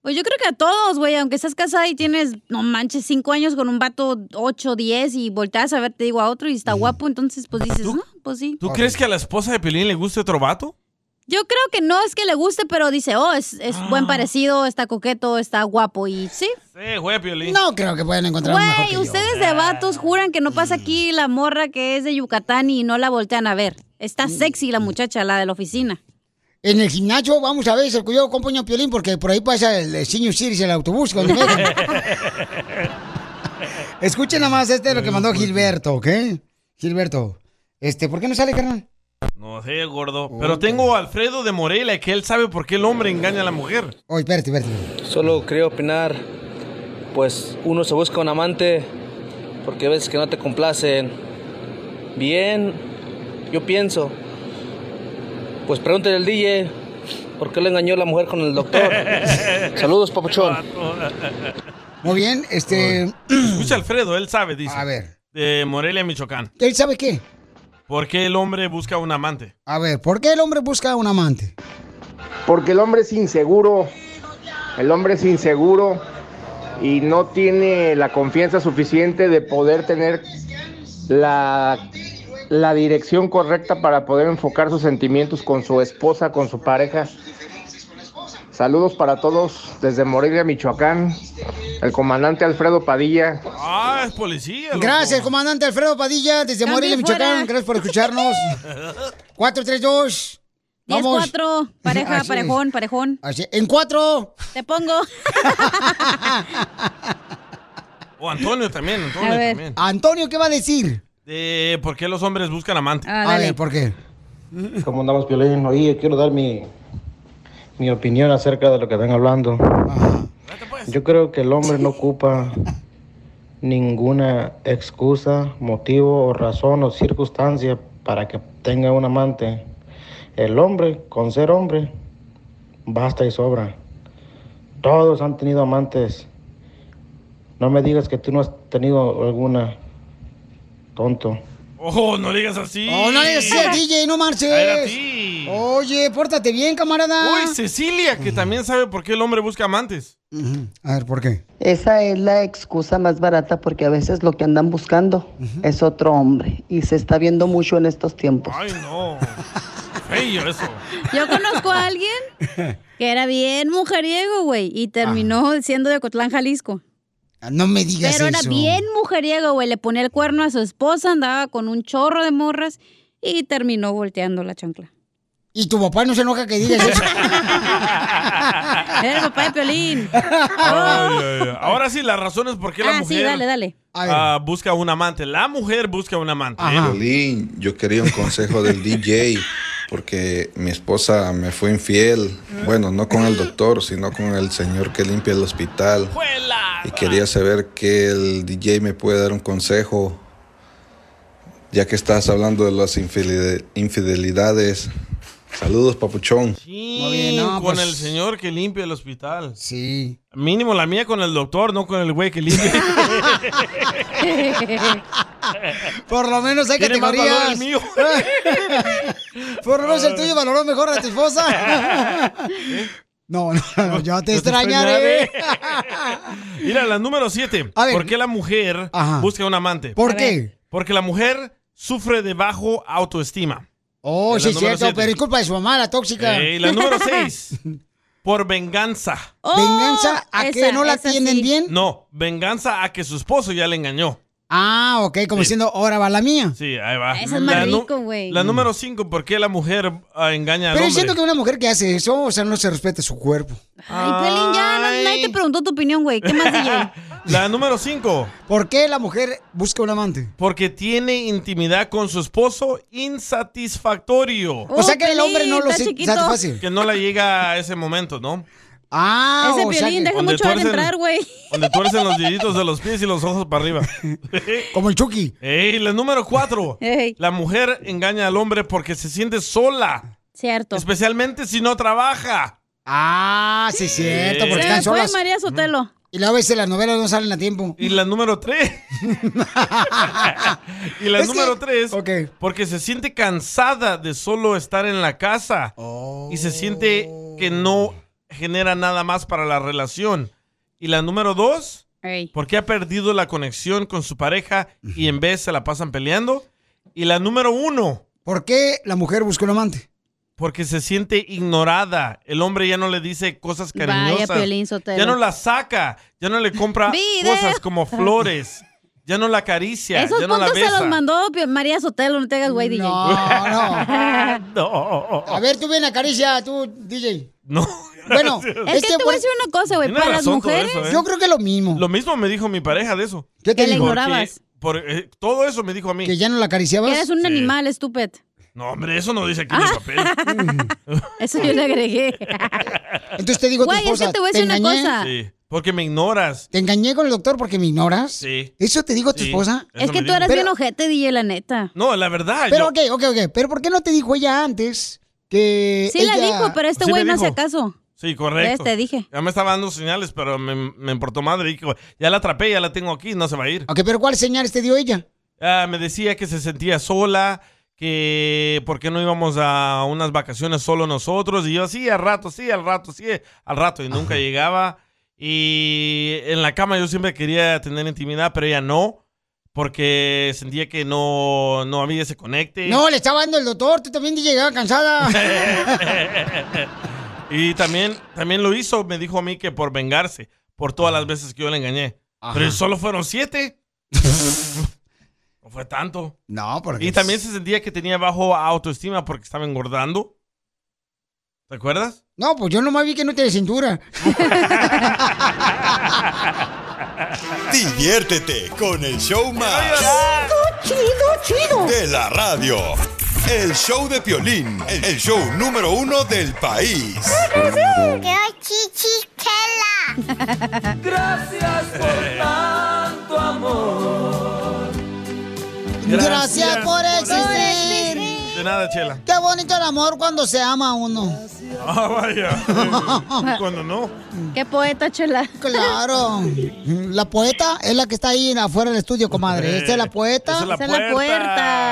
[SPEAKER 5] Pues yo creo que a todos, güey, aunque estás casada y tienes, no manches, cinco años con un vato, ocho, diez, y volteas a ver, te digo, a otro y está guapo, entonces pues dices, no, pues sí.
[SPEAKER 4] ¿Tú crees que a la esposa de Pelín le guste otro vato?
[SPEAKER 5] Yo creo que no es que le guste, pero dice, oh, es, es
[SPEAKER 3] Ah.
[SPEAKER 5] buen parecido, está coqueto, está guapo, y sí.
[SPEAKER 4] Sí, Eh, güey, Piolín.
[SPEAKER 3] No creo que puedan encontrar un mejor que
[SPEAKER 5] Güey,
[SPEAKER 3] yo. Mm.
[SPEAKER 5] ustedes de vatos juran que no pasa aquí la morra que es de Yucatán y no la voltean a ver.
[SPEAKER 3] Mm.
[SPEAKER 5] Está sexy la muchacha, la de la oficina.
[SPEAKER 3] En el gimnasio, vamos a ver, se cuidó con Poño Piolín, porque por ahí pasa el eh, Senior Series, el autobús. Cuando llegan. Escuchen nada más este es lo que mandó Gilberto, ¿ok? Gilberto, este, ¿por qué no sale, carnal?
[SPEAKER 4] No sé, gordo. Pero tengo a Alfredo de Morelia, que él sabe por qué el hombre engaña a la mujer.
[SPEAKER 3] Oye, Oh, espérate, espérate.
[SPEAKER 22] Solo quería opinar, pues uno se busca un amante porque a veces que no te complacen. Bien, yo pienso. Pues pregúntale al DJ por qué le engañó la mujer con el doctor. Saludos, papuchón.
[SPEAKER 3] Muy bien, este...
[SPEAKER 4] Escucha, Alfredo, él sabe, dice. A
[SPEAKER 3] ver.
[SPEAKER 4] De Morelia, Michoacán.
[SPEAKER 3] ¿Él sabe qué?
[SPEAKER 4] ¿Por qué el hombre busca un amante?
[SPEAKER 3] A ver, ¿por qué el hombre busca un amante?
[SPEAKER 1] Porque el hombre es inseguro, el hombre es inseguro y no tiene la confianza suficiente de poder tener la, la dirección correcta para poder enfocar sus sentimientos con su esposa, con su pareja. Saludos para todos desde Morelia, Michoacán, el comandante Alfredo Padilla.
[SPEAKER 4] Ah, es policía. loco.
[SPEAKER 3] Gracias, comandante Alfredo Padilla, desde
[SPEAKER 4] Cambio
[SPEAKER 3] Morelia,
[SPEAKER 4] fuera.
[SPEAKER 3] Michoacán. Gracias por escucharnos. 432. Vamos.
[SPEAKER 5] 10-4, pareja,
[SPEAKER 3] Así es.
[SPEAKER 5] parejón, parejón.
[SPEAKER 3] Así- en cuatro.
[SPEAKER 5] Te pongo.
[SPEAKER 4] O Antonio también, Antonio también.
[SPEAKER 3] Antonio, ¿qué va a decir?
[SPEAKER 4] De por qué los hombres buscan amante.
[SPEAKER 5] Ah,
[SPEAKER 3] ¿por qué?
[SPEAKER 18] ¿Cómo andamos, Piolín? Oye, quiero dar mi, mi opinión acerca de lo que están hablando. Yo creo que el hombre no ocupa ninguna excusa, motivo o razón o circunstancia para que tenga un amante. El hombre, con ser hombre, basta y sobra. Todos han tenido amantes. No me digas que tú no has tenido alguna, tonto.
[SPEAKER 4] Ojo, no le digas así.
[SPEAKER 3] Oh, no le digas así al DJ, no
[SPEAKER 4] A ver a
[SPEAKER 3] marches.
[SPEAKER 4] ti.
[SPEAKER 3] Oye, pórtate bien, camarada.
[SPEAKER 4] Uy, Cecilia, que también sabe por qué el hombre busca amantes.
[SPEAKER 3] A ver, ¿por qué?
[SPEAKER 24] Esa es la excusa más barata porque a veces lo que andan buscando es otro hombre y se está viendo mucho en estos tiempos.
[SPEAKER 4] Ay, no. Feyo eso.
[SPEAKER 5] Yo conozco a alguien que era bien mujeriego, güey, y terminó siendo de Cotlán, Jalisco.
[SPEAKER 3] No me digas
[SPEAKER 5] Pero era
[SPEAKER 3] eso.
[SPEAKER 5] bien mujeriego, güey. Le ponía el cuerno a su esposa, andaba con un chorro de morras y terminó volteando la chancla.
[SPEAKER 3] Y tu papá no se enoja que digas eso.
[SPEAKER 5] Era el papá de Piolín.
[SPEAKER 3] Oh,
[SPEAKER 4] Ay, ay, ay. Ahora sí, las razones por qué la
[SPEAKER 5] Ah,
[SPEAKER 4] mujer
[SPEAKER 5] sí, dale, dale.
[SPEAKER 4] ah, busca un amante. La mujer busca un amante.
[SPEAKER 26] Piolín, yo quería un consejo del DJ porque mi esposa me fue infiel. Bueno, no con el doctor, sino con el señor que limpia el hospital. Y quería saber que el DJ me puede dar un consejo. Ya que estás hablando de las infidel- infidelidades. Saludos, papuchón.
[SPEAKER 4] Muy bien, con el señor que limpia el hospital.
[SPEAKER 3] pues. Sí.
[SPEAKER 4] Mínimo la mía con el doctor, no con el güey que limpia.
[SPEAKER 3] Por lo menos hay
[SPEAKER 4] Tiene más valor
[SPEAKER 3] categorías.
[SPEAKER 4] el mío.
[SPEAKER 3] Por lo menos el tuyo valoró mejor a tu esposa. No, no, no, yo te
[SPEAKER 4] Yo te
[SPEAKER 3] extrañaré.
[SPEAKER 4] Mira, la número 7.
[SPEAKER 3] A ver.
[SPEAKER 4] ¿Por qué la mujer
[SPEAKER 3] Ajá.
[SPEAKER 4] busca un amante?
[SPEAKER 3] ¿Por A qué? ver.
[SPEAKER 4] Porque la mujer sufre de bajo autoestima.
[SPEAKER 3] Oh, sí,
[SPEAKER 4] la
[SPEAKER 3] es
[SPEAKER 4] número
[SPEAKER 3] cierto,
[SPEAKER 4] siete.
[SPEAKER 3] pero es culpa de su mamá, la tóxica.
[SPEAKER 4] Eh, y la número 6. Por venganza.
[SPEAKER 3] Oh, ¿Venganza a que no la tienen bien?
[SPEAKER 4] No, venganza a que su esposo ya le engañó.
[SPEAKER 3] Ah, ok, como diciendo, ahora va la mía.
[SPEAKER 4] Sí, ahí va.
[SPEAKER 3] Esa es más
[SPEAKER 4] La nu-
[SPEAKER 3] rico, güey.
[SPEAKER 4] La número 5, ¿por qué la mujer ah, engaña al
[SPEAKER 3] Mm. Pero yo
[SPEAKER 4] hombre?
[SPEAKER 3] siento que una mujer que hace eso, o sea, no se respeta su cuerpo.
[SPEAKER 5] Ay, Piolín, ya no- nadie te preguntó tu opinión, güey. ¿Qué más, DJ?
[SPEAKER 4] La número 5.
[SPEAKER 3] ¿Por qué la mujer busca un amante?
[SPEAKER 4] Porque tiene intimidad con su esposo insatisfactorio.
[SPEAKER 5] Oh,
[SPEAKER 3] O sea que el hombre no lo sa- satisface.
[SPEAKER 4] Que no la llega a ese momento, ¿no?
[SPEAKER 3] Ah,
[SPEAKER 5] Ese violín deja
[SPEAKER 4] Donde
[SPEAKER 5] mucho al
[SPEAKER 4] tuercen-
[SPEAKER 5] entrar, güey.
[SPEAKER 4] Donde tuercen los deditos de los pies y los ojos para arriba.
[SPEAKER 3] Como el Chucky.
[SPEAKER 4] Ey, la número cuatro.
[SPEAKER 5] Ey.
[SPEAKER 4] La mujer engaña al hombre porque se siente sola.
[SPEAKER 5] Cierto.
[SPEAKER 4] Especialmente si no trabaja.
[SPEAKER 3] Ah, sí, es cierto, porque
[SPEAKER 5] Se
[SPEAKER 3] están
[SPEAKER 5] me fue
[SPEAKER 3] solas.
[SPEAKER 5] María Sotelo.
[SPEAKER 3] Y luego a veces las novelas no salen a tiempo.
[SPEAKER 4] Y la número tres. Y la
[SPEAKER 3] Es que-
[SPEAKER 4] número tres, porque se siente cansada de solo estar en la casa
[SPEAKER 3] Oh.
[SPEAKER 4] y se siente que no genera nada más para la relación. Y la número dos,
[SPEAKER 5] Ey.
[SPEAKER 4] porque ha perdido la conexión con su pareja y en vez se la pasan peleando. Y la número uno,
[SPEAKER 3] ¿Por qué la mujer busca un amante?
[SPEAKER 4] porque se siente ignorada. El hombre ya no le dice cosas
[SPEAKER 5] Vaya,
[SPEAKER 4] cariñosas.
[SPEAKER 5] Piolín Sotelo.
[SPEAKER 4] ya no la saca, ya no le compra
[SPEAKER 5] Video.
[SPEAKER 4] cosas como flores, ya no la acaricia,
[SPEAKER 5] Esos
[SPEAKER 4] ya no la
[SPEAKER 5] puntos se
[SPEAKER 4] besa.
[SPEAKER 5] los mandó Pio- María Sotelo, no te hagas güey, DJ.
[SPEAKER 3] No,
[SPEAKER 4] no. oh,
[SPEAKER 3] A ver, tú ven acaricia, tú, DJ.
[SPEAKER 4] No.
[SPEAKER 3] Bueno, este
[SPEAKER 5] Es que te voy a decir una cosa, güey.
[SPEAKER 4] Tiene
[SPEAKER 5] Para las
[SPEAKER 4] razón todo
[SPEAKER 5] mujeres,
[SPEAKER 4] eso, ¿eh?
[SPEAKER 3] creo que lo mismo.
[SPEAKER 4] Lo mismo me dijo mi pareja de eso.
[SPEAKER 3] ¿Qué te Que la dijo?
[SPEAKER 4] Porque-
[SPEAKER 3] ignorabas.
[SPEAKER 4] por- eh, todo eso me dijo a mí.
[SPEAKER 3] ¿Que ya no la acariciabas?
[SPEAKER 5] que eres un animal, estúpido.
[SPEAKER 4] No, hombre, eso no dice aquí en el papel.
[SPEAKER 5] Eso yo le agregué.
[SPEAKER 3] Entonces te digo a tu
[SPEAKER 5] Güey, es que
[SPEAKER 3] esposa,
[SPEAKER 5] te voy a
[SPEAKER 3] ¿te
[SPEAKER 5] decir una
[SPEAKER 3] engañé?
[SPEAKER 5] cosa.
[SPEAKER 4] Sí, porque me ignoras.
[SPEAKER 3] ¿Te engañé con el doctor porque me ignoras?
[SPEAKER 4] Sí.
[SPEAKER 3] ¿Eso te digo a tu
[SPEAKER 4] Sí,
[SPEAKER 3] esposa?
[SPEAKER 4] eso
[SPEAKER 5] Es que
[SPEAKER 4] me
[SPEAKER 5] tú
[SPEAKER 4] dijo.
[SPEAKER 5] eres
[SPEAKER 4] Pero-
[SPEAKER 5] bien ojete, DJ, la neta.
[SPEAKER 4] No, la verdad.
[SPEAKER 3] Pero
[SPEAKER 4] yo-
[SPEAKER 3] ok, ok, ok. Pero ¿por qué no te dijo ella antes que
[SPEAKER 5] Sí la
[SPEAKER 3] ella-
[SPEAKER 5] dijo, pero este
[SPEAKER 4] Sí me
[SPEAKER 5] güey no
[SPEAKER 4] dijo.
[SPEAKER 5] hace caso.
[SPEAKER 4] Sí, correcto.
[SPEAKER 5] Ves, te dije.
[SPEAKER 4] Ya me estaba dando señales, pero me, me importó madre. Dije, ya la atrapé, ya la tengo aquí, no se va a ir.
[SPEAKER 3] Ok, pero ¿cuál señales te dio ella?
[SPEAKER 4] Ah, me decía que se sentía sola, que por qué no íbamos a unas vacaciones solo nosotros. Y yo, sí, al rato, sí, al rato, sí, al rato. Y nunca llegaba. Y en la cama yo siempre quería tener intimidad, pero ella no, porque sentía que no, no había ese conecte.
[SPEAKER 3] No, le estaba dando el doctor, tú también te llegaba cansada.
[SPEAKER 4] y también, también lo hizo, me dijo a mí que por vengarse, por todas las veces que yo le engañé. Pero solo fueron siete. no fue tanto.
[SPEAKER 3] No, porque...
[SPEAKER 4] Y también se sentía que tenía bajo autoestima porque estaba engordando. ¿Te acuerdas?
[SPEAKER 3] No, pues yo nomás vi que no tiene cintura.
[SPEAKER 10] Diviértete con el show más.
[SPEAKER 17] Chido, chido, chido.
[SPEAKER 10] de la radio. El show de Piolín, el show número uno del país.
[SPEAKER 17] Gracias por tanto amor.
[SPEAKER 3] Gracias, por existir.
[SPEAKER 4] De nada, Chela.
[SPEAKER 3] Qué bonito el amor cuando se ama a uno.
[SPEAKER 4] Ah, vaya. Cuando no.
[SPEAKER 3] Qué poeta, chela. Claro. La poeta es la que está ahí afuera del estudio, comadre. Esta es la poeta.
[SPEAKER 17] Eh, Esa es la Esa es la puerta.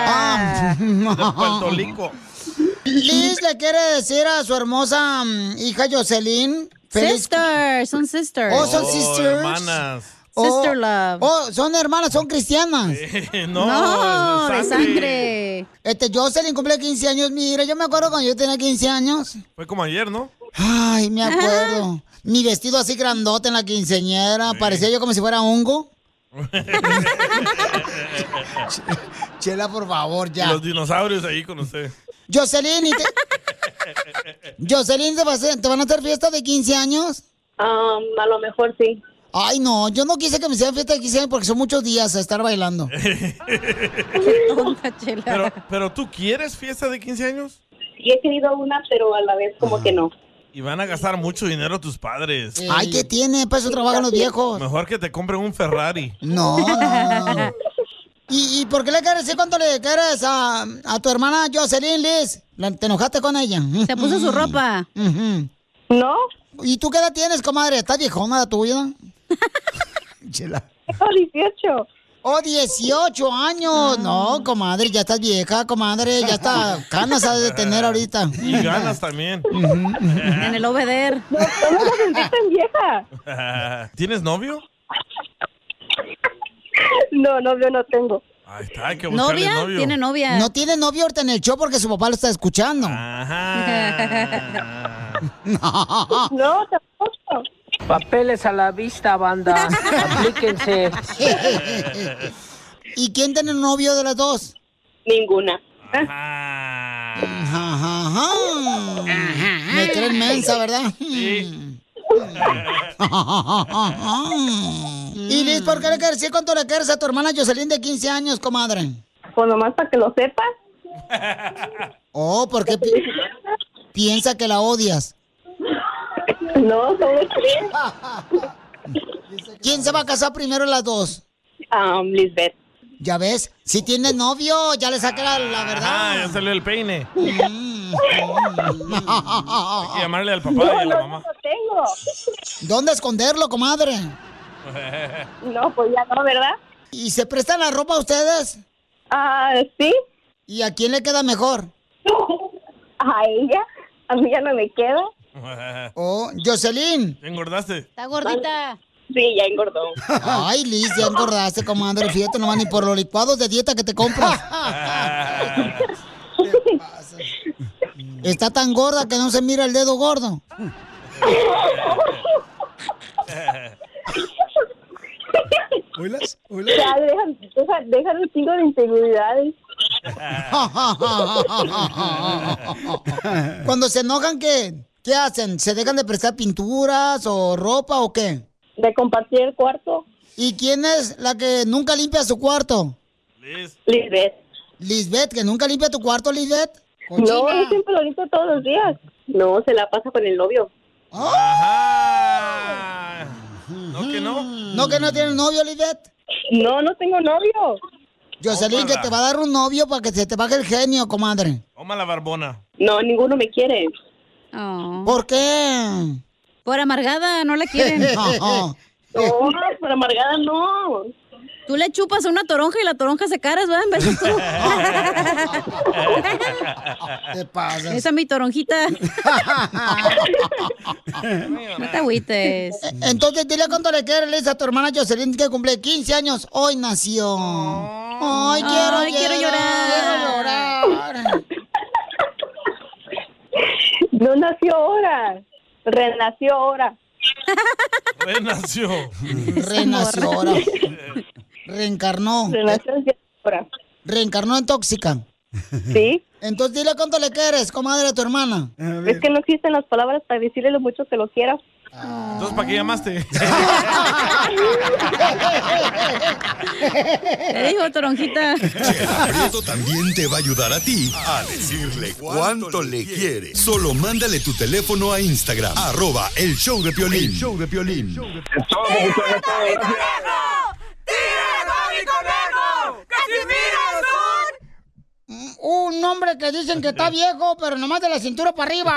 [SPEAKER 17] puerta.
[SPEAKER 3] Ah.
[SPEAKER 17] De Puerto Rico.
[SPEAKER 3] Liz le quiere decir a su hermosa mm, hija Jocelyn.
[SPEAKER 5] Sisters, son sisters.
[SPEAKER 3] Oh, son
[SPEAKER 5] Oh,
[SPEAKER 3] sisters.
[SPEAKER 4] hermanas.
[SPEAKER 5] Sister
[SPEAKER 3] love. Oh, son hermanas, son cristianas.
[SPEAKER 4] Eh, no,
[SPEAKER 5] No, de sangre. sangre.
[SPEAKER 3] Este, Jocelyn cumple 15 años. Mira, yo me acuerdo cuando yo tenía 15 años.
[SPEAKER 4] Fue como ayer, ¿no?
[SPEAKER 3] Ay, me acuerdo. Mi vestido así grandote en la quinceñera. Parecía yo como si fuera hongo. Chela, por favor, ya.
[SPEAKER 4] Los dinosaurios ahí con usted.
[SPEAKER 3] Jocelyn, ¿y te... Jocelyn, ¿te, vas a- te van a hacer fiesta de 15 años? Um, a lo mejor sí. Ay, no, yo no quise que me hicieran fiesta de 15 años porque son muchos días a estar bailando.
[SPEAKER 4] pero, pero tú quieres fiesta de 15 años
[SPEAKER 27] Sí he querido una, pero a la vez como que no.
[SPEAKER 4] y van a gastar mucho dinero tus padres.
[SPEAKER 3] Ay, ¿qué tiene? Para eso trabajan los viejos.
[SPEAKER 4] Mejor que te compren un Ferrari.
[SPEAKER 3] No, no, no. ¿Y, y por qué le quieres decir cuánto le quieres a, a tu hermana Jocelyn Liz? La- ¿Te enojaste con ella? Se
[SPEAKER 5] puso su
[SPEAKER 3] ropa. ¿No? ¿Y tú qué edad tienes, comadre? ¿Estás viejona la tuya? Chela. Oh, 18. Oh, 18 años. No, comadre, ya estás vieja, comadre. Ya está. Canas ha de tener ahorita.
[SPEAKER 4] Y ganas también.
[SPEAKER 3] En el obeder.
[SPEAKER 27] vieja?
[SPEAKER 4] ¿Tienes novio?
[SPEAKER 27] No, novio no tengo.
[SPEAKER 4] Ahí está, hay que buscarle novio.
[SPEAKER 3] novia. No tiene novio ahorita en el show porque su papá lo está escuchando.
[SPEAKER 4] Ah.
[SPEAKER 27] No, tampoco.
[SPEAKER 19] Papeles a la vista, banda. Aplíquense.
[SPEAKER 3] ¿Y quién tiene novio de las dos? Ninguna. Ajá, ajá. Me creen mensa, ¿verdad? y Liz, ¿por qué le quieres decir cuánto le quieres a tu hermana Jocelyn de 15 años, comadre? Pues nomás para que lo sepas. Oh, porque pi- piensa que la odias.
[SPEAKER 27] No, solo tres.
[SPEAKER 3] ¿Quién se va a casar primero las dos?
[SPEAKER 27] Um, Lisbeth.
[SPEAKER 3] ¿Ya ves? Si tiene novio, ya le saqué la, la
[SPEAKER 4] Ah,
[SPEAKER 3] verdad.
[SPEAKER 4] ya salió el peine. Hay que llamarle al papá
[SPEAKER 3] No,
[SPEAKER 4] y a la
[SPEAKER 3] no,
[SPEAKER 4] mamá.
[SPEAKER 27] No tengo.
[SPEAKER 3] ¿Dónde esconderlo, comadre?
[SPEAKER 27] No, pues ya no, ¿verdad?
[SPEAKER 3] ¿Y se prestan la ropa ustedes?
[SPEAKER 27] Ah, sí.
[SPEAKER 3] ¿Y a quién le queda mejor?
[SPEAKER 27] A ella. A mí ya no me queda.
[SPEAKER 3] Oh, Jocelyn.
[SPEAKER 4] ¿Te engordaste?
[SPEAKER 5] Está gordita.
[SPEAKER 27] Sí, ya engordó.
[SPEAKER 3] Ay, Liz, ya engordaste, comadre. Fíjate nomás ni por los licuados de dieta que te compras. Está tan gorda que no se mira el dedo gordo.
[SPEAKER 2] ¿Oilas? ¿Oilas?
[SPEAKER 27] Ya, dejan, deja, dejan un chingo de inseguridades.
[SPEAKER 3] Cuando se enojan, ¿qué, ¿qué hacen? ¿Se dejan de prestar pinturas o ropa o qué?
[SPEAKER 27] De compartir el cuarto.
[SPEAKER 3] ¿Y quién es la que nunca limpia su cuarto?
[SPEAKER 27] Lisbeth.
[SPEAKER 3] Lisbeth, que nunca limpia tu cuarto, Lisbeth.
[SPEAKER 27] No, yo siempre lo limpio todos los días. No, se la pasa con el novio.
[SPEAKER 4] No, que no.
[SPEAKER 3] ¿No que no tienes novio, Lisbeth?
[SPEAKER 27] No, no tengo novio.
[SPEAKER 3] Jocelyn, que
[SPEAKER 4] Tómala.
[SPEAKER 3] te va a dar un novio para que se te baje el genio, comadre.
[SPEAKER 4] Toma la barbona.
[SPEAKER 27] No, ninguno me quiere.
[SPEAKER 3] ¿Por qué?
[SPEAKER 5] Oh. Por amargada, no la quieren.
[SPEAKER 3] No.
[SPEAKER 27] por amargada no.
[SPEAKER 5] Tú le chupas una toronja y la toronja se caras, ¿verdad? En vez de tú.
[SPEAKER 3] ¿Qué pasa?
[SPEAKER 5] Esa es mi toronjita. no te agüites.
[SPEAKER 3] Eh, Entonces dile cuánto le quieres Liz, a tu hermana Jocelyn que cumple 15 años. Hoy nació. Ay, quiero,
[SPEAKER 17] Ay, quiero llorar.
[SPEAKER 3] Quiero llorar.
[SPEAKER 27] No nació ahora. Renació ahora.
[SPEAKER 4] Renació.
[SPEAKER 3] Renació ahora. Reencarnó.
[SPEAKER 27] Renació ahora.
[SPEAKER 3] Reencarnó en tóxica.
[SPEAKER 27] Sí.
[SPEAKER 3] Entonces dile cuánto le quieres, comadre, a tu hermana.
[SPEAKER 27] Es que no existen las palabras para decirle lo mucho que lo quiero.
[SPEAKER 4] Entonces, ¿para qué llamaste?
[SPEAKER 5] Te dijo, toronjita.
[SPEAKER 10] Prieto también te va a ayudar a ti a decirle cuánto le quieres. Solo mándale tu teléfono a Instagram, arroba el show de Piolín. El show de Piolín.
[SPEAKER 3] Un hombre que dicen que está viejo, pero nomás de la cintura para arriba.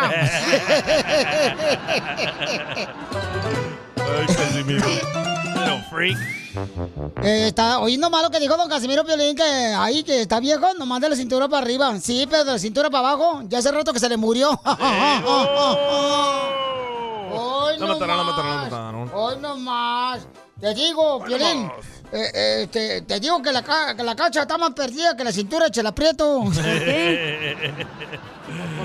[SPEAKER 4] Ay, Casimiro. Little freak.
[SPEAKER 3] Eh, está oyendo malo que dijo don Casimiro Piolín que ahí que está viejo, nomás de la cintura para arriba. Sí, pero de la cintura para abajo, ya hace rato que se le murió. Hoy
[SPEAKER 4] La
[SPEAKER 3] no
[SPEAKER 4] mataron, la mataron, la
[SPEAKER 3] más.
[SPEAKER 4] mataron.
[SPEAKER 3] Hoy no más. Te digo, Piolín, eh, eh, te, te digo que la, ca- que la cacha está más perdida que la cintura de la aprieto.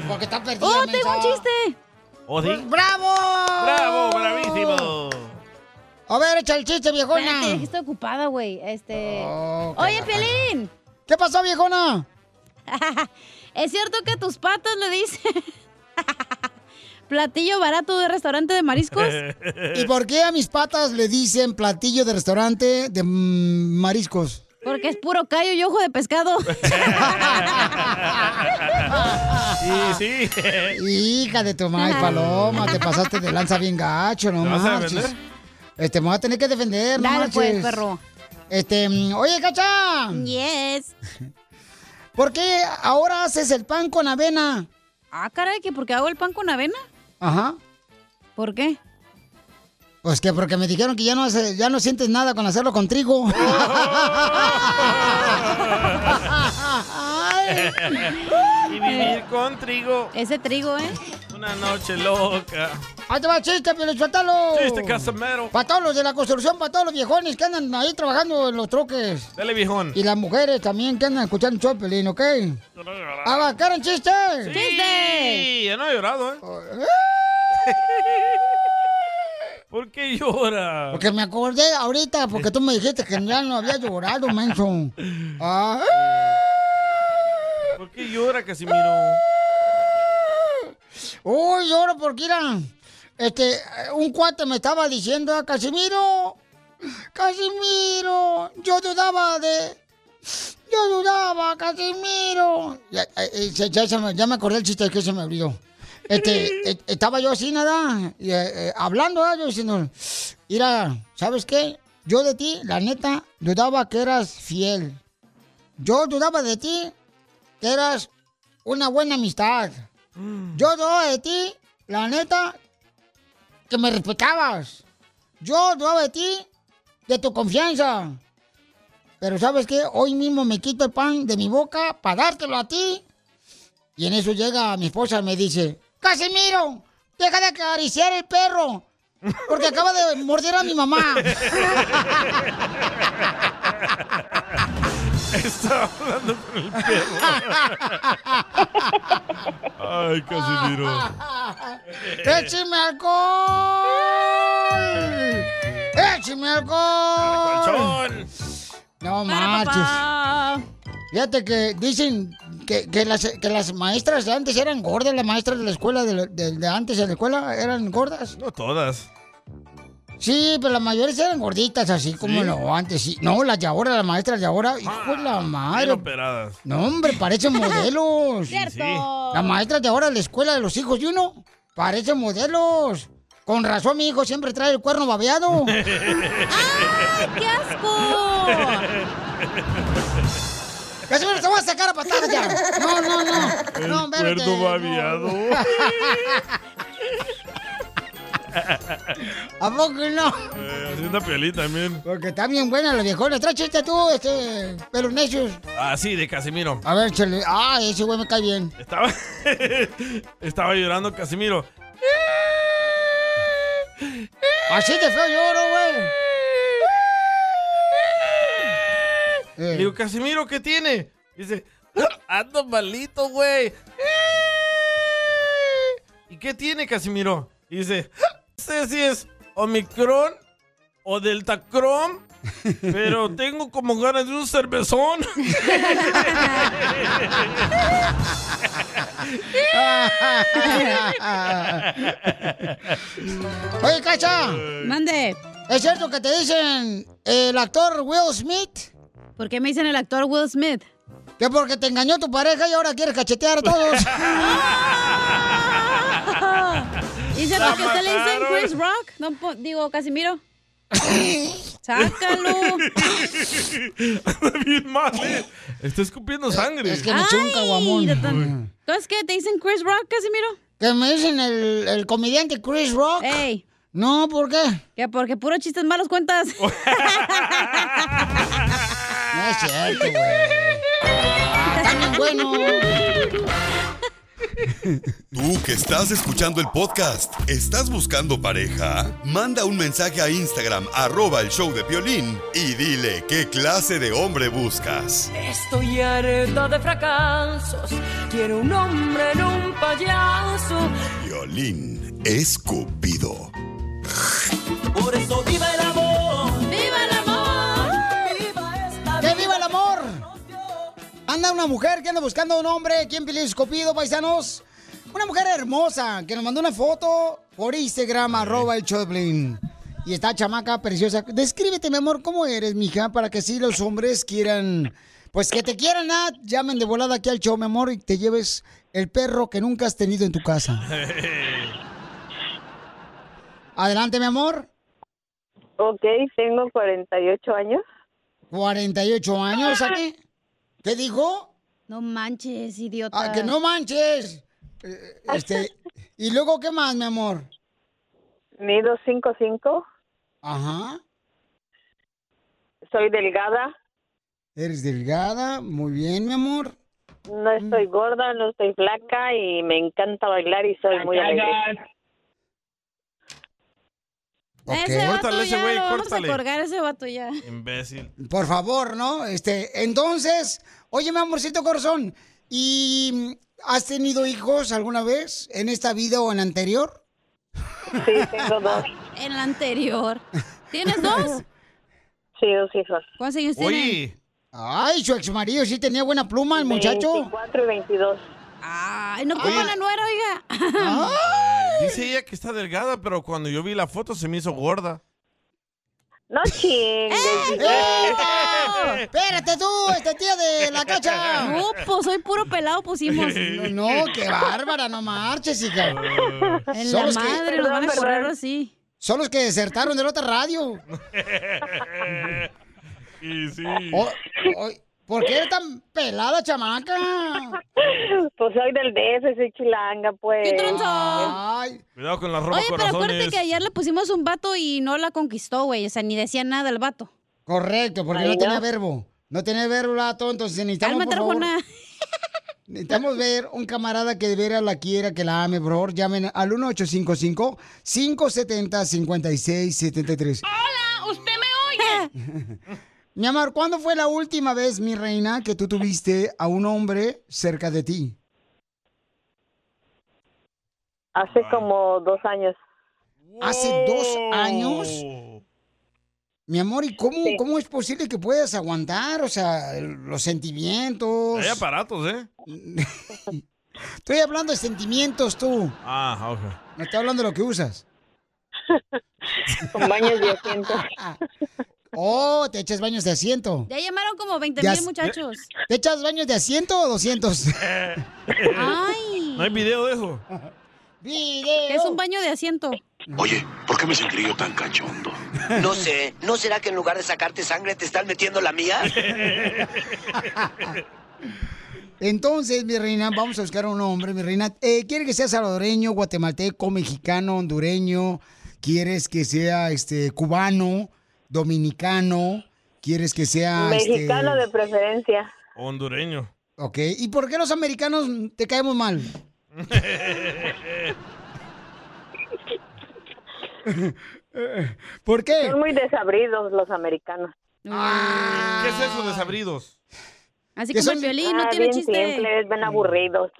[SPEAKER 3] Porque está perdida.
[SPEAKER 5] ¡Oh, tengo un chiste!
[SPEAKER 4] ¿O sí?
[SPEAKER 3] ¡Bravo!
[SPEAKER 4] ¡Bravo, bravísimo!
[SPEAKER 3] A ver, echa el chiste, viejona.
[SPEAKER 5] Espérate, es que estoy ocupada, güey. Este. Oye,
[SPEAKER 3] caray.
[SPEAKER 5] Pelín.
[SPEAKER 3] ¿Qué pasó, viejona?
[SPEAKER 5] es cierto que tus patas le dicen. Platillo barato de restaurante de mariscos.
[SPEAKER 3] ¿Y por qué a mis patas le dicen platillo de restaurante de mm, mariscos?
[SPEAKER 5] Porque es puro callo y ojo de pescado.
[SPEAKER 4] Sí, sí.
[SPEAKER 3] Hija de tu madre, paloma, te pasaste de lanza bien gacho, no
[SPEAKER 4] ¿Te vas a
[SPEAKER 3] marches.
[SPEAKER 4] defender?
[SPEAKER 3] Este, me voy a tener que defender, no
[SPEAKER 5] Dale,
[SPEAKER 3] marches.
[SPEAKER 5] pues, perro.
[SPEAKER 3] Este, mm, oye, cacha.
[SPEAKER 5] Yes.
[SPEAKER 3] ¿Por qué ahora haces el pan con avena?
[SPEAKER 5] Ah, caray, que porque hago el pan con avena.
[SPEAKER 3] Ajá.
[SPEAKER 5] ¿Por qué?
[SPEAKER 3] Pues que porque me dijeron que ya no, hace- ya no sientes nada con hacerlo con trigo.
[SPEAKER 4] Y vivir con trigo.
[SPEAKER 5] Ese trigo, ¿eh?
[SPEAKER 4] Una noche loca. este
[SPEAKER 3] Ahí te va el chiste, Pielichotelo.
[SPEAKER 4] Chiste, Casimiro.
[SPEAKER 3] Para todos los de la construcción, para todos los viejones que andan ahí trabajando en los troques.
[SPEAKER 4] Dale, viejón.
[SPEAKER 3] Y las mujeres también que andan escuchando el show, Piolín, ¿ok? ¿Abarcaron chiste?
[SPEAKER 4] Sí, ya no he llorado, ¿eh? ¿Por qué llora?
[SPEAKER 3] Porque me acordé ahorita, porque tú me dijiste que ya no había llorado, menso. Ah,
[SPEAKER 4] ¿Por qué llora, Casimiro?
[SPEAKER 3] Uy, lloro porque era. Este, un cuate me estaba diciendo a Casimiro. Casimiro, yo dudaba de. Yo dudaba, Casimiro. Ya, eh, eh, ya- ya se me- ya me acordé el chiste que se me olvidó. este, e- estaba yo así, nada, y, eh, eh, hablando, ¿verdad? yo diciendo, mira, ¿sabes qué? Yo de ti, la neta, dudaba que eras fiel. Yo dudaba de ti que eras una buena amistad. Yo dudaba de ti, la neta, que me respetabas. Yo dudaba de ti, de tu confianza. Pero ¿sabes qué? Hoy mismo me quito el pan de mi boca para dártelo a ti. Y en eso llega mi esposa y me dice, Casimiro, deja de acariciar el perro. Porque acaba de morder a mi mamá.
[SPEAKER 4] Estaba hablando con el perro. Ay, Casimiro.
[SPEAKER 3] ¡Écheme alcohol! ¡Écheme alcohol! No marches. Fíjate que dicen que, que las, que las maestras de antes eran gordas, las maestras de la escuela de, de- de antes de la escuela eran gordas.
[SPEAKER 4] No todas.
[SPEAKER 3] Sí, pero las mayores eran gorditas, así como no antes. Sí. No, las de ahora, las maestras de ahora, hijo de la
[SPEAKER 4] Bien
[SPEAKER 3] madre.
[SPEAKER 4] operadas.
[SPEAKER 3] No, hombre, parecen modelos.
[SPEAKER 4] Cierto. sí.
[SPEAKER 3] Las maestras de ahora de la escuela de los hijos de uno parecen modelos. Con razón, mi hijo siempre trae el cuerno babeado.
[SPEAKER 17] ¡Qué asco!
[SPEAKER 3] ¡Casi me lo voy a sacar a patadas ya! No, no, no. No,
[SPEAKER 17] El
[SPEAKER 3] espérate,
[SPEAKER 17] cuerno
[SPEAKER 3] no.
[SPEAKER 17] babeado.
[SPEAKER 3] ¿A poco no?
[SPEAKER 4] Eh, haciendo a Piolín también.
[SPEAKER 3] Porque está bien buena la viejona. Trae chiste tú, este, pero necios.
[SPEAKER 4] Ah, sí, de Casimiro.
[SPEAKER 3] A ver, chale. Ah, ese güey me cae bien.
[SPEAKER 4] Estaba, estaba llorando Casimiro.
[SPEAKER 3] Así de feo lloro, güey.
[SPEAKER 4] Le
[SPEAKER 3] Eh.
[SPEAKER 4] digo, Casimiro, ¿qué tiene? Dice, ando malito, güey. ¿Y qué tiene, Casimiro? Y dice, no sé si es Omicron o Delta Crom, pero tengo como ganas de un cervezón.
[SPEAKER 3] Oye, Cacha.
[SPEAKER 5] Mande.
[SPEAKER 3] ¿Es cierto que te dicen el actor Will Smith?
[SPEAKER 5] ¿Por qué me dicen el actor Will Smith?
[SPEAKER 3] Que porque te engañó tu pareja y ahora quieres cachetear a todos.
[SPEAKER 5] Dice,
[SPEAKER 3] La
[SPEAKER 5] ¿por qué usted le dicen
[SPEAKER 3] mataron.
[SPEAKER 5] Chris Rock? No, po- digo, Casimiro. Sácalo.
[SPEAKER 4] Anda bien mal, eh. Está escupiendo sangre.
[SPEAKER 3] Es que me echó un caguamón.
[SPEAKER 5] Entonces, ¿qué? ¿Te dicen Chris Rock, Casimiro?
[SPEAKER 3] Que me dicen el, el comediante Chris Rock.
[SPEAKER 5] Ey.
[SPEAKER 3] No, ¿por qué?
[SPEAKER 5] Que porque puros chistes malos cuentas.
[SPEAKER 3] No es cierto, güey. Tan bien bueno.
[SPEAKER 10] Tú que estás escuchando el podcast, ¿estás buscando pareja? Manda un mensaje a Instagram, arroba el show de Piolín, y dile qué clase de hombre buscas.
[SPEAKER 17] Estoy harta de fracasos. Quiero un hombre en un payaso.
[SPEAKER 10] Piolín Escupido.
[SPEAKER 17] Por eso viva el amor.
[SPEAKER 5] ¡Viva el amor!
[SPEAKER 3] ¡Que viva el amor! Anda una mujer que anda buscando a un hombre. ¿Quién pide escopido, paisanos? Una mujer hermosa que nos mandó una foto por Instagram, arroba el Choplin. Y está chamaca preciosa. Descríbete, mi amor, cómo eres, mija, para que si los hombres quieran. Pues que te quieran, ah, llamen de volada aquí al show, mi amor, y te lleves el perro que nunca has tenido en tu casa. Adelante, mi amor.
[SPEAKER 28] Ok, tengo 48 años.
[SPEAKER 3] 48 años, ¿a qué? ¿Qué dijo?
[SPEAKER 5] No manches, idiota.
[SPEAKER 3] Ah, que no manches. Eh, Este, y luego, ¿qué más, mi amor?
[SPEAKER 28] Mido 5'5".
[SPEAKER 3] Ajá.
[SPEAKER 28] Soy delgada.
[SPEAKER 3] Eres delgada, muy bien, mi amor.
[SPEAKER 28] No
[SPEAKER 3] Mm.
[SPEAKER 28] estoy gorda, no estoy flaca y me encanta bailar y soy muy alegre.
[SPEAKER 5] Ese vato
[SPEAKER 4] Córtale ese
[SPEAKER 5] ya,
[SPEAKER 4] güey,
[SPEAKER 5] lo vamos a
[SPEAKER 4] córtale.
[SPEAKER 5] colgar a ese vato ya.
[SPEAKER 4] Imbécil.
[SPEAKER 3] Por favor, ¿no? Este, entonces, oye, mi amorcito corazón, ¿y mm, has tenido hijos alguna vez en esta vida o en la anterior?
[SPEAKER 28] Sí, tengo dos.
[SPEAKER 5] En la anterior. ¿Tienes dos?
[SPEAKER 28] Sí, dos hijos.
[SPEAKER 5] ¿Cuántos años tiene?
[SPEAKER 4] Oye,
[SPEAKER 3] Ay, su ex marido sí tenía buena pluma, el muchacho.
[SPEAKER 28] 24 y 22.
[SPEAKER 5] Ay, no como la nuera, oiga.
[SPEAKER 4] dice ella que está delgada, pero cuando yo vi la foto se me hizo gorda.
[SPEAKER 28] No chingues.
[SPEAKER 3] ¡Ey! ¡Eh, ¡Espérate tú, este tía de la cacha!
[SPEAKER 5] No, pues soy puro pelado pusimos.
[SPEAKER 3] No, no, qué bárbara, no marches, hija.
[SPEAKER 5] En
[SPEAKER 3] Son
[SPEAKER 5] la
[SPEAKER 3] los que-
[SPEAKER 5] madre, lo van a correr así.
[SPEAKER 3] Son los que desertaron de la otra radio.
[SPEAKER 4] y sí.
[SPEAKER 3] O- o- ¿Por qué eres tan pelada, chamaca?
[SPEAKER 28] Pues soy del DS, soy chilanga, pues.
[SPEAKER 5] ¡Qué tronzo!
[SPEAKER 4] Cuidado con la ropa
[SPEAKER 5] Oye, pero acuérdate
[SPEAKER 4] corazones.
[SPEAKER 5] que ayer le pusimos un vato y no la conquistó, güey. O sea, ni decía nada el vato.
[SPEAKER 3] Correcto, porque
[SPEAKER 5] Ay,
[SPEAKER 3] no
[SPEAKER 5] no.
[SPEAKER 3] tenía verbo. No tenía verbo, lato, entonces necesitamos,
[SPEAKER 5] Alma
[SPEAKER 3] por
[SPEAKER 5] trajo
[SPEAKER 3] favor,
[SPEAKER 5] nada.
[SPEAKER 3] necesitamos ver un camarada que de veras la quiera, que la ame, por favor, llamen al 1855-570-5673.
[SPEAKER 17] Hola, ¿usted me oye?
[SPEAKER 3] Mi amor, ¿cuándo fue la última vez, mi reina, que tú tuviste a un hombre cerca de ti?
[SPEAKER 28] Hace como dos años.
[SPEAKER 3] ¿Hace dos
[SPEAKER 28] Oh.
[SPEAKER 3] años? Mi amor, ¿y cómo, cómo es posible que puedas aguantar? O sea, el- los sentimientos.
[SPEAKER 4] Hay aparatos, ¿eh?
[SPEAKER 3] Estoy hablando de sentimientos tú.
[SPEAKER 4] Ah, ok.
[SPEAKER 3] No estoy hablando de lo que usas.
[SPEAKER 28] Con baños de asiento.
[SPEAKER 3] Oh, te echas baños de asiento.
[SPEAKER 5] Ya llamaron como 20
[SPEAKER 3] De
[SPEAKER 5] mil
[SPEAKER 3] as-
[SPEAKER 5] muchachos.
[SPEAKER 3] ¿Te echas baños de asiento o 200?
[SPEAKER 5] Ah. Ay.
[SPEAKER 4] ¿No hay video de eso?
[SPEAKER 5] Es un baño de asiento.
[SPEAKER 9] Oye, ¿por qué me sentiré yo tan cachondo?
[SPEAKER 12] No sé, ¿no será que en lugar de sacarte sangre te están metiendo la mía?
[SPEAKER 3] Entonces, mi reina, vamos a buscar a un hombre, mi reina. Eh, ¿Quiere que sea salvadoreño, guatemalteco, mexicano, hondureño? ¿Quieres que sea este cubano, dominicano? ¿Quieres que sea este,
[SPEAKER 28] Mexicano de preferencia.
[SPEAKER 4] Hondureño.
[SPEAKER 3] Ok, ¿y por qué los americanos te caemos mal? Eh, ¿Por qué?
[SPEAKER 28] Son muy desabridos los americanos.
[SPEAKER 3] Ah.
[SPEAKER 4] ¿Qué es eso, desabridos?
[SPEAKER 5] Así como el violín, no
[SPEAKER 28] Ah,
[SPEAKER 5] tiene
[SPEAKER 28] bien
[SPEAKER 5] chiste.
[SPEAKER 28] simples, ven
[SPEAKER 3] Mm.
[SPEAKER 28] aburridos.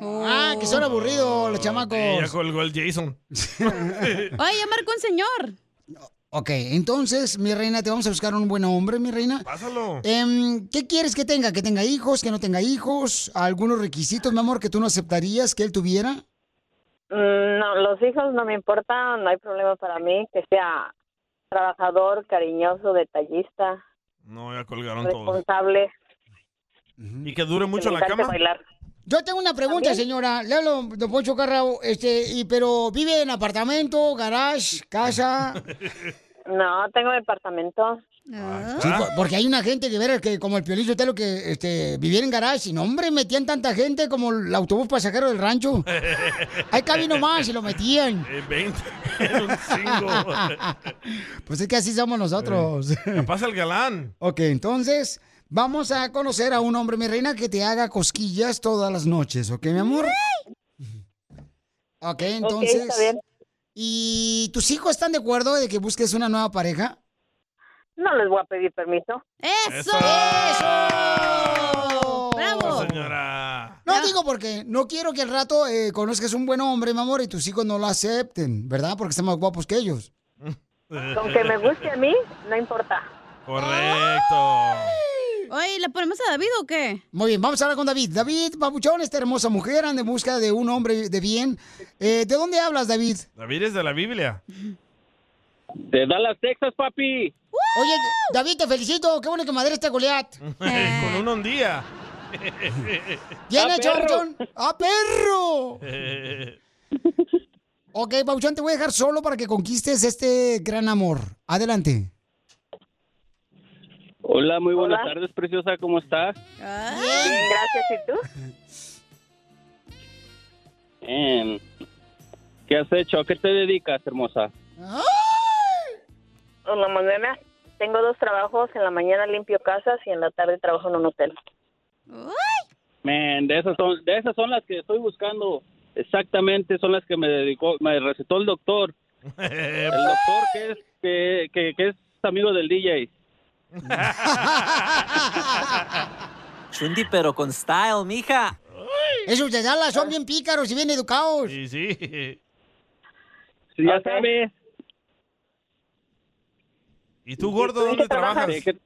[SPEAKER 3] Ah, que son aburridos los chamacos.
[SPEAKER 4] Eh, ya colgó el Jason.
[SPEAKER 5] Oye, ya marcó un señor.
[SPEAKER 3] Ok, entonces, mi reina, te vamos a buscar un buen hombre, mi reina.
[SPEAKER 4] Pásalo.
[SPEAKER 3] Em, ¿Qué quieres que tenga? ¿Que tenga hijos? ¿Que no tenga hijos? ¿Algunos requisitos, mi amor, que tú no aceptarías que él tuviera?
[SPEAKER 28] Mm, No, los hijos no me importan, no hay problema para mí que sea trabajador, cariñoso, detallista,
[SPEAKER 4] No, ya colgaron todos.
[SPEAKER 28] responsable.
[SPEAKER 4] ¿Y que dure mucho
[SPEAKER 28] que le
[SPEAKER 4] la
[SPEAKER 28] encante
[SPEAKER 4] cama?
[SPEAKER 28] bailar.
[SPEAKER 3] Yo tengo una pregunta,
[SPEAKER 28] ¿También?
[SPEAKER 3] señora. Le hablo, don Poncho Carrao, este, y, pero vive en apartamento, garage, casa.
[SPEAKER 28] No, tengo departamento.
[SPEAKER 3] Sí, po- porque hay una gente que ver que como el Piolín Sotelo que este, viviera en garage y no, hombre, metían tanta gente como el autobús pasajero del rancho. Ahí cabía nomás y lo metían.
[SPEAKER 4] Eh, 20. Era un cinco.
[SPEAKER 3] Pues es que así somos nosotros.
[SPEAKER 4] Me pasa el galán.
[SPEAKER 3] ok, entonces vamos a conocer a un hombre, mi reina, que te haga cosquillas todas las noches, ¿ok, mi amor? Ok, entonces.
[SPEAKER 28] bien.
[SPEAKER 3] ¿Y tus hijos están de acuerdo de que busques una nueva pareja?
[SPEAKER 28] No les voy a pedir permiso.
[SPEAKER 3] ¡Eso! ¡Bravo!
[SPEAKER 4] señora.
[SPEAKER 3] ¡Oh! No digo porque no quiero que al rato eh, conozcas un buen hombre, mi amor, y tus hijos no lo acepten, ¿verdad? Porque están más guapos que ellos.
[SPEAKER 4] Eh,
[SPEAKER 28] Con que me guste a mí, no importa.
[SPEAKER 4] Correcto.
[SPEAKER 5] Oye, ¿le ponemos a David o qué?
[SPEAKER 3] Muy bien, vamos a hablar con David. David, papuchón, esta hermosa mujer anda en busca de un hombre de bien. Eh, ¿De dónde hablas, David?
[SPEAKER 4] David es de la Biblia.
[SPEAKER 7] Te da las Texas, papi.
[SPEAKER 3] Oye, David, te felicito. Qué bueno que madre está Goliat.
[SPEAKER 4] Mm. Eh, Con uno un día.
[SPEAKER 3] Bien
[SPEAKER 4] Ah,
[SPEAKER 3] hecho,
[SPEAKER 4] perro.
[SPEAKER 3] papuchón. ¡Ah, perro!
[SPEAKER 4] Eh,
[SPEAKER 3] Ok, papuchón, te voy a dejar solo para que conquistes este gran amor. Adelante.
[SPEAKER 7] Hola, muy buenas
[SPEAKER 3] Hola.
[SPEAKER 7] tardes, preciosa. ¿Cómo está?
[SPEAKER 28] Bien, gracias. ¿Y tú?
[SPEAKER 7] Em, ¿Qué has hecho? ¿A qué te dedicas, hermosa?
[SPEAKER 28] En la mañana tengo dos trabajos. En la mañana limpio casas y en la tarde trabajo en un hotel.
[SPEAKER 7] Man, de esas son, de esas son las que estoy buscando. Exactamente, son las que me dedicó, me recetó el doctor. El doctor que es, que, que- que es amigo del DJ.
[SPEAKER 13] Chundi, pero con style, mija.
[SPEAKER 3] Esos de Dallas son bien pícaros y bien educados.
[SPEAKER 4] Sí, sí.
[SPEAKER 7] ya sabes.
[SPEAKER 4] ¿Y tú, gordo, dónde trabajas?
[SPEAKER 7] ¿Qué-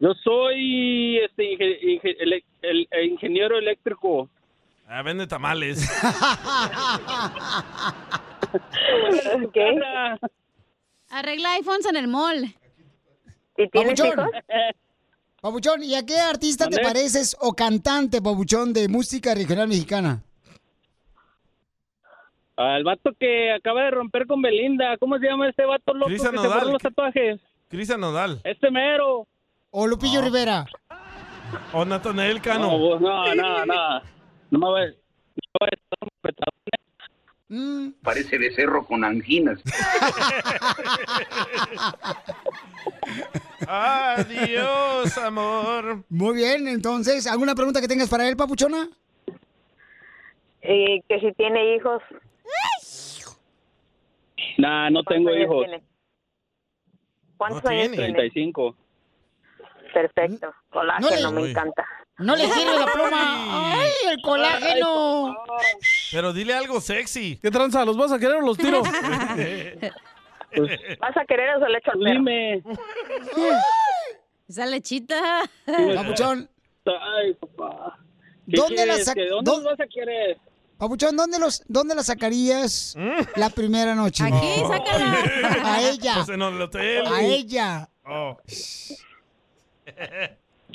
[SPEAKER 7] Yo soy este inge- inge- ele- el- el ingeniero eléctrico.
[SPEAKER 4] Ah, vende tamales.
[SPEAKER 7] Ok.
[SPEAKER 5] Arregla iPhones en el mall.
[SPEAKER 28] ¿Y
[SPEAKER 5] tienes
[SPEAKER 3] Pabuchón. Pabuchón, ¿y a qué artista te
[SPEAKER 5] ¿Mande?
[SPEAKER 3] pareces o cantante, Pabuchón, de música regional mexicana?
[SPEAKER 7] Al vato que acaba de romper con Belinda. ¿Cómo se llama este vato loco
[SPEAKER 4] Cristian
[SPEAKER 7] que se
[SPEAKER 4] Nodal.
[SPEAKER 7] borró los tatuajes?
[SPEAKER 4] Cristian Nodal. Ah.
[SPEAKER 7] Este mero.
[SPEAKER 3] O Lupillo Rivera.
[SPEAKER 4] O Oh, Natanael Cano.
[SPEAKER 7] No, vos, no, no, no. No me voy a- no me voy a-
[SPEAKER 9] Parece becerro con anginas.
[SPEAKER 4] Adiós, amor.
[SPEAKER 3] Muy bien, entonces, ¿alguna pregunta que tengas para él, Papuchona?
[SPEAKER 28] Y que si tiene hijos.
[SPEAKER 7] Nah, no tengo
[SPEAKER 28] ¿cuántos años
[SPEAKER 7] hijos.
[SPEAKER 28] tiene? ¿Cuántos años tiene?
[SPEAKER 7] 35.
[SPEAKER 28] Perfecto. Colágeno, me encanta.
[SPEAKER 3] No le sirve la pluma. ¡Ay, el colágeno!
[SPEAKER 4] Pero dile algo sexy.
[SPEAKER 11] ¿Qué tranza? ¿Los vas a querer o los tiro?
[SPEAKER 7] Pues,
[SPEAKER 28] ¿Vas a querer o se le echo al
[SPEAKER 7] Dime.
[SPEAKER 5] Esa lechita.
[SPEAKER 3] Papuchón.
[SPEAKER 7] Ay, papá. ¿Qué
[SPEAKER 3] ¿Dónde la
[SPEAKER 7] quieres?
[SPEAKER 3] sac-
[SPEAKER 7] ¿Que ¿Dónde
[SPEAKER 3] dó-
[SPEAKER 7] los vas a querer?
[SPEAKER 3] Papuchón, ¿dónde, los, ¿dónde la sacarías
[SPEAKER 4] ¿Mm?
[SPEAKER 3] la primera noche?
[SPEAKER 7] Aquí,
[SPEAKER 4] sácala.
[SPEAKER 3] A ella.
[SPEAKER 4] Pues en el hotel.
[SPEAKER 3] A ella.
[SPEAKER 4] Oh.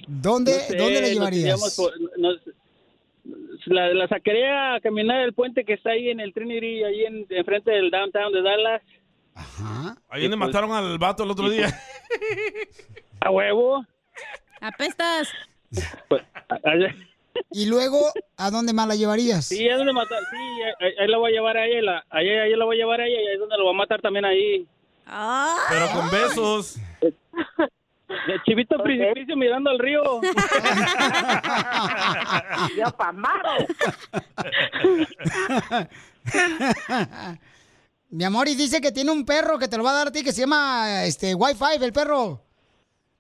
[SPEAKER 3] ¿Dónde,
[SPEAKER 7] No sé, pues,
[SPEAKER 3] ¿dónde la
[SPEAKER 7] nos iríamos
[SPEAKER 3] llevarías?
[SPEAKER 7] por- nos- la, la sacaría a caminar el puente que está ahí en el Trinity, ahí en- enfrente del downtown de Dallas.
[SPEAKER 4] Ahí le mataron al vato el otro día.
[SPEAKER 7] pues. A huevo.
[SPEAKER 5] Apestas.
[SPEAKER 3] Y luego, ¿a dónde más la llevarías?
[SPEAKER 7] Sí, ahí donde matar, sí, ahí, ahí la voy a llevar a ella, ahí, ahí la voy a llevar a ella y ahí es donde lo va a matar también ahí.
[SPEAKER 4] Pero con besos.
[SPEAKER 7] De chivito precipicio mirando al río.
[SPEAKER 28] Yo pamado.
[SPEAKER 3] Mi amor, y dice que tiene un perro que te lo va a dar a ti que se llama este Wi-Fi, el perro.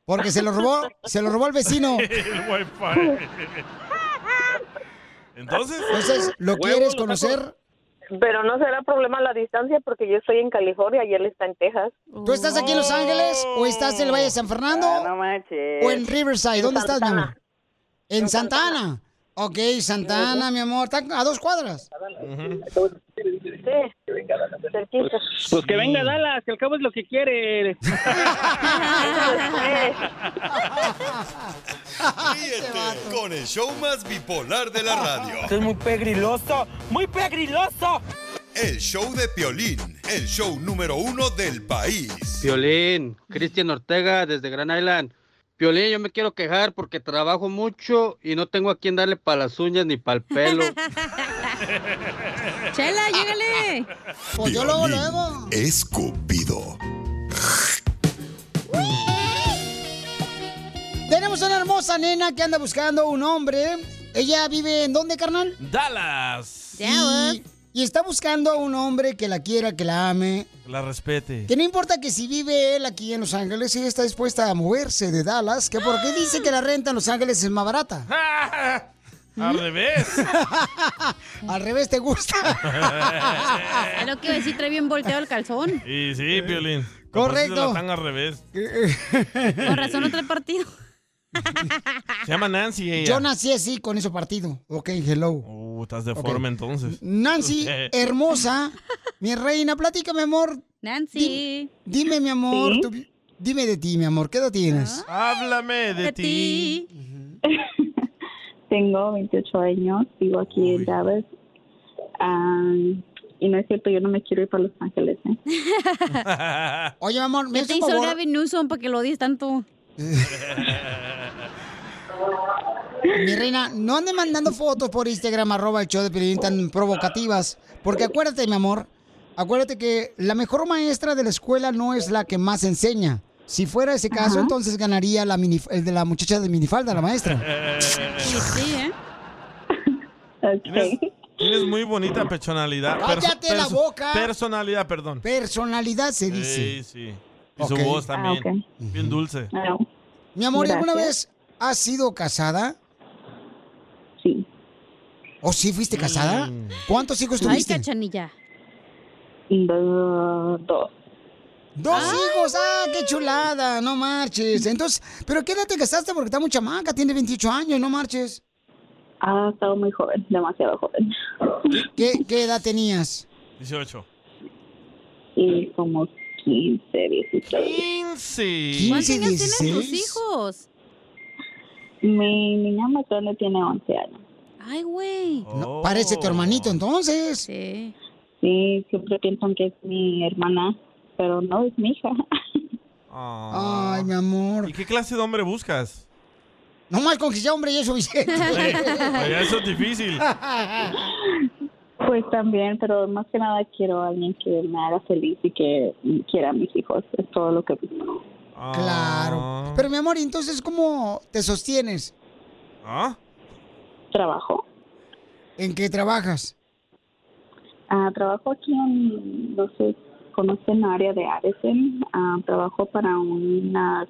[SPEAKER 3] Porque se lo robó, se lo robó el vecino.
[SPEAKER 4] el wifi. Entonces.
[SPEAKER 3] Entonces, ¿lo quieres conocer?
[SPEAKER 28] Pero no será problema la distancia porque yo estoy en California y él está en Texas.
[SPEAKER 3] ¿Tú estás aquí en Los Ángeles o estás en el Valle de San Fernando? ¿O en Riverside? ¿Dónde estás, mi amor? En Santana. Ok, Santana, mi amor. Está a dos cuadras.
[SPEAKER 7] Pues que venga a Dallas, que al cabo es lo que quiere.
[SPEAKER 4] este,
[SPEAKER 10] Ríete con el show más bipolar de la radio.
[SPEAKER 17] Esto es muy pegriloso, muy pegriloso.
[SPEAKER 10] El show de Piolín, el show número uno del país.
[SPEAKER 14] Piolín, Cristian Ortega desde Gran Island. Piolín, yo me quiero quejar porque trabajo mucho y no tengo a quien darle para las uñas ni para el pelo.
[SPEAKER 5] Chela, llégale.
[SPEAKER 3] Pues yo luego, luego.
[SPEAKER 10] Escupido.
[SPEAKER 3] Tenemos una hermosa nena que anda buscando un hombre. Ella vive en dónde, carnal?
[SPEAKER 4] Dallas.
[SPEAKER 3] Y, y está buscando a un hombre que la quiera, que la ame.
[SPEAKER 4] La respete.
[SPEAKER 3] Que no importa que si vive él aquí en Los Ángeles, ella está dispuesta a moverse de Dallas, que porque
[SPEAKER 5] ¡Ah!
[SPEAKER 3] dice que la renta en Los Ángeles es más barata.
[SPEAKER 4] Al revés.
[SPEAKER 3] Al revés te gusta.
[SPEAKER 5] Es lo que iba a decir, trae bien volteado el calzón.
[SPEAKER 4] y sí, Piolín.
[SPEAKER 3] Eh, Correcto.
[SPEAKER 4] Están al revés.
[SPEAKER 5] Por razón, otro partido.
[SPEAKER 4] Se llama Nancy ella.
[SPEAKER 3] Yo nací así con ese partido. Ok, hello.
[SPEAKER 4] Uh, estás deforme entonces.
[SPEAKER 3] Nancy, hermosa, mi reina, platícame, amor.
[SPEAKER 5] Nancy.
[SPEAKER 3] Dime, mi amor,
[SPEAKER 5] ¿Sí? Ah.
[SPEAKER 3] tú- dime de ti, mi amor, ¿qué edad tienes?
[SPEAKER 4] Háblame de ti.
[SPEAKER 15] Tengo 28 años, vivo aquí en Dallas. Am, y no es cierto, yo no me quiero ir para Los Ángeles. ¿eh?
[SPEAKER 3] Oye, mi amor,
[SPEAKER 5] me ¿Qué
[SPEAKER 15] haces
[SPEAKER 5] te
[SPEAKER 15] un
[SPEAKER 5] hizo
[SPEAKER 15] favor?
[SPEAKER 5] Gavin Newsom para que lo odies tanto?
[SPEAKER 3] Mi reina, no andes mandando fotos por Instagram, arroba el show de Piolín, tan provocativas. Porque acuérdate, mi amor, acuérdate que la mejor maestra de la escuela no es la que más enseña. Si fuera ese caso,
[SPEAKER 15] Ajá.
[SPEAKER 3] entonces ganaría la minif- el de la muchacha de minifalda, la maestra.
[SPEAKER 5] Sí, ¿eh?
[SPEAKER 4] Tienes, tienes muy bonita personalidad.
[SPEAKER 3] ¡Cállate la boca!
[SPEAKER 4] Personalidad, perdón.
[SPEAKER 3] Personalidad se
[SPEAKER 4] Sí,
[SPEAKER 3] dice.
[SPEAKER 4] sí. Y
[SPEAKER 3] Ok.
[SPEAKER 4] su voz también.
[SPEAKER 3] Ah,
[SPEAKER 4] Bien dulce.
[SPEAKER 3] Mi amor, ¿y ¿alguna
[SPEAKER 4] Gracias.
[SPEAKER 3] vez has sido casada?
[SPEAKER 15] Sí.
[SPEAKER 3] ¿O sí fuiste casada? ¿Cuántos hijos
[SPEAKER 5] Ay,
[SPEAKER 3] tuviste?
[SPEAKER 5] cachanilla.
[SPEAKER 15] Do- Dos.
[SPEAKER 3] Dos hijos, ah, qué chulada, no marches. Entonces, ¿pero qué edad te casaste? Porque está muy chamaca, tiene 28 años, no marches.
[SPEAKER 15] Ah, estaba muy joven, demasiado joven.
[SPEAKER 3] ¿Qué, qué edad tenías?
[SPEAKER 4] 18.
[SPEAKER 15] Y como
[SPEAKER 29] 15, 16.
[SPEAKER 4] 15.
[SPEAKER 5] ¿Cuántos años tienen tus hijos?
[SPEAKER 29] Mi niña más grande tiene 11 años.
[SPEAKER 5] Ay, güey.
[SPEAKER 3] No, Oh. parece tu hermanito entonces. Sí.
[SPEAKER 29] Sí, siempre piensan que es mi hermana, pero no es mi hija.
[SPEAKER 4] Ah.
[SPEAKER 3] Ay, mi amor.
[SPEAKER 4] ¿Y qué clase de hombre buscas?
[SPEAKER 3] No mal con que sea hombre y eso, Vicente.
[SPEAKER 4] Oye, eso es difícil.
[SPEAKER 29] Pues también, pero más que nada quiero a alguien que me haga feliz y que quiera a mis hijos. Es todo lo que busco.
[SPEAKER 3] Claro. Pero mi amor, ¿y entonces cómo te sostienes?
[SPEAKER 4] ¿Ah?
[SPEAKER 29] Trabajo.
[SPEAKER 3] ¿En qué trabajas?
[SPEAKER 29] Ah, trabajo aquí en, no sé, conocen área de Aresen. Ah, trabajo para una,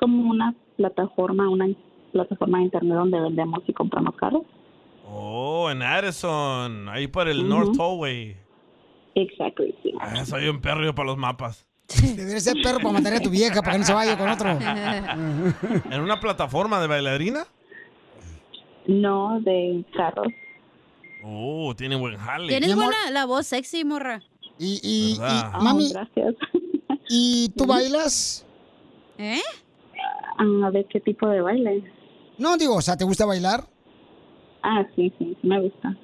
[SPEAKER 29] como una plataforma, una plataforma de internet donde vendemos y compramos carros.
[SPEAKER 4] Oh, en Addison, ahí por el North Tollway.
[SPEAKER 29] Exacto, sí.
[SPEAKER 4] Ah, soy un perro yo para los mapas.
[SPEAKER 3] Debería ser perro para matar a tu vieja, para que no se vaya con otro.
[SPEAKER 4] ¿En una plataforma de bailarina?
[SPEAKER 29] No, de carros.
[SPEAKER 4] Oh, tiene buen jale.
[SPEAKER 5] Tienes buena la voz sexy, morra.
[SPEAKER 3] Y, y, y-
[SPEAKER 4] ¿Verdad?
[SPEAKER 29] Ah,
[SPEAKER 3] mami.
[SPEAKER 29] gracias.
[SPEAKER 3] ¿Y tú bailas?
[SPEAKER 5] ¿Eh?
[SPEAKER 29] Ah, ¿De qué tipo de baile?
[SPEAKER 3] No, digo, o sea, ¿te gusta bailar?
[SPEAKER 29] Ah, sí, sí, sí me gusta.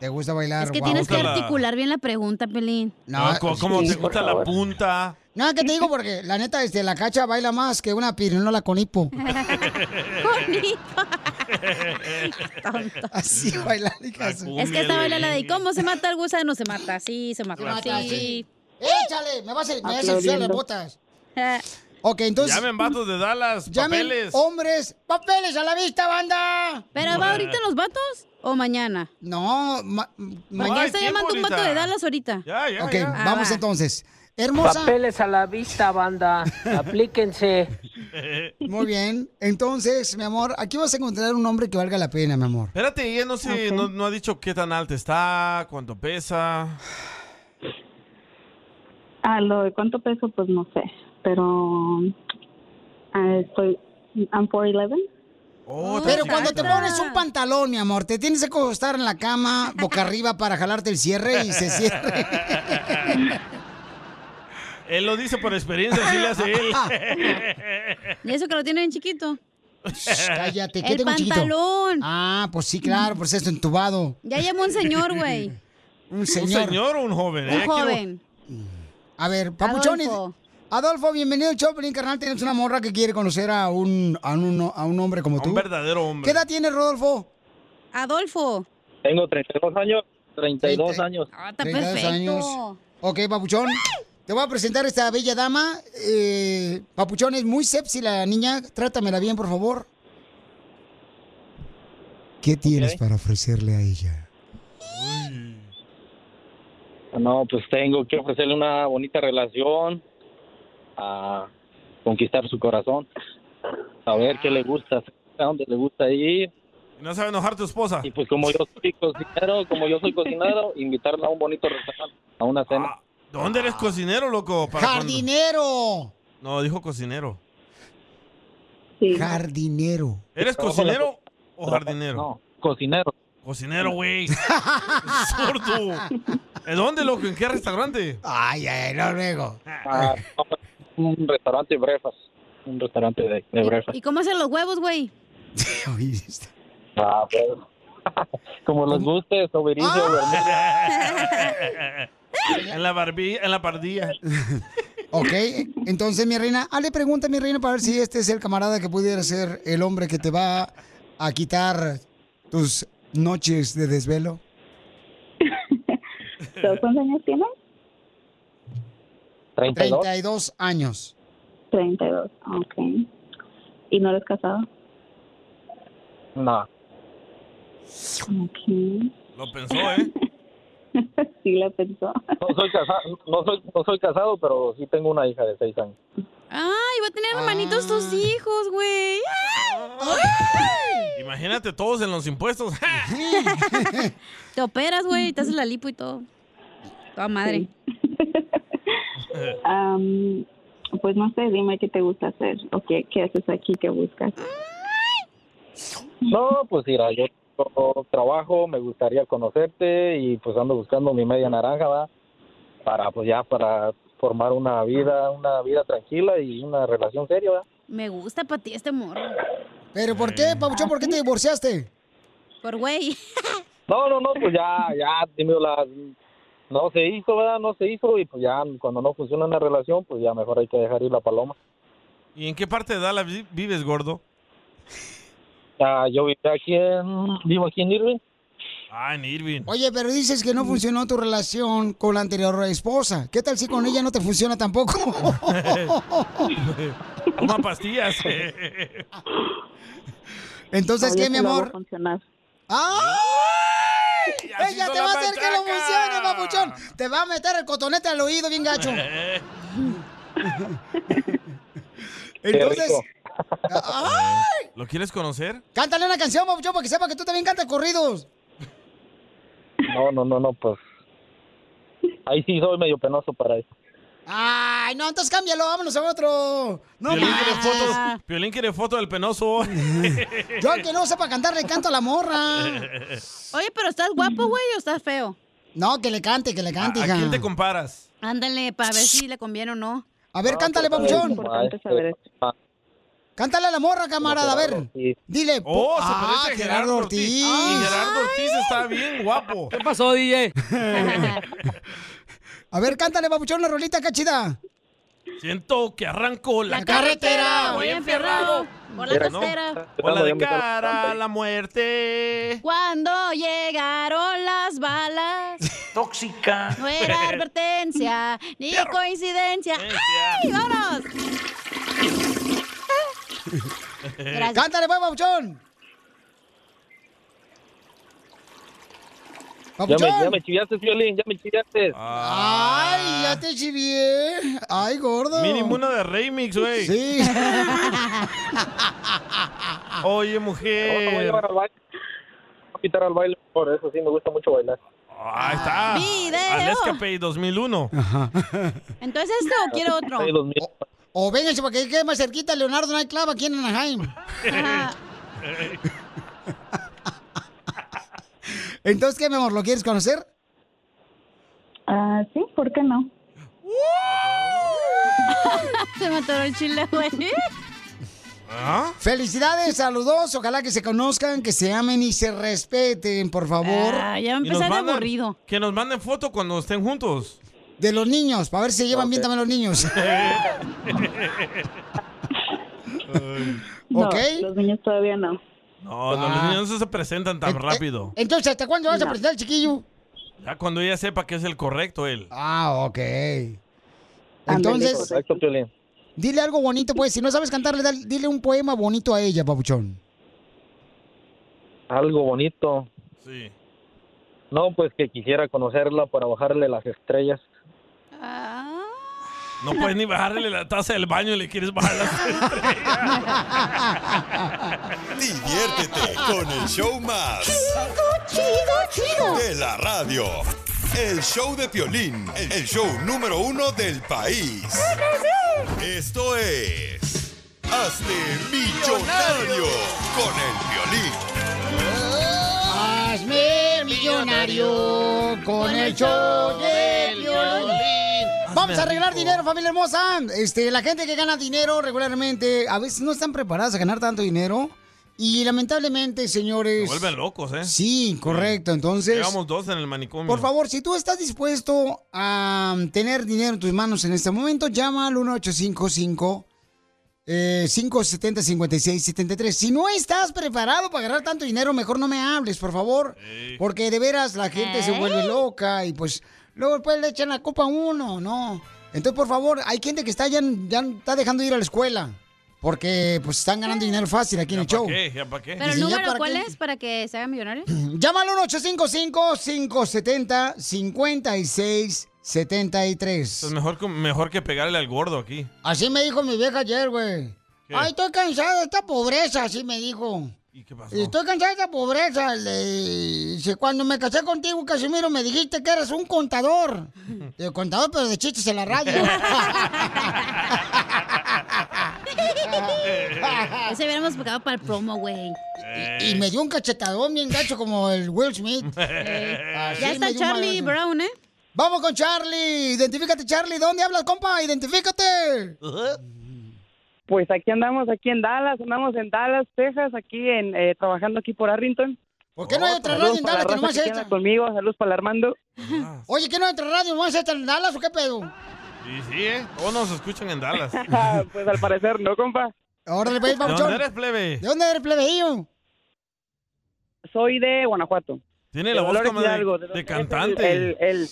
[SPEAKER 3] ¿Te gusta bailar?
[SPEAKER 5] Es que
[SPEAKER 3] Guau.
[SPEAKER 5] tienes que articular bien la pregunta, Pelín.
[SPEAKER 4] No, co- como Ah, te gusta la punta.
[SPEAKER 3] No, que te digo porque la neta, este, la cacha baila más que una pirinola con hipo. Así baila.
[SPEAKER 5] Es que esta baila la de ¿y cómo se mata el gusano? Se mata, sí, se mata.
[SPEAKER 3] mata, sí.
[SPEAKER 5] sí.
[SPEAKER 3] ¡Échale! Me vas a, me vas a ensuciar las botas. Ok, entonces.
[SPEAKER 4] Llamen vatos de Dallas,
[SPEAKER 3] Llamen
[SPEAKER 4] papeles.
[SPEAKER 3] hombres, papeles a la vista, banda.
[SPEAKER 5] ¿Pero va ahorita en los vatos o mañana?
[SPEAKER 3] No,
[SPEAKER 5] mañana.
[SPEAKER 3] hay
[SPEAKER 5] está
[SPEAKER 3] tiempo
[SPEAKER 5] llamando un vato
[SPEAKER 3] ahorita.
[SPEAKER 5] de Dallas ahorita.
[SPEAKER 4] Ya,
[SPEAKER 3] Ok,
[SPEAKER 5] Ah,
[SPEAKER 3] vamos
[SPEAKER 5] va.
[SPEAKER 3] entonces. Hermosa.
[SPEAKER 18] Papeles a la vista, banda. Aplíquense.
[SPEAKER 3] Muy bien. Entonces, mi amor, aquí vas a encontrar un hombre que valga la pena, mi amor.
[SPEAKER 4] Espérate, ella no, se, no, no ha dicho qué tan alta está, cuánto pesa.
[SPEAKER 29] Ah, lo de cuánto peso, pues no sé, pero ah, estoy, I'm 411.
[SPEAKER 4] Oh,
[SPEAKER 3] Pero cuando te pones un pantalón, mi amor, te tienes que acostar en la cama boca arriba para jalarte el cierre y se cierre.
[SPEAKER 4] Él lo dice por experiencia, así le hace él.
[SPEAKER 5] Y eso que lo tienen chiquito.
[SPEAKER 3] Cállate, ¿qué
[SPEAKER 5] El
[SPEAKER 3] tengo chiquito?
[SPEAKER 5] pantalón.
[SPEAKER 3] Ah, pues sí, claro, por eso entubado.
[SPEAKER 5] Ya llamó un señor, güey.
[SPEAKER 3] Un señor.
[SPEAKER 4] ¿Un señor o un joven? ¿eh?
[SPEAKER 5] Un joven.
[SPEAKER 3] A ver, papuchones. Adolfo.
[SPEAKER 5] Adolfo.
[SPEAKER 3] bienvenido al show, Pelín, carnal. Tenemos una morra que quiere conocer a un, a un, a un hombre como tú.
[SPEAKER 4] Un verdadero hombre.
[SPEAKER 3] ¿Qué edad tienes, Rodolfo?
[SPEAKER 5] Adolfo.
[SPEAKER 7] Tengo 32 años. 32 años.
[SPEAKER 5] Ah,
[SPEAKER 4] Ah,
[SPEAKER 5] está
[SPEAKER 3] 32
[SPEAKER 5] perfecto.
[SPEAKER 3] Ok, papuchón. Te voy a presentar a esta bella dama. Eh, papuchón, es muy sepsi la niña. Trátamela bien, por favor. ¿Qué tienes para ofrecerle a ella?
[SPEAKER 7] No, pues tengo que ofrecerle una bonita relación, a conquistar su corazón, a ver qué le gusta, a dónde le gusta ir.
[SPEAKER 4] No sabe enojar tu esposa.
[SPEAKER 7] Y pues como yo soy cocinero, como yo soy cocinero, invitarla a un bonito restaurante, a una
[SPEAKER 4] Ah.
[SPEAKER 7] cena.
[SPEAKER 4] ¿Dónde eres cocinero, loco? Para cuando-
[SPEAKER 3] ¡Jardinero!
[SPEAKER 4] No, dijo cocinero.
[SPEAKER 3] Jardinero.
[SPEAKER 4] ¿Eres cocinero o jardinero?
[SPEAKER 7] No, cocinero.
[SPEAKER 4] Cocinero, güey. Sordo. ¿En dónde, loco? ¿En qué restaurante?
[SPEAKER 3] Ay, ay, no, luego.
[SPEAKER 7] A Ah, un restaurante de brefas, un restaurante de, de brefas.
[SPEAKER 5] ¿Y cómo hacen los huevos, güey?
[SPEAKER 7] Ah, pues. como les guste, soberizo,
[SPEAKER 3] Ah,
[SPEAKER 4] en la barbilla, en la pardilla.
[SPEAKER 3] Ok, entonces, mi reina, hazle pregunta, mi reina, para ver si este es el camarada que pudiera ser el hombre que te va a quitar tus noches de desvelo.
[SPEAKER 29] ¿Cuántos años tienes?
[SPEAKER 3] 32. años.
[SPEAKER 29] 32, ok. ¿Y no eres casado?
[SPEAKER 7] No.
[SPEAKER 29] Ok.
[SPEAKER 4] Lo pensó, ¿eh?
[SPEAKER 29] sí, la pensó.
[SPEAKER 7] No soy casado, no soy, no soy casado, pero sí tengo una hija de seis años.
[SPEAKER 5] Ay, va a
[SPEAKER 3] Ah.
[SPEAKER 5] tener hermanitos tus hijos, güey. Ay.
[SPEAKER 4] Imagínate todos en los impuestos.
[SPEAKER 5] Te operas, güey, te haces la lipo y todo. Toda madre.
[SPEAKER 29] Am, pues no sé, dime qué te gusta hacer o qué, qué haces aquí, qué buscas.
[SPEAKER 7] No, pues mira, yo tengo trabajo, me gustaría conocerte y pues ando buscando mi media naranja, ¿va? Para pues ya para formar una vida, una vida tranquila y una relación seria, ¿verdad?
[SPEAKER 5] Me gusta para ti este morro.
[SPEAKER 3] ¿Pero por qué, Pabuchón? ¿Por qué te divorciaste?
[SPEAKER 5] Por güey.
[SPEAKER 7] No, no, no, pues ya, ya, digo, la- no se hizo, ¿verdad? No se hizo y pues ya cuando no funciona una relación, pues ya mejor hay que dejar ir la paloma.
[SPEAKER 4] ¿Y en qué parte de Dallas vi- vives, gordo?
[SPEAKER 7] Ya, Ah, yo vivía aquí en, vivo aquí en Irving.
[SPEAKER 4] Ah, en Irving.
[SPEAKER 3] Oye, pero dices que no funcionó tu relación con la anterior esposa. ¿Qué tal si con ella no te funciona tampoco?
[SPEAKER 4] Toma pastillas.
[SPEAKER 3] Entonces,
[SPEAKER 15] Sabía
[SPEAKER 3] ¿qué, Pues mi
[SPEAKER 15] que lo iba a
[SPEAKER 3] amor?
[SPEAKER 15] funcionar.
[SPEAKER 3] ¡Ay!
[SPEAKER 15] Así
[SPEAKER 3] Ella
[SPEAKER 15] son
[SPEAKER 3] te va a
[SPEAKER 15] las
[SPEAKER 3] hacer que lo funcione, papuchón. Te va a meter el cotonete al oído, bien gacho.
[SPEAKER 4] Qué
[SPEAKER 3] Entonces,
[SPEAKER 4] rico.
[SPEAKER 3] ¡ay!
[SPEAKER 4] ¿Lo quieres conocer?
[SPEAKER 3] cántale una canción, papuchón, para que sepa que tú también cantas corridos.
[SPEAKER 7] No, no, no, no, pues ahí sí soy medio penoso para eso.
[SPEAKER 3] Ay, no, entonces cámbialo, vámonos a otro. No
[SPEAKER 4] Piolín quiere
[SPEAKER 3] más.
[SPEAKER 4] fotos. Piolín quiere foto del penoso.
[SPEAKER 3] Yo que no sepa cantar, le canto a la morra.
[SPEAKER 5] Oye, pero ¿estás guapo, güey, o estás feo?
[SPEAKER 3] No, que le cante, que le
[SPEAKER 4] ¿A
[SPEAKER 3] cante, hija.
[SPEAKER 4] quién te comparas?
[SPEAKER 5] Ándale, para ver si le conviene o no.
[SPEAKER 3] A ver, cántale,
[SPEAKER 4] pues,
[SPEAKER 3] papuchón.
[SPEAKER 7] Ah,
[SPEAKER 3] Cántale a la morra, camarada, a ver.
[SPEAKER 7] sí.
[SPEAKER 3] Dile.
[SPEAKER 4] Oh,
[SPEAKER 3] po- Ah,
[SPEAKER 4] se parece a Gerardo Ortiz. Y Gerardo Ortiz está bien guapo.
[SPEAKER 3] ¿Qué pasó, DJ? a ver, cántale, papuchón, una rolita cachida.
[SPEAKER 4] Siento que arranco la,
[SPEAKER 3] La carretera.
[SPEAKER 4] Voy
[SPEAKER 3] Voy
[SPEAKER 4] enferrado.
[SPEAKER 5] Por la costera.
[SPEAKER 4] O la de cara a la muerte.
[SPEAKER 5] Cuando llegaron las balas.
[SPEAKER 4] Tóxica.
[SPEAKER 5] No era advertencia, ni coincidencia. ¡Ay, vámonos!
[SPEAKER 3] Cántale, pues, papuchón.
[SPEAKER 7] Ya me, ya
[SPEAKER 3] Papuchón. Ah.
[SPEAKER 7] me chiviaste, Violín, ya me chiviaste. Ah,
[SPEAKER 3] Ay, ya te chivié. Ay, gordo.
[SPEAKER 4] Mínimo una de remix, güey.
[SPEAKER 3] Sí.
[SPEAKER 4] Oye,
[SPEAKER 7] Ahora voy a
[SPEAKER 4] mujer.
[SPEAKER 7] llevar al baile. Voy a invitar al baile, por eso sí me gusta mucho bailar.
[SPEAKER 4] Ahí está. Al Escape 2001.
[SPEAKER 5] ¿Entonces este o quiero otro?
[SPEAKER 3] O vénganse para que quede más cerquita Leonardo Nightclub aquí en Anaheim. Entonces, ¿qué, mi amor? ¿Lo quieres conocer?
[SPEAKER 15] Ah, sí, ¿por qué no?
[SPEAKER 5] Se me atoró el chile, güey.
[SPEAKER 4] ¿Ah?
[SPEAKER 3] Felicidades a los dos. Ojalá que se conozcan, que se amen y se respeten, por favor.
[SPEAKER 5] Ah,
[SPEAKER 4] Y nos mandan- Que nos manden foto cuando estén juntos.
[SPEAKER 3] De los niños, para ver si se llevan bien también los niños.
[SPEAKER 15] No,
[SPEAKER 3] ¿Ok?
[SPEAKER 15] Los niños todavía no.
[SPEAKER 4] No, no, los
[SPEAKER 15] Ah.
[SPEAKER 4] niños no se presentan
[SPEAKER 3] Eh,
[SPEAKER 4] tan rápido.
[SPEAKER 3] Entonces, ¿hasta cuándo vas a presentar al chiquillo?
[SPEAKER 4] Ya cuando ella sepa que es el correcto él.
[SPEAKER 3] Ah, ok. Entonces, dile algo bonito, pues. Si no sabes cantarle, dale- dile un poema bonito a ella, papuchón.
[SPEAKER 7] Algo bonito.
[SPEAKER 4] Sí.
[SPEAKER 7] No, pues que quisiera conocerla para bajarle las estrellas.
[SPEAKER 4] No puedes ni bajarle la taza del baño y le quieres bajar la
[SPEAKER 10] Diviértete con el show más.
[SPEAKER 17] Chido, chido, chido.
[SPEAKER 10] De la radio. El show de Piolín. El show número uno del país. Esto es... Hazte millonario con el Piolín.
[SPEAKER 17] Ah.
[SPEAKER 3] Hazme millonario con el show de violín. Vamos a arreglar dinero, familia hermosa. Este, la gente que gana dinero regularmente, a veces no están preparadas a ganar tanto dinero. Y lamentablemente, señores.
[SPEAKER 4] vuelven locos, ¿eh?
[SPEAKER 3] Sí, correcto. Entonces.
[SPEAKER 4] Llevamos dos en el manicomio.
[SPEAKER 3] Por favor, si tú estás dispuesto a mm, tener dinero en tus manos en este momento, llama al 1855 eh, 570 5673. Si no estás preparado para ganar tanto dinero, mejor no me hables, por favor, porque de veras la gente se vuelve loca y pues luego después le echan la culpa a uno, ¿no? Entonces, por favor, hay gente que está ya, ya está dejando de ir a la escuela porque pues están ganando dinero fácil aquí en el show.
[SPEAKER 4] ¿Qué? ¿Ya para qué?
[SPEAKER 5] ¿Pero el
[SPEAKER 3] Dice, ¿ya
[SPEAKER 5] número
[SPEAKER 3] para
[SPEAKER 5] cuál
[SPEAKER 3] qué?
[SPEAKER 5] es para que se hagan millonarios?
[SPEAKER 3] Llámalo al 855-570-5673.
[SPEAKER 4] Es mejor, que- mejor que pegarle al gordo aquí.
[SPEAKER 3] Así me dijo mi vieja ayer, güey. Ay, estoy cansada de esta pobreza, así me dijo.
[SPEAKER 4] ¿Y qué pasó?
[SPEAKER 3] Estoy cansada de esta pobreza. Le dice, cuando me casé contigo, Casimiro, me dijiste que eras un contador. Digo, contador, pero de chistes en la radio.
[SPEAKER 5] Ese hubiéramos pagado para el promo, güey. Oh,
[SPEAKER 3] y me dio un cachetadón bien gacho como el Will Smith.
[SPEAKER 5] Eh,
[SPEAKER 3] Así
[SPEAKER 5] ya
[SPEAKER 3] me
[SPEAKER 5] está
[SPEAKER 3] dio un
[SPEAKER 5] Charlie
[SPEAKER 3] balazo.
[SPEAKER 5] Brown, ¿eh?
[SPEAKER 3] Vamos con Charlie. Identifícate, Charlie. ¿Dónde hablas, compa? Identifícate.
[SPEAKER 7] Pues aquí andamos, aquí en Dallas, andamos en Dallas, Texas, aquí en eh, trabajando aquí por Arrington.
[SPEAKER 3] ¿Por qué no hay otra radio en Dallas que nomás esta?
[SPEAKER 7] conmigo, saludos para el Armando.
[SPEAKER 3] Oye, ¿qué no hay otra radio? ¿No vas a estar en Dallas o qué pedo?
[SPEAKER 4] Y sí, ¿eh? Ah, Todos nos escuchan en Dallas.
[SPEAKER 7] pues al parecer no, compa.
[SPEAKER 3] Órale, pues,
[SPEAKER 4] ¿De
[SPEAKER 3] vamos,
[SPEAKER 4] dónde eres, plebe?
[SPEAKER 3] ¿De dónde eres, plebeillo?
[SPEAKER 7] Soy de Guanajuato.
[SPEAKER 4] Tiene la
[SPEAKER 7] De
[SPEAKER 4] voz
[SPEAKER 7] Dolores
[SPEAKER 4] como de,
[SPEAKER 7] Hidalgo, de
[SPEAKER 4] de
[SPEAKER 7] Dolores
[SPEAKER 4] cantante.
[SPEAKER 7] El, el-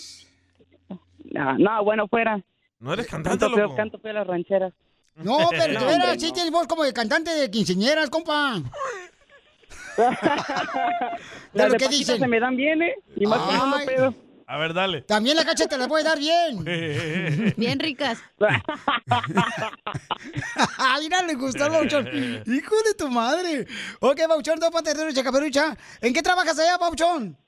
[SPEAKER 7] ah, No, no, bueno, fuera.
[SPEAKER 4] No eres cantante,
[SPEAKER 7] Canto feo,
[SPEAKER 4] loco.
[SPEAKER 7] canto feo las rancheras.
[SPEAKER 3] No, pero de veras,
[SPEAKER 7] hombre,
[SPEAKER 3] sí
[SPEAKER 7] no.
[SPEAKER 3] tienes voz como de cantante de quinceñeras, compa. de
[SPEAKER 7] Las
[SPEAKER 3] lo
[SPEAKER 7] de
[SPEAKER 3] que
[SPEAKER 7] Paquita
[SPEAKER 3] dicen.
[SPEAKER 7] se me dan bien, ¿eh? Y más cuando ando
[SPEAKER 3] Ay.
[SPEAKER 7] pedo.
[SPEAKER 4] A ver, dale.
[SPEAKER 3] También la cacha te la puede dar bien.
[SPEAKER 5] Bien ricas.
[SPEAKER 3] Ay, mira, le gustó al Bauchón. Hijo de tu madre. Ok, Bauchón, dos patas de derecha, caperucha. ¿En qué trabajas allá, Bauchón?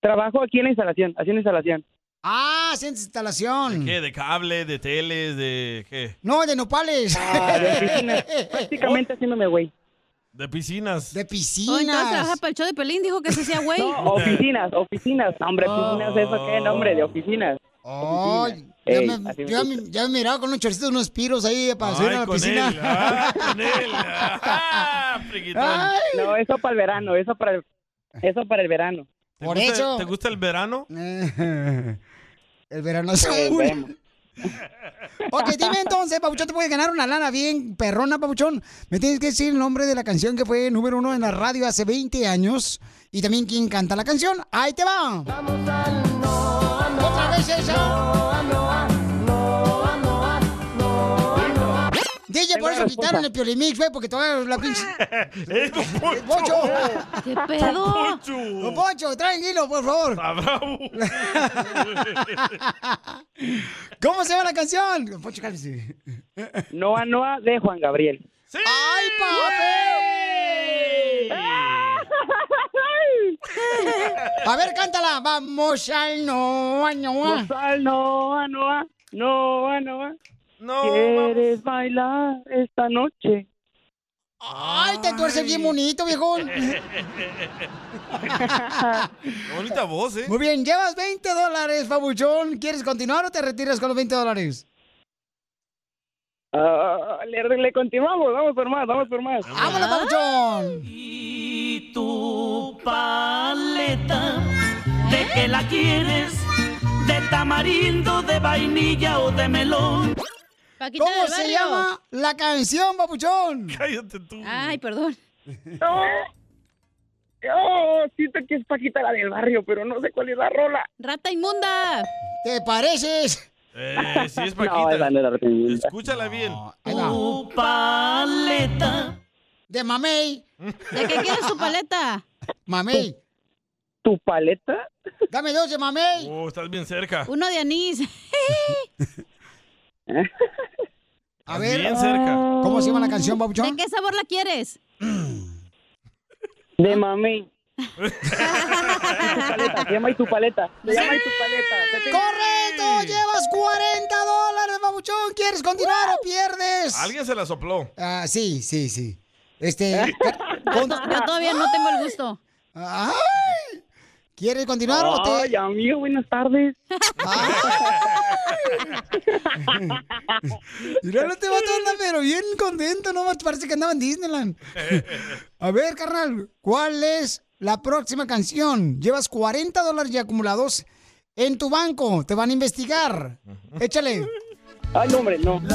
[SPEAKER 7] Trabajo aquí en la instalación, haciendo instalación.
[SPEAKER 3] Ah, ciencia instalación.
[SPEAKER 4] ¿Qué? ¿De cable? ¿De teles? ¿De qué?
[SPEAKER 3] No, de nopales.
[SPEAKER 7] Ah,
[SPEAKER 3] Oh,
[SPEAKER 7] de piscinas. Prácticamente haciéndome güey.
[SPEAKER 4] ¿De piscinas?
[SPEAKER 3] De piscinas.
[SPEAKER 5] Hoy no trabaja para el show de Pelín, dijo que se hacía güey.
[SPEAKER 7] No, oficinas, oficinas. No, Hombre, oficinas, eso qué nombre de oficinas.
[SPEAKER 3] Ay, ya,
[SPEAKER 7] Ey,
[SPEAKER 3] me,
[SPEAKER 7] así me
[SPEAKER 3] ya me- ya me miraba con unos chorcitos, unos piros ahí para subir a la
[SPEAKER 7] con
[SPEAKER 3] piscina.
[SPEAKER 7] él, ah, con él.
[SPEAKER 3] Ay.
[SPEAKER 7] No, eso para el verano, eso para el, eso para el verano.
[SPEAKER 4] ¿Te gusta- ¿Te gusta el verano?
[SPEAKER 3] El verano es
[SPEAKER 7] Eh,
[SPEAKER 3] un...
[SPEAKER 7] vemos.
[SPEAKER 3] Ok, dime entonces, Pabuchón, te puedes ganar una lana bien perrona, Pabuchón. Me tienes que decir el nombre de la canción que fue número uno en la radio hace 20 años y también quién canta la canción. Ahí te va. Otra vez esa. DJ, por eso quitaron el Piolimix, güey, porque todavía la pinche...
[SPEAKER 4] ¡Es Poncho!
[SPEAKER 3] ¡Qué
[SPEAKER 4] pedo? Don
[SPEAKER 3] ¡Poncho! Poncho, tranquilo, por favor! ¿Cómo se llama la canción? Don Poncho, cálmese.
[SPEAKER 7] Noa Noa de Juan Gabriel.
[SPEAKER 3] ¡Ay, papi! A ver, cántala. Vamos al Noa Noa.
[SPEAKER 7] Vamos al Noa Noa, Noa Noa.
[SPEAKER 4] No,
[SPEAKER 7] ¿Quieres bailar esta noche?
[SPEAKER 3] ¡Ay, te tuerce bien bonito, viejón!
[SPEAKER 4] Qué bonita voz, ¿eh?
[SPEAKER 3] Muy bien, llevas 20 dólares, babuchón. ¿Quieres continuar o te retiras con los 20 dólares?
[SPEAKER 7] Ah, le, le continuamos, vamos por más, vamos por más.
[SPEAKER 3] ¡Vámonos, babuchón!
[SPEAKER 18] Y tu paleta, ¿de qué la quieres? ¿De tamarindo, de vainilla o de melón?
[SPEAKER 3] ¿Cómo se llama la canción, babuchón?
[SPEAKER 4] Cállate tú.
[SPEAKER 5] Ay, perdón.
[SPEAKER 7] Oh, siento que es Paquita la del barrio, pero no sé cuál es la rola.
[SPEAKER 5] ¡Rata inmunda!
[SPEAKER 3] ¿Te pareces?
[SPEAKER 4] Eh, sí es
[SPEAKER 7] No,
[SPEAKER 4] Paquita.
[SPEAKER 7] esa no era Argentina.
[SPEAKER 4] Escúchala bien.
[SPEAKER 5] Tu paleta.
[SPEAKER 3] De mamey.
[SPEAKER 5] ¿De qué quieres tu paleta?
[SPEAKER 3] Mamey.
[SPEAKER 7] ¿Tu paleta?
[SPEAKER 3] Dame dos de mamey.
[SPEAKER 4] Oh, estás bien cerca.
[SPEAKER 5] Uno de anís.
[SPEAKER 3] A
[SPEAKER 4] ver.
[SPEAKER 3] ver. ah.
[SPEAKER 4] Bien cerca.
[SPEAKER 3] ¿Cómo se llama la canción,
[SPEAKER 5] Mm. ¿De
[SPEAKER 3] babuchón?
[SPEAKER 5] qué sabor la quieres?
[SPEAKER 7] De mami. Se llama y tu paleta. Se llama y tu paleta. Se te-
[SPEAKER 3] ¡Correcto! ¡Llevas 40 dólares, babuchón! ¿Quieres continuar o pierdes?
[SPEAKER 4] Alguien se la sopló.
[SPEAKER 3] Ah, sí, sí, sí. Este. con-
[SPEAKER 5] Yo todavía no tengo el gusto.
[SPEAKER 3] ¡Ay! ¿Quieres continuar o te.?
[SPEAKER 7] Ay, amigo, buenas tardes.
[SPEAKER 3] Mira, no te va anda, pero bien contento, no parece que andaba en Disneyland. A ver, carnal, ¿cuál es la próxima canción? Llevas 40 dólares ya acumulados en tu banco, te van a investigar. Échale.
[SPEAKER 7] Ay, no, hombre, no.
[SPEAKER 18] ¡De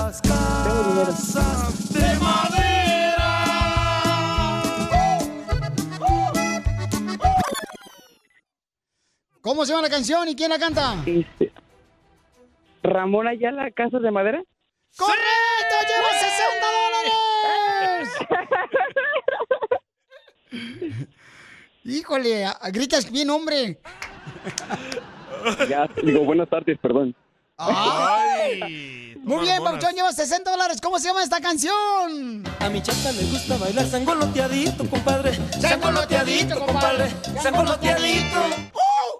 [SPEAKER 18] madera!
[SPEAKER 3] ¿Cómo se llama la canción y quién la canta?
[SPEAKER 7] Este, Ramón Ayala, Casa de Madera.
[SPEAKER 3] ¡Correcto! ¡Llevas 60 dólares! Híjole, a- a- gritas bien, hombre.
[SPEAKER 7] Ya, digo, buenas tardes, perdón.
[SPEAKER 3] Muy bien, Pauchón, llevas 60 dólares. ¿Cómo se llama esta canción?
[SPEAKER 18] A mi chata le gusta bailar sangoloteadito, compadre.
[SPEAKER 3] Sangoloteadito, compadre.
[SPEAKER 18] Sangoloteadito.
[SPEAKER 3] ¡Uh!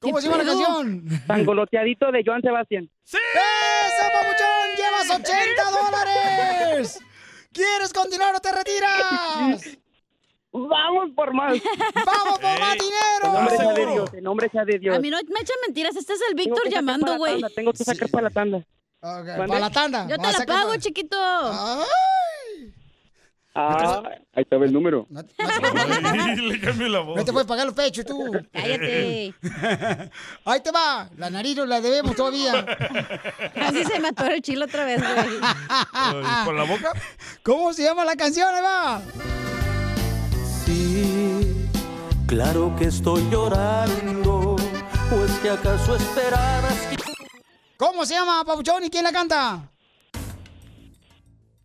[SPEAKER 3] ¿Cómo se llama la canción?
[SPEAKER 7] Sangoloteadito de Joan Sebastián.
[SPEAKER 3] ¡Eso, papuchón! Ah, ¡Llevas 80 dólares! ¿Quieres continuar o te retiras?
[SPEAKER 7] ¡Vamos!
[SPEAKER 22] vamos por más.
[SPEAKER 3] ¡Vamos por más
[SPEAKER 22] dinero! nombre sea de Dios, en nombre sea de Dios.
[SPEAKER 5] A mí no me echan mentiras. Este es el
[SPEAKER 22] Tengo
[SPEAKER 5] Víctor
[SPEAKER 22] que sacar para
[SPEAKER 5] llamando,
[SPEAKER 22] la
[SPEAKER 5] güey.
[SPEAKER 22] tanda, Tengo que sacar para la tanda. ¿Mande?
[SPEAKER 5] para la
[SPEAKER 3] tanda.
[SPEAKER 5] Yo te
[SPEAKER 3] Vas a
[SPEAKER 5] la
[SPEAKER 3] sacar
[SPEAKER 5] pago,
[SPEAKER 3] para-
[SPEAKER 5] chiquito.
[SPEAKER 1] Ah, ahí estaba el número.
[SPEAKER 4] Le cambió la voz.
[SPEAKER 3] No te puedes pagar los pechos tú.
[SPEAKER 5] Cállate.
[SPEAKER 3] Ahí te va. La nariz no la debemos todavía.
[SPEAKER 5] Así se me atoró el chilo otra vez,
[SPEAKER 3] ah,
[SPEAKER 5] güey.
[SPEAKER 4] ¿Con la boca?
[SPEAKER 3] ¿Cómo se llama la canción, Eva?
[SPEAKER 17] Sí, claro que estoy llorando, pues que acaso esperabas que...
[SPEAKER 3] ¿Cómo se llama, Papuchón? ¿Y quién la canta?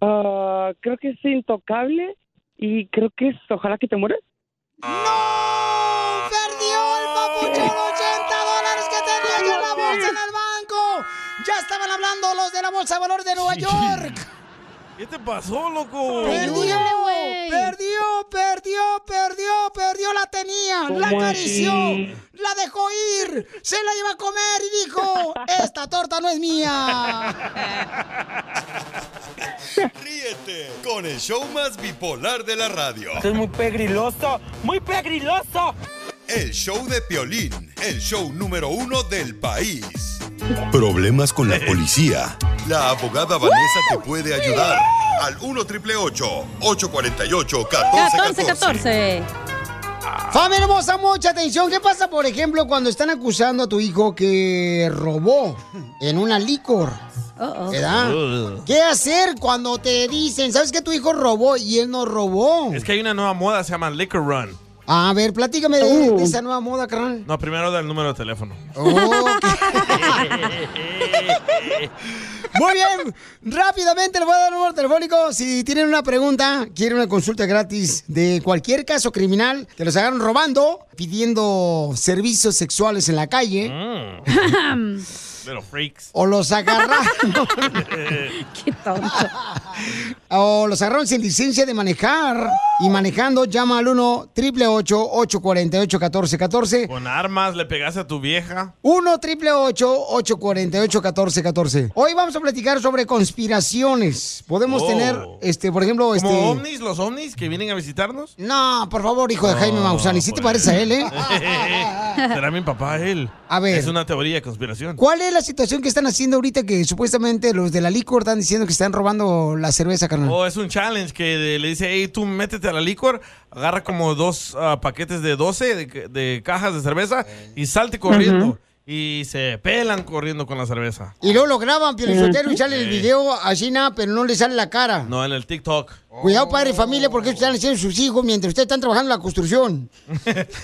[SPEAKER 22] Ah, creo que es intocable y creo que es ojalá que te mueras.
[SPEAKER 3] ¡Perdió el Papuchón 80 dólares que tenía yo en la bolsa en el banco! ¡Ya estaban hablando los de la Bolsa de Valor de Nueva York!
[SPEAKER 4] ¿Qué te pasó, loco?
[SPEAKER 3] ¡Perdió! ¡Perdió, perdió, perdió, perdió! ¡La tenía! ¡La
[SPEAKER 4] ¿Cómo
[SPEAKER 3] acarició!
[SPEAKER 4] así?
[SPEAKER 3] ¡La dejó ir! ¡Se la llevó a comer! Y dijo, ¡esta torta no es mía!
[SPEAKER 10] Ríete con el show más bipolar de la radio.
[SPEAKER 17] Es muy pegriloso, muy pegriloso.
[SPEAKER 10] El show de Piolín, el show número uno del país.
[SPEAKER 16] Problemas con la policía.
[SPEAKER 10] La abogada Vanessa te puede ayudar al 1 triple 848 1414.
[SPEAKER 5] 14.
[SPEAKER 3] Familia hermosa, mucha atención. ¿Qué pasa, por ejemplo, cuando están acusando a tu hijo que robó en una licor? ¿Verdad? ¿Qué hacer cuando te dicen, sabes que tu hijo robó y él no robó?
[SPEAKER 4] Es que hay una nueva moda, se llama Liquor Run.
[SPEAKER 3] A ver, platícame de, de esa nueva moda, carnal.
[SPEAKER 4] No, primero da el número de teléfono.
[SPEAKER 3] Oh. Muy bien, rápidamente le voy a dar el número telefónico. Si tienen una pregunta, quieren una consulta gratis de cualquier caso criminal que los hagan robando, pidiendo servicios sexuales en la calle.
[SPEAKER 5] Mm.
[SPEAKER 4] Little freaks.
[SPEAKER 3] O los agarraron.
[SPEAKER 5] Qué tonto.
[SPEAKER 3] O los agarraron sin licencia de manejar. Y manejando, llama al 1 888 848 1414
[SPEAKER 4] Con armas le pegaste a tu vieja.
[SPEAKER 3] 1 triple 848 1414 Hoy vamos a platicar sobre conspiraciones. Podemos
[SPEAKER 4] Oh.
[SPEAKER 3] tener, este, por ejemplo,
[SPEAKER 4] Como
[SPEAKER 3] este.
[SPEAKER 4] ovnis, los ovnis que vienen a visitarnos. pues.
[SPEAKER 3] No, por favor, hijo de Jaime Maussan, ¿y si te parece a él, eh?
[SPEAKER 4] Será mi papá él.
[SPEAKER 3] A ver.
[SPEAKER 4] Es una teoría de conspiración.
[SPEAKER 3] ¿Cuál es la situación que están haciendo ahorita que supuestamente los de la licor están diciendo que están robando la cerveza, carnal?
[SPEAKER 4] O es un challenge que de- le dice, hey, tú métete a la licor, agarra como dos ah, paquetes de 12 de, de cajas de cerveza y salte corriendo. Y se pelan corriendo con la cerveza.
[SPEAKER 3] Y luego lo graban, pero y sale el video así nada, pero no le sale la cara.
[SPEAKER 4] No, en el TikTok.
[SPEAKER 3] Cuidado, padre y familia, porque eso están haciendo sus hijos mientras ustedes están trabajando en la construcción.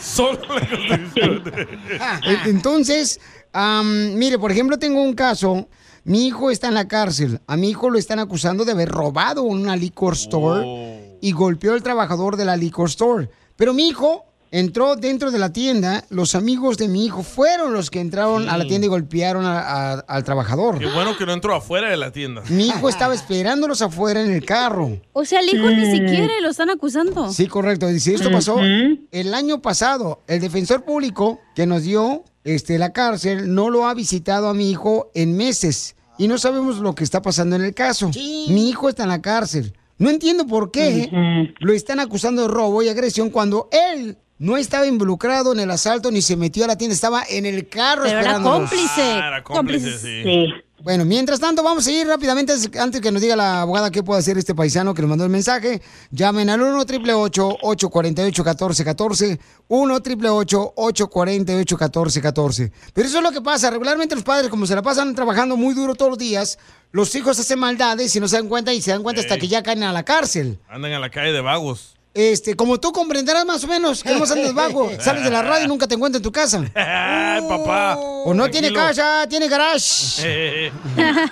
[SPEAKER 4] Solo la conspiración.
[SPEAKER 3] E- Entonces, am, mire, por ejemplo, tengo un caso. Mi hijo está en la cárcel. A mi hijo lo están acusando de haber robado una liquor store y golpeó al trabajador de la liquor store. Pero mi hijo entró dentro de la tienda. Los amigos de mi hijo fueron los que entraron a la tienda y golpearon a- a- al trabajador.
[SPEAKER 4] Qué bueno que no entró afuera de la tienda.
[SPEAKER 3] Mi hijo estaba esperándolos afuera en el carro.
[SPEAKER 5] O sea, el hijo ni siquiera y lo están acusando.
[SPEAKER 3] Sí, correcto. Dice, esto pasó
[SPEAKER 5] Ujú.
[SPEAKER 3] el año pasado. El defensor público que nos dio este, la cárcel no lo ha visitado a mi hijo en meses. Y no sabemos lo que está pasando en el caso. Mi hijo está en la cárcel. No entiendo por qué ¿eh? lo están acusando de robo y agresión cuando él no estaba involucrado en el asalto ni se metió a la tienda. Estaba en el carro
[SPEAKER 5] Pero era
[SPEAKER 3] esperándolos.
[SPEAKER 5] cómplice.
[SPEAKER 4] Ah, era cómplice, sí.
[SPEAKER 3] Bueno, mientras tanto, vamos a ir rápidamente antes- antes que nos diga la abogada qué puede hacer este paisano que nos mandó el mensaje. Llamen al 1 888 848 1414 1 888 848 1414 Pero eso es lo que pasa. Regularmente los padres, como se la pasan trabajando muy duro todos los días, los hijos hacen maldades y no se dan cuenta y se dan cuenta hasta
[SPEAKER 4] Ey.
[SPEAKER 3] que ya caen a la cárcel.
[SPEAKER 4] Andan a la calle de vagos.
[SPEAKER 3] Este, como tú comprenderás más o menos, que no andas vago, sales de la radio y nunca te encuentras en tu casa.
[SPEAKER 4] Ay, papá.
[SPEAKER 3] O no tiene
[SPEAKER 4] Tranquilo.
[SPEAKER 3] casa, tiene garage.
[SPEAKER 4] Eh, eh,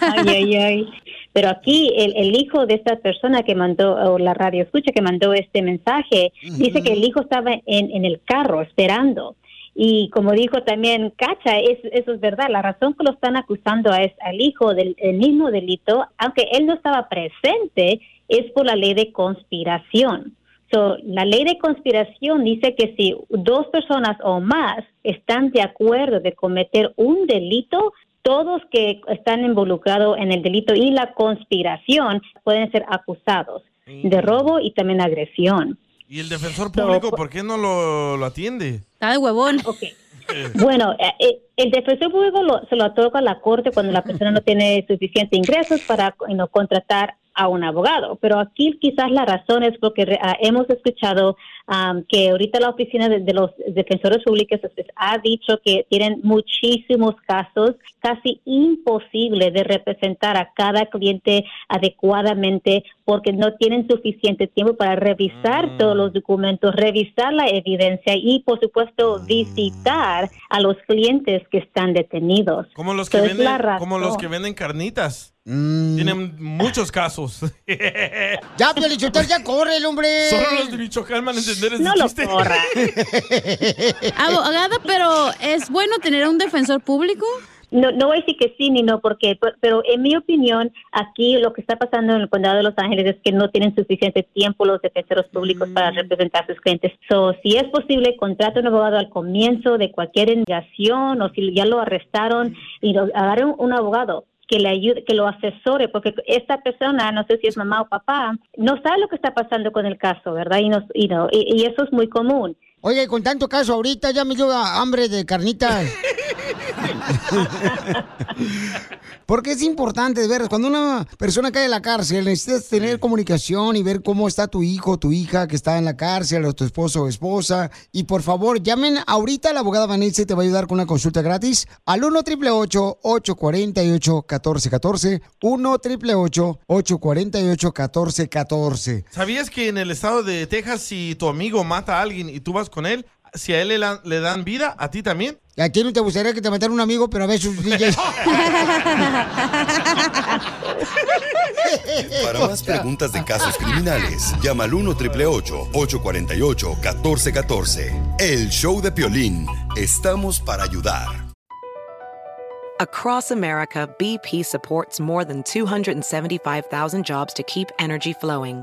[SPEAKER 20] ay, ay, ay. Pero aquí el, el hijo de esta persona que mandó, o la radio escucha que mandó este mensaje, dice que el hijo estaba en, en el carro esperando. Y como dijo también Cacha, es- eso es verdad, la razón que lo están acusando es al hijo del el mismo delito, aunque él no estaba presente, es por la ley de conspiración. So, la ley de conspiración dice que si dos personas o más están de acuerdo de cometer un delito, todos que están involucrados en el delito y la conspiración pueden ser acusados de robo y también agresión.
[SPEAKER 4] ¿Y el defensor público por qué no lo, lo atiende?
[SPEAKER 5] Está de huevón.
[SPEAKER 20] Bueno, eh, eh, el defensor público lo- se lo otorga a la corte cuando la persona no tiene suficientes ingresos para you know, contratar a un abogado. Pero aquí quizás la razón es porque re- ah, hemos escuchado am, que ahorita la oficina de, de los defensores públicos pues, ha dicho que tienen muchísimos casos, casi imposible de representar a cada cliente adecuadamente porque no tienen suficiente tiempo para
[SPEAKER 4] Mm.
[SPEAKER 20] revisar todos los documentos, revisar la evidencia y, por
[SPEAKER 4] Mm.
[SPEAKER 20] supuesto, visitar a los clientes que están detenidos.
[SPEAKER 4] Como los que,
[SPEAKER 20] So, es
[SPEAKER 4] venden,
[SPEAKER 20] la
[SPEAKER 4] como los
[SPEAKER 20] razón.
[SPEAKER 4] que venden carnitas. Tienen muchos casos.
[SPEAKER 3] Mm. Ya, Piolichotel, ya corre el hombre.
[SPEAKER 4] Solo los de Michoacán van a entender ese
[SPEAKER 5] No lo
[SPEAKER 4] chiste.
[SPEAKER 5] corra. Abogada, pero ¿es bueno tener un defensor público?
[SPEAKER 20] No, no voy a decir que sí ni no, porque, pe- pero en mi opinión, aquí lo que está pasando en el condado de Los Ángeles es que no tienen suficiente tiempo los defensores públicos
[SPEAKER 5] Mm.
[SPEAKER 20] para representar a sus clientes. So, si es posible, contrata un abogado al comienzo de cualquier investigación o si ya lo arrestaron y lo, agarre un, un abogado que le ayude, que lo asesore, porque esta persona, no sé si es mamá o papá, no sabe lo que está pasando con el caso, ¿verdad? Y, no, y, no- y- y eso es muy común.
[SPEAKER 3] Oye, con tanto caso ahorita ya me dio ah, hambre de carnitas. Porque es importante, de ver, cuando una persona cae en la cárcel, necesitas tener comunicación y ver cómo está tu hijo, tu hija que está en la cárcel, o tu esposo o esposa. Y por favor, llamen ahorita a la abogada Vanessa, te va a ayudar con una consulta gratis al 1 888 848 1414 1 888 848 1414
[SPEAKER 4] ¿Sabías que en el estado de Texas, si tu amigo mata a alguien y tú vas con él, si a él le, la- le dan vida, ¿a ti también?
[SPEAKER 3] ¿Y ¿A quién no te gustaría que te matara un amigo, pero a veces...
[SPEAKER 10] Para más preguntas de casos criminales, llama al 1 888 848 1414 El show de Piolín. Estamos para ayudar.
[SPEAKER 1] Across America, BP supports more than 275,000 jobs to keep energy flowing.